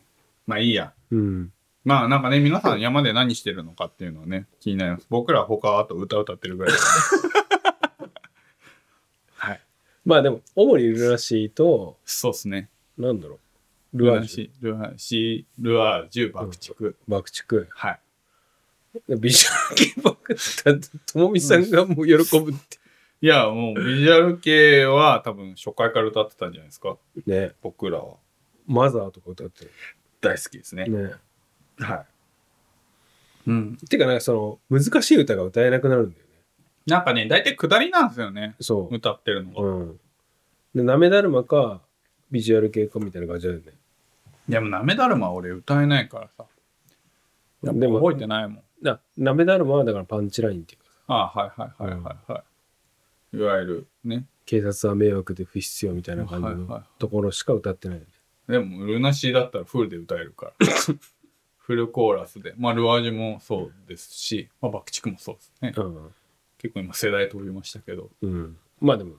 [SPEAKER 3] まあいいや。
[SPEAKER 2] うん。
[SPEAKER 3] まあなんかね、皆さん山で何してるのかっていうのはね、気になります。僕らは他はあと歌歌ってるぐらい だからねはい。
[SPEAKER 2] まあでも、主にルナシーと、
[SPEAKER 3] そうっすね。
[SPEAKER 2] なんだろう、ル
[SPEAKER 3] ル
[SPEAKER 2] ア
[SPEAKER 3] ア
[SPEAKER 2] ー
[SPEAKER 3] ー
[SPEAKER 2] ジュ、
[SPEAKER 3] ジュ、ルアージュ、ルアージュ、爆竹。
[SPEAKER 2] 爆竹、
[SPEAKER 3] はい。
[SPEAKER 2] ビジュアル系爆竹、ともみさんがもう喜ぶって。
[SPEAKER 3] いや、もうビジュアル系は多分初回から歌ってたんじゃないですか。
[SPEAKER 2] ね、
[SPEAKER 3] 僕らは。
[SPEAKER 2] マザーとか歌って
[SPEAKER 3] 大好きですね
[SPEAKER 2] る。。ね。
[SPEAKER 3] はい。うん。
[SPEAKER 2] てか、なんかその、難しい歌が歌えなくなるんだよね。
[SPEAKER 3] なんかね、大体下りなんですよね。
[SPEAKER 2] そ
[SPEAKER 3] 歌ってるの
[SPEAKER 2] う。
[SPEAKER 3] が。
[SPEAKER 2] うん。で、なめだるまか、ビジュアル系かみたいな感じだよね。
[SPEAKER 3] でも、なめだるまは俺歌えないからさ。やっぱ
[SPEAKER 2] でも
[SPEAKER 3] 覚えてないもん。
[SPEAKER 2] な、なめだるまはだからパンチラインっていうか
[SPEAKER 3] ああはいはいはいはいはい。いわゆるね。
[SPEAKER 2] 警察は迷惑で不必要みたいな感じ
[SPEAKER 3] はいはいは
[SPEAKER 2] のところしか歌ってないよね。
[SPEAKER 3] でも、ルナシーだったらフルで歌える から。フルコーラスで。まあ、ルアージュもそうですし、まあ、バクチクもそうですね。結構今世代飛びましたけど。
[SPEAKER 2] うん。うん。まあでも、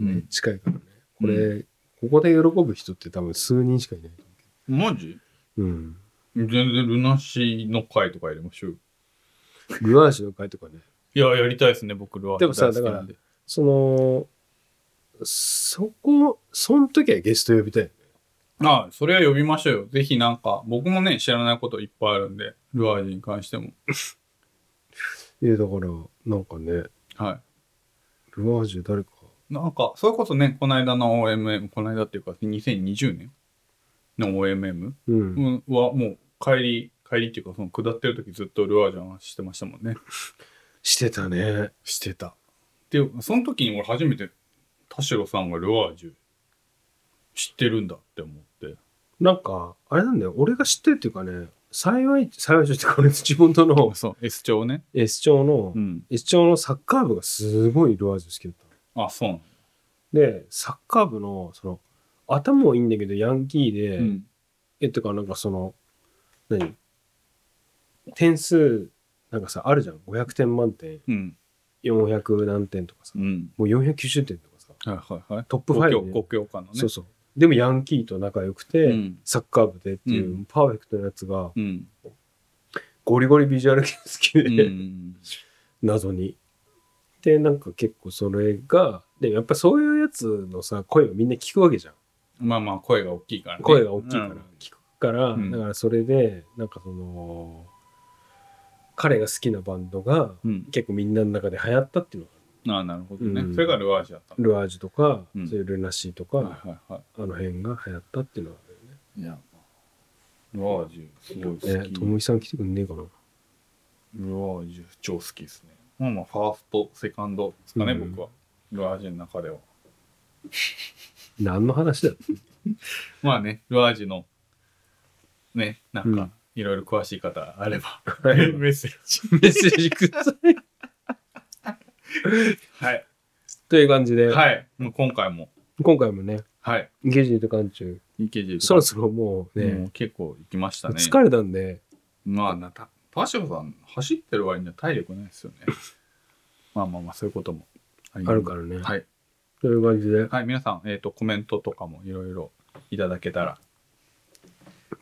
[SPEAKER 3] うん
[SPEAKER 2] 近いからね。これ、ここで喜ぶ人って多分数人しかいない。
[SPEAKER 3] マジ
[SPEAKER 2] うん。
[SPEAKER 3] 全然ルナシーの回とかやりましょうよ。
[SPEAKER 2] ルアーシュの会とかね。
[SPEAKER 3] いや、やりたいですね、僕ルアージュ
[SPEAKER 2] でもさ
[SPEAKER 3] 大好きなんで
[SPEAKER 2] その、そこ、その時はゲスト呼びたいよね。
[SPEAKER 3] ああ、それは呼びましょうよ。ぜひなんか、僕もね、知らないこといっぱいあるんで、ルアージュに関しても。
[SPEAKER 2] いや、だから、なんかね、
[SPEAKER 3] は
[SPEAKER 2] ルアージュ誰か。
[SPEAKER 3] い。なんか、それこそね、この間の OMM、この間っていうか、2020年の OMM
[SPEAKER 2] うん。
[SPEAKER 3] うんは、もう帰り、帰りっていうか、その下ってる時ずっとルアージュの話してましたもんね。
[SPEAKER 2] してたね。
[SPEAKER 3] してた。で、その時に俺初めて、田代さんがルアージュ知ってるんだって思って。
[SPEAKER 2] なんか、あれなんだよ。俺が知ってるっていうかね、幸い、幸いとしてこれ自分との
[SPEAKER 3] そう、S 調ね。
[SPEAKER 2] S 町の、
[SPEAKER 3] うん。
[SPEAKER 2] S 町のサッカー部がすごいルアージュ好きだったの。
[SPEAKER 3] あ、そうなんだ
[SPEAKER 2] で、サッカー部の、その、頭もいいんだけど、ヤンキーで、
[SPEAKER 3] うん。
[SPEAKER 2] え、ってか、なんかその、何点数、なんかさ、あるじゃん。500点満点、
[SPEAKER 3] うん。
[SPEAKER 2] 400何点とかさ、
[SPEAKER 3] うん。
[SPEAKER 2] もう490点とかさ、
[SPEAKER 3] はいはいはい。
[SPEAKER 2] トップ
[SPEAKER 3] ご
[SPEAKER 2] 5
[SPEAKER 3] 教
[SPEAKER 2] で、
[SPEAKER 3] ご教科のね。
[SPEAKER 2] そうそう。でもヤンキーと仲良くて、
[SPEAKER 3] うん。
[SPEAKER 2] サッカー部でっていううパーフェクトなやつが、
[SPEAKER 3] うん。
[SPEAKER 2] ゴリゴリビジュアル系好きで、
[SPEAKER 3] うん。
[SPEAKER 2] 謎に。で、なんか結構それが、で、やっぱそういうやつのさ、声をみんな聞くわけじゃん。
[SPEAKER 3] まあまあ、声が大きいからね。
[SPEAKER 2] 声が大きいから、
[SPEAKER 3] うん
[SPEAKER 2] 聞くから、
[SPEAKER 3] うん
[SPEAKER 2] だからそれで、なんかその、彼が好きなバンドが
[SPEAKER 3] うん。
[SPEAKER 2] 結構みんなの中で流行ったっていうのが、
[SPEAKER 3] ああ、なるほどね。
[SPEAKER 2] うん
[SPEAKER 3] それがルアージュだったの
[SPEAKER 2] ルアージュとか、
[SPEAKER 3] うん
[SPEAKER 2] そういうルナシーとか、
[SPEAKER 3] はいはいは
[SPEAKER 2] あの辺が流行ったっていうのが
[SPEAKER 3] い。いや、ルアージュ、す
[SPEAKER 2] あ
[SPEAKER 3] ご
[SPEAKER 2] るよ
[SPEAKER 3] い好
[SPEAKER 2] ね。
[SPEAKER 3] き。
[SPEAKER 2] ともいさん来てくんねえかな。
[SPEAKER 3] ルアージュ、超好きですね。まあまあ、ファースト、セカンドですかね、
[SPEAKER 2] うん
[SPEAKER 3] 僕は。ルアージュの中では。
[SPEAKER 2] 何の話 だよ
[SPEAKER 3] まあね、ルアージュの、ね、なん
[SPEAKER 2] う
[SPEAKER 3] か
[SPEAKER 2] ん、
[SPEAKER 3] いろいろ詳しい方あれば、
[SPEAKER 2] はい
[SPEAKER 3] メッセージ。
[SPEAKER 5] メッセージください。
[SPEAKER 3] はい。
[SPEAKER 2] という感じで、
[SPEAKER 3] はい。もう今回も、
[SPEAKER 2] 今回もね、
[SPEAKER 3] はい。
[SPEAKER 2] ゲジーと館中、
[SPEAKER 3] 池地
[SPEAKER 2] そろそろもうね、
[SPEAKER 3] もう結構行きましたね。
[SPEAKER 2] 疲れたんで、
[SPEAKER 3] まあなた、パショさん、走ってる割には体力ない ですよね。まあまあまあ、そういうこともあり
[SPEAKER 2] あるからね。
[SPEAKER 3] はい。
[SPEAKER 2] という感じで、
[SPEAKER 3] はい、皆さん、えっ、と、コメントとかもいろいろいただけたら。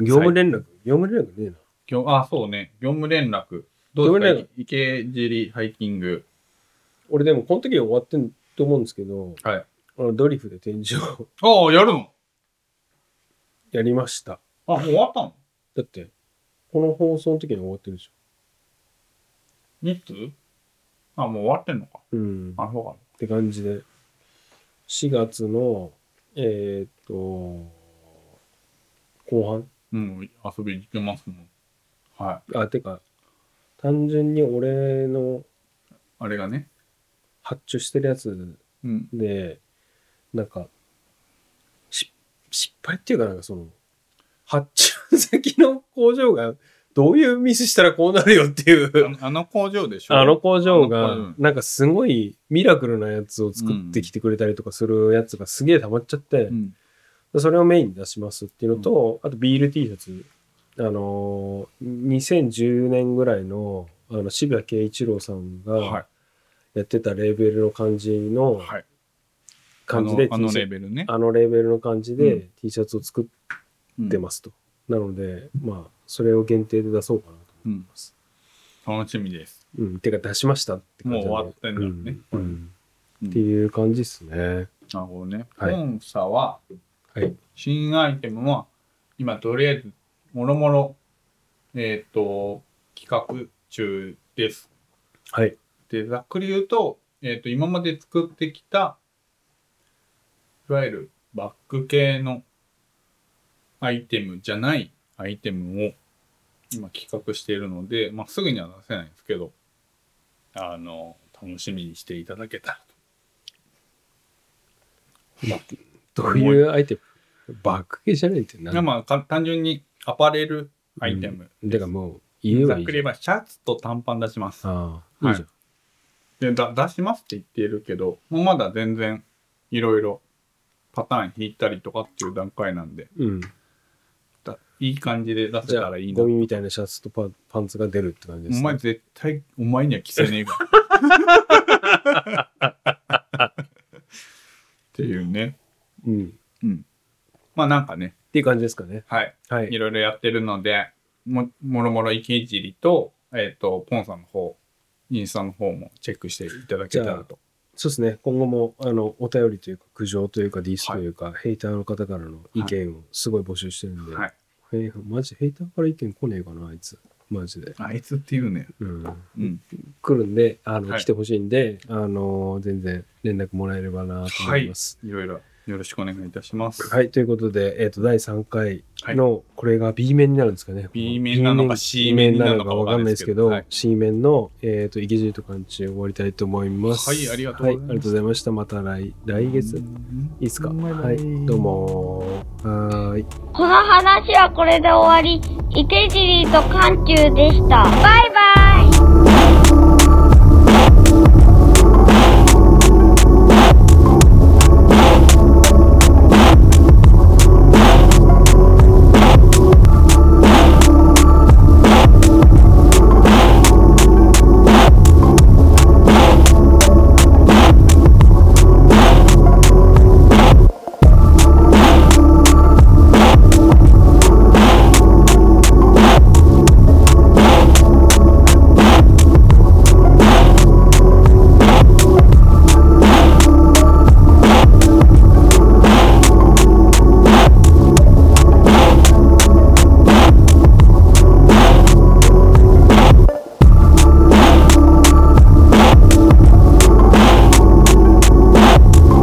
[SPEAKER 2] 業務連絡、業務連絡ねえな。
[SPEAKER 3] 業あ、そうね、業務連絡。ど
[SPEAKER 2] 業
[SPEAKER 3] う
[SPEAKER 2] 務
[SPEAKER 3] です
[SPEAKER 2] 連
[SPEAKER 3] か池尻ハイキング。
[SPEAKER 2] 俺でもこの時は終わってんと思うんですけど、
[SPEAKER 3] はい。
[SPEAKER 2] あのドリフで展示を
[SPEAKER 3] ああ、やるの
[SPEAKER 2] やりました。
[SPEAKER 3] あ、もう終わったの
[SPEAKER 2] だって、この放送の時には終わってるでしょ。
[SPEAKER 3] いつあ、もう終わってんのか。
[SPEAKER 2] うん。っ
[SPEAKER 3] あ、そうか。
[SPEAKER 2] て感じで、4月の、えーっと、後半
[SPEAKER 3] うん、遊びに行けますもん。はい。
[SPEAKER 2] あ、てか、単純に俺の
[SPEAKER 3] あれがね。
[SPEAKER 2] 発注してるやつ
[SPEAKER 3] うん。
[SPEAKER 2] で、なんか、し失敗っていうか、なんかその、発注先の工場がどういうミスしたらこうなるよっていう、
[SPEAKER 3] ああの工場でしょ
[SPEAKER 2] あの工場
[SPEAKER 3] あの工
[SPEAKER 2] が
[SPEAKER 3] 場、
[SPEAKER 2] なんかすごいミラクルなやつを作ってきてくれたりとかするやつがすげえ溜まっちゃって
[SPEAKER 3] う、ん。
[SPEAKER 2] それをメインに出しますっていうのと、あとビール T シャツ、あのー、2010年ぐらいの、あの渋谷慶一郎さん
[SPEAKER 3] は
[SPEAKER 2] が
[SPEAKER 3] い。
[SPEAKER 2] やってたレーベルの感じの
[SPEAKER 3] はい。あ
[SPEAKER 2] 感じ
[SPEAKER 3] の
[SPEAKER 2] で
[SPEAKER 3] あ
[SPEAKER 2] T
[SPEAKER 3] の
[SPEAKER 2] シャツ
[SPEAKER 3] レベルね。
[SPEAKER 2] あのレーベルの感じ
[SPEAKER 3] う
[SPEAKER 2] で T シャツを作っ
[SPEAKER 3] うん
[SPEAKER 2] てますと。なので、まあ、それを限定で出そうかなと
[SPEAKER 3] う
[SPEAKER 2] 思いま
[SPEAKER 3] ん。
[SPEAKER 2] す。
[SPEAKER 3] 楽しみです。
[SPEAKER 2] うん。てか、出しましたって感じだね
[SPEAKER 3] もう終わってんだろうね
[SPEAKER 2] うんうん
[SPEAKER 3] うん
[SPEAKER 2] っていう感じですね。
[SPEAKER 3] なるほどね。
[SPEAKER 2] はい
[SPEAKER 3] 本社は、
[SPEAKER 2] はい。
[SPEAKER 3] 新アイテムは、今とりあえず、もろもろ、えっ、と、企画中です。
[SPEAKER 2] はい。
[SPEAKER 3] で、ざっくり言うと、えっ、と、今まで作ってきた、いわゆるバック系のアイテムじゃないアイテムを今企画しているので、まあ、すぐには出せないんですけど、あの、楽しみにしていただけたら
[SPEAKER 2] どういうアイテムバック系じゃないって
[SPEAKER 3] いや
[SPEAKER 2] 何
[SPEAKER 3] まあか単純にアパレルアイテム、
[SPEAKER 2] てかもう、言え
[SPEAKER 3] ざ
[SPEAKER 2] ば
[SPEAKER 3] っ
[SPEAKER 2] いい
[SPEAKER 3] くり
[SPEAKER 2] じゃ
[SPEAKER 3] 言え
[SPEAKER 2] ん。
[SPEAKER 3] ばシャツと短パン出します
[SPEAKER 2] ああ、いいじゃん。
[SPEAKER 3] でだ出しますって言ってるけどもうまだ全然いろいろパターン引いたりとかっていう段階なんで
[SPEAKER 2] うん。
[SPEAKER 3] だいい感じで出せ
[SPEAKER 2] じ
[SPEAKER 3] た
[SPEAKER 2] ゃあ、
[SPEAKER 3] らいいな
[SPEAKER 2] ゴミみたいなシャツとパパンツが出るって感じで
[SPEAKER 3] お
[SPEAKER 2] す、
[SPEAKER 3] 前
[SPEAKER 2] ね。
[SPEAKER 3] 絶対お前には着せねえからっていうね
[SPEAKER 2] うん。っ
[SPEAKER 3] まあなんかね
[SPEAKER 2] ていう感じですかね。
[SPEAKER 3] はい
[SPEAKER 2] はいい。
[SPEAKER 3] ろいろやってるので、ももろもろ池尻と、えっ、と、ポンさんの方、インスタの方もチェックしていただけたらと。
[SPEAKER 2] そうですね。今後も、あの、お便りというか、苦情というか、ディスというか、ヘイターの方からの意見をすごい募集してるんで、
[SPEAKER 3] はい。
[SPEAKER 2] へいマジヘイターから意見来ねえかな、あいつ。マジで。
[SPEAKER 3] あいつっていうね。
[SPEAKER 2] うん。
[SPEAKER 3] うん。
[SPEAKER 2] 来るんで、あの、
[SPEAKER 3] はい
[SPEAKER 2] 来てほしいんで、あの、全然連絡もらえればなと思います。
[SPEAKER 3] いろいろよろしくお願いいたします。
[SPEAKER 2] はい、ということで、えっ、と、第3回の、これが B 面になるんですかね。
[SPEAKER 3] B 面なのか C 面なのか
[SPEAKER 2] わ
[SPEAKER 3] わ
[SPEAKER 2] か
[SPEAKER 3] か
[SPEAKER 2] ん
[SPEAKER 3] ん
[SPEAKER 2] な
[SPEAKER 3] な
[SPEAKER 2] で
[SPEAKER 3] いいですす
[SPEAKER 2] け
[SPEAKER 3] け
[SPEAKER 2] ど、
[SPEAKER 3] ど
[SPEAKER 2] C 面の、えっ、と、イケジと関中終わりたいと思います。
[SPEAKER 3] はいありがとうございま
[SPEAKER 2] は
[SPEAKER 3] す
[SPEAKER 2] ありがとうございました。また来、来月、いいっすか。
[SPEAKER 3] バイバ
[SPEAKER 2] は
[SPEAKER 3] イ
[SPEAKER 2] い、どうもはーい。
[SPEAKER 1] この話はこれで終わり、池尻と緩急でした。バイバイ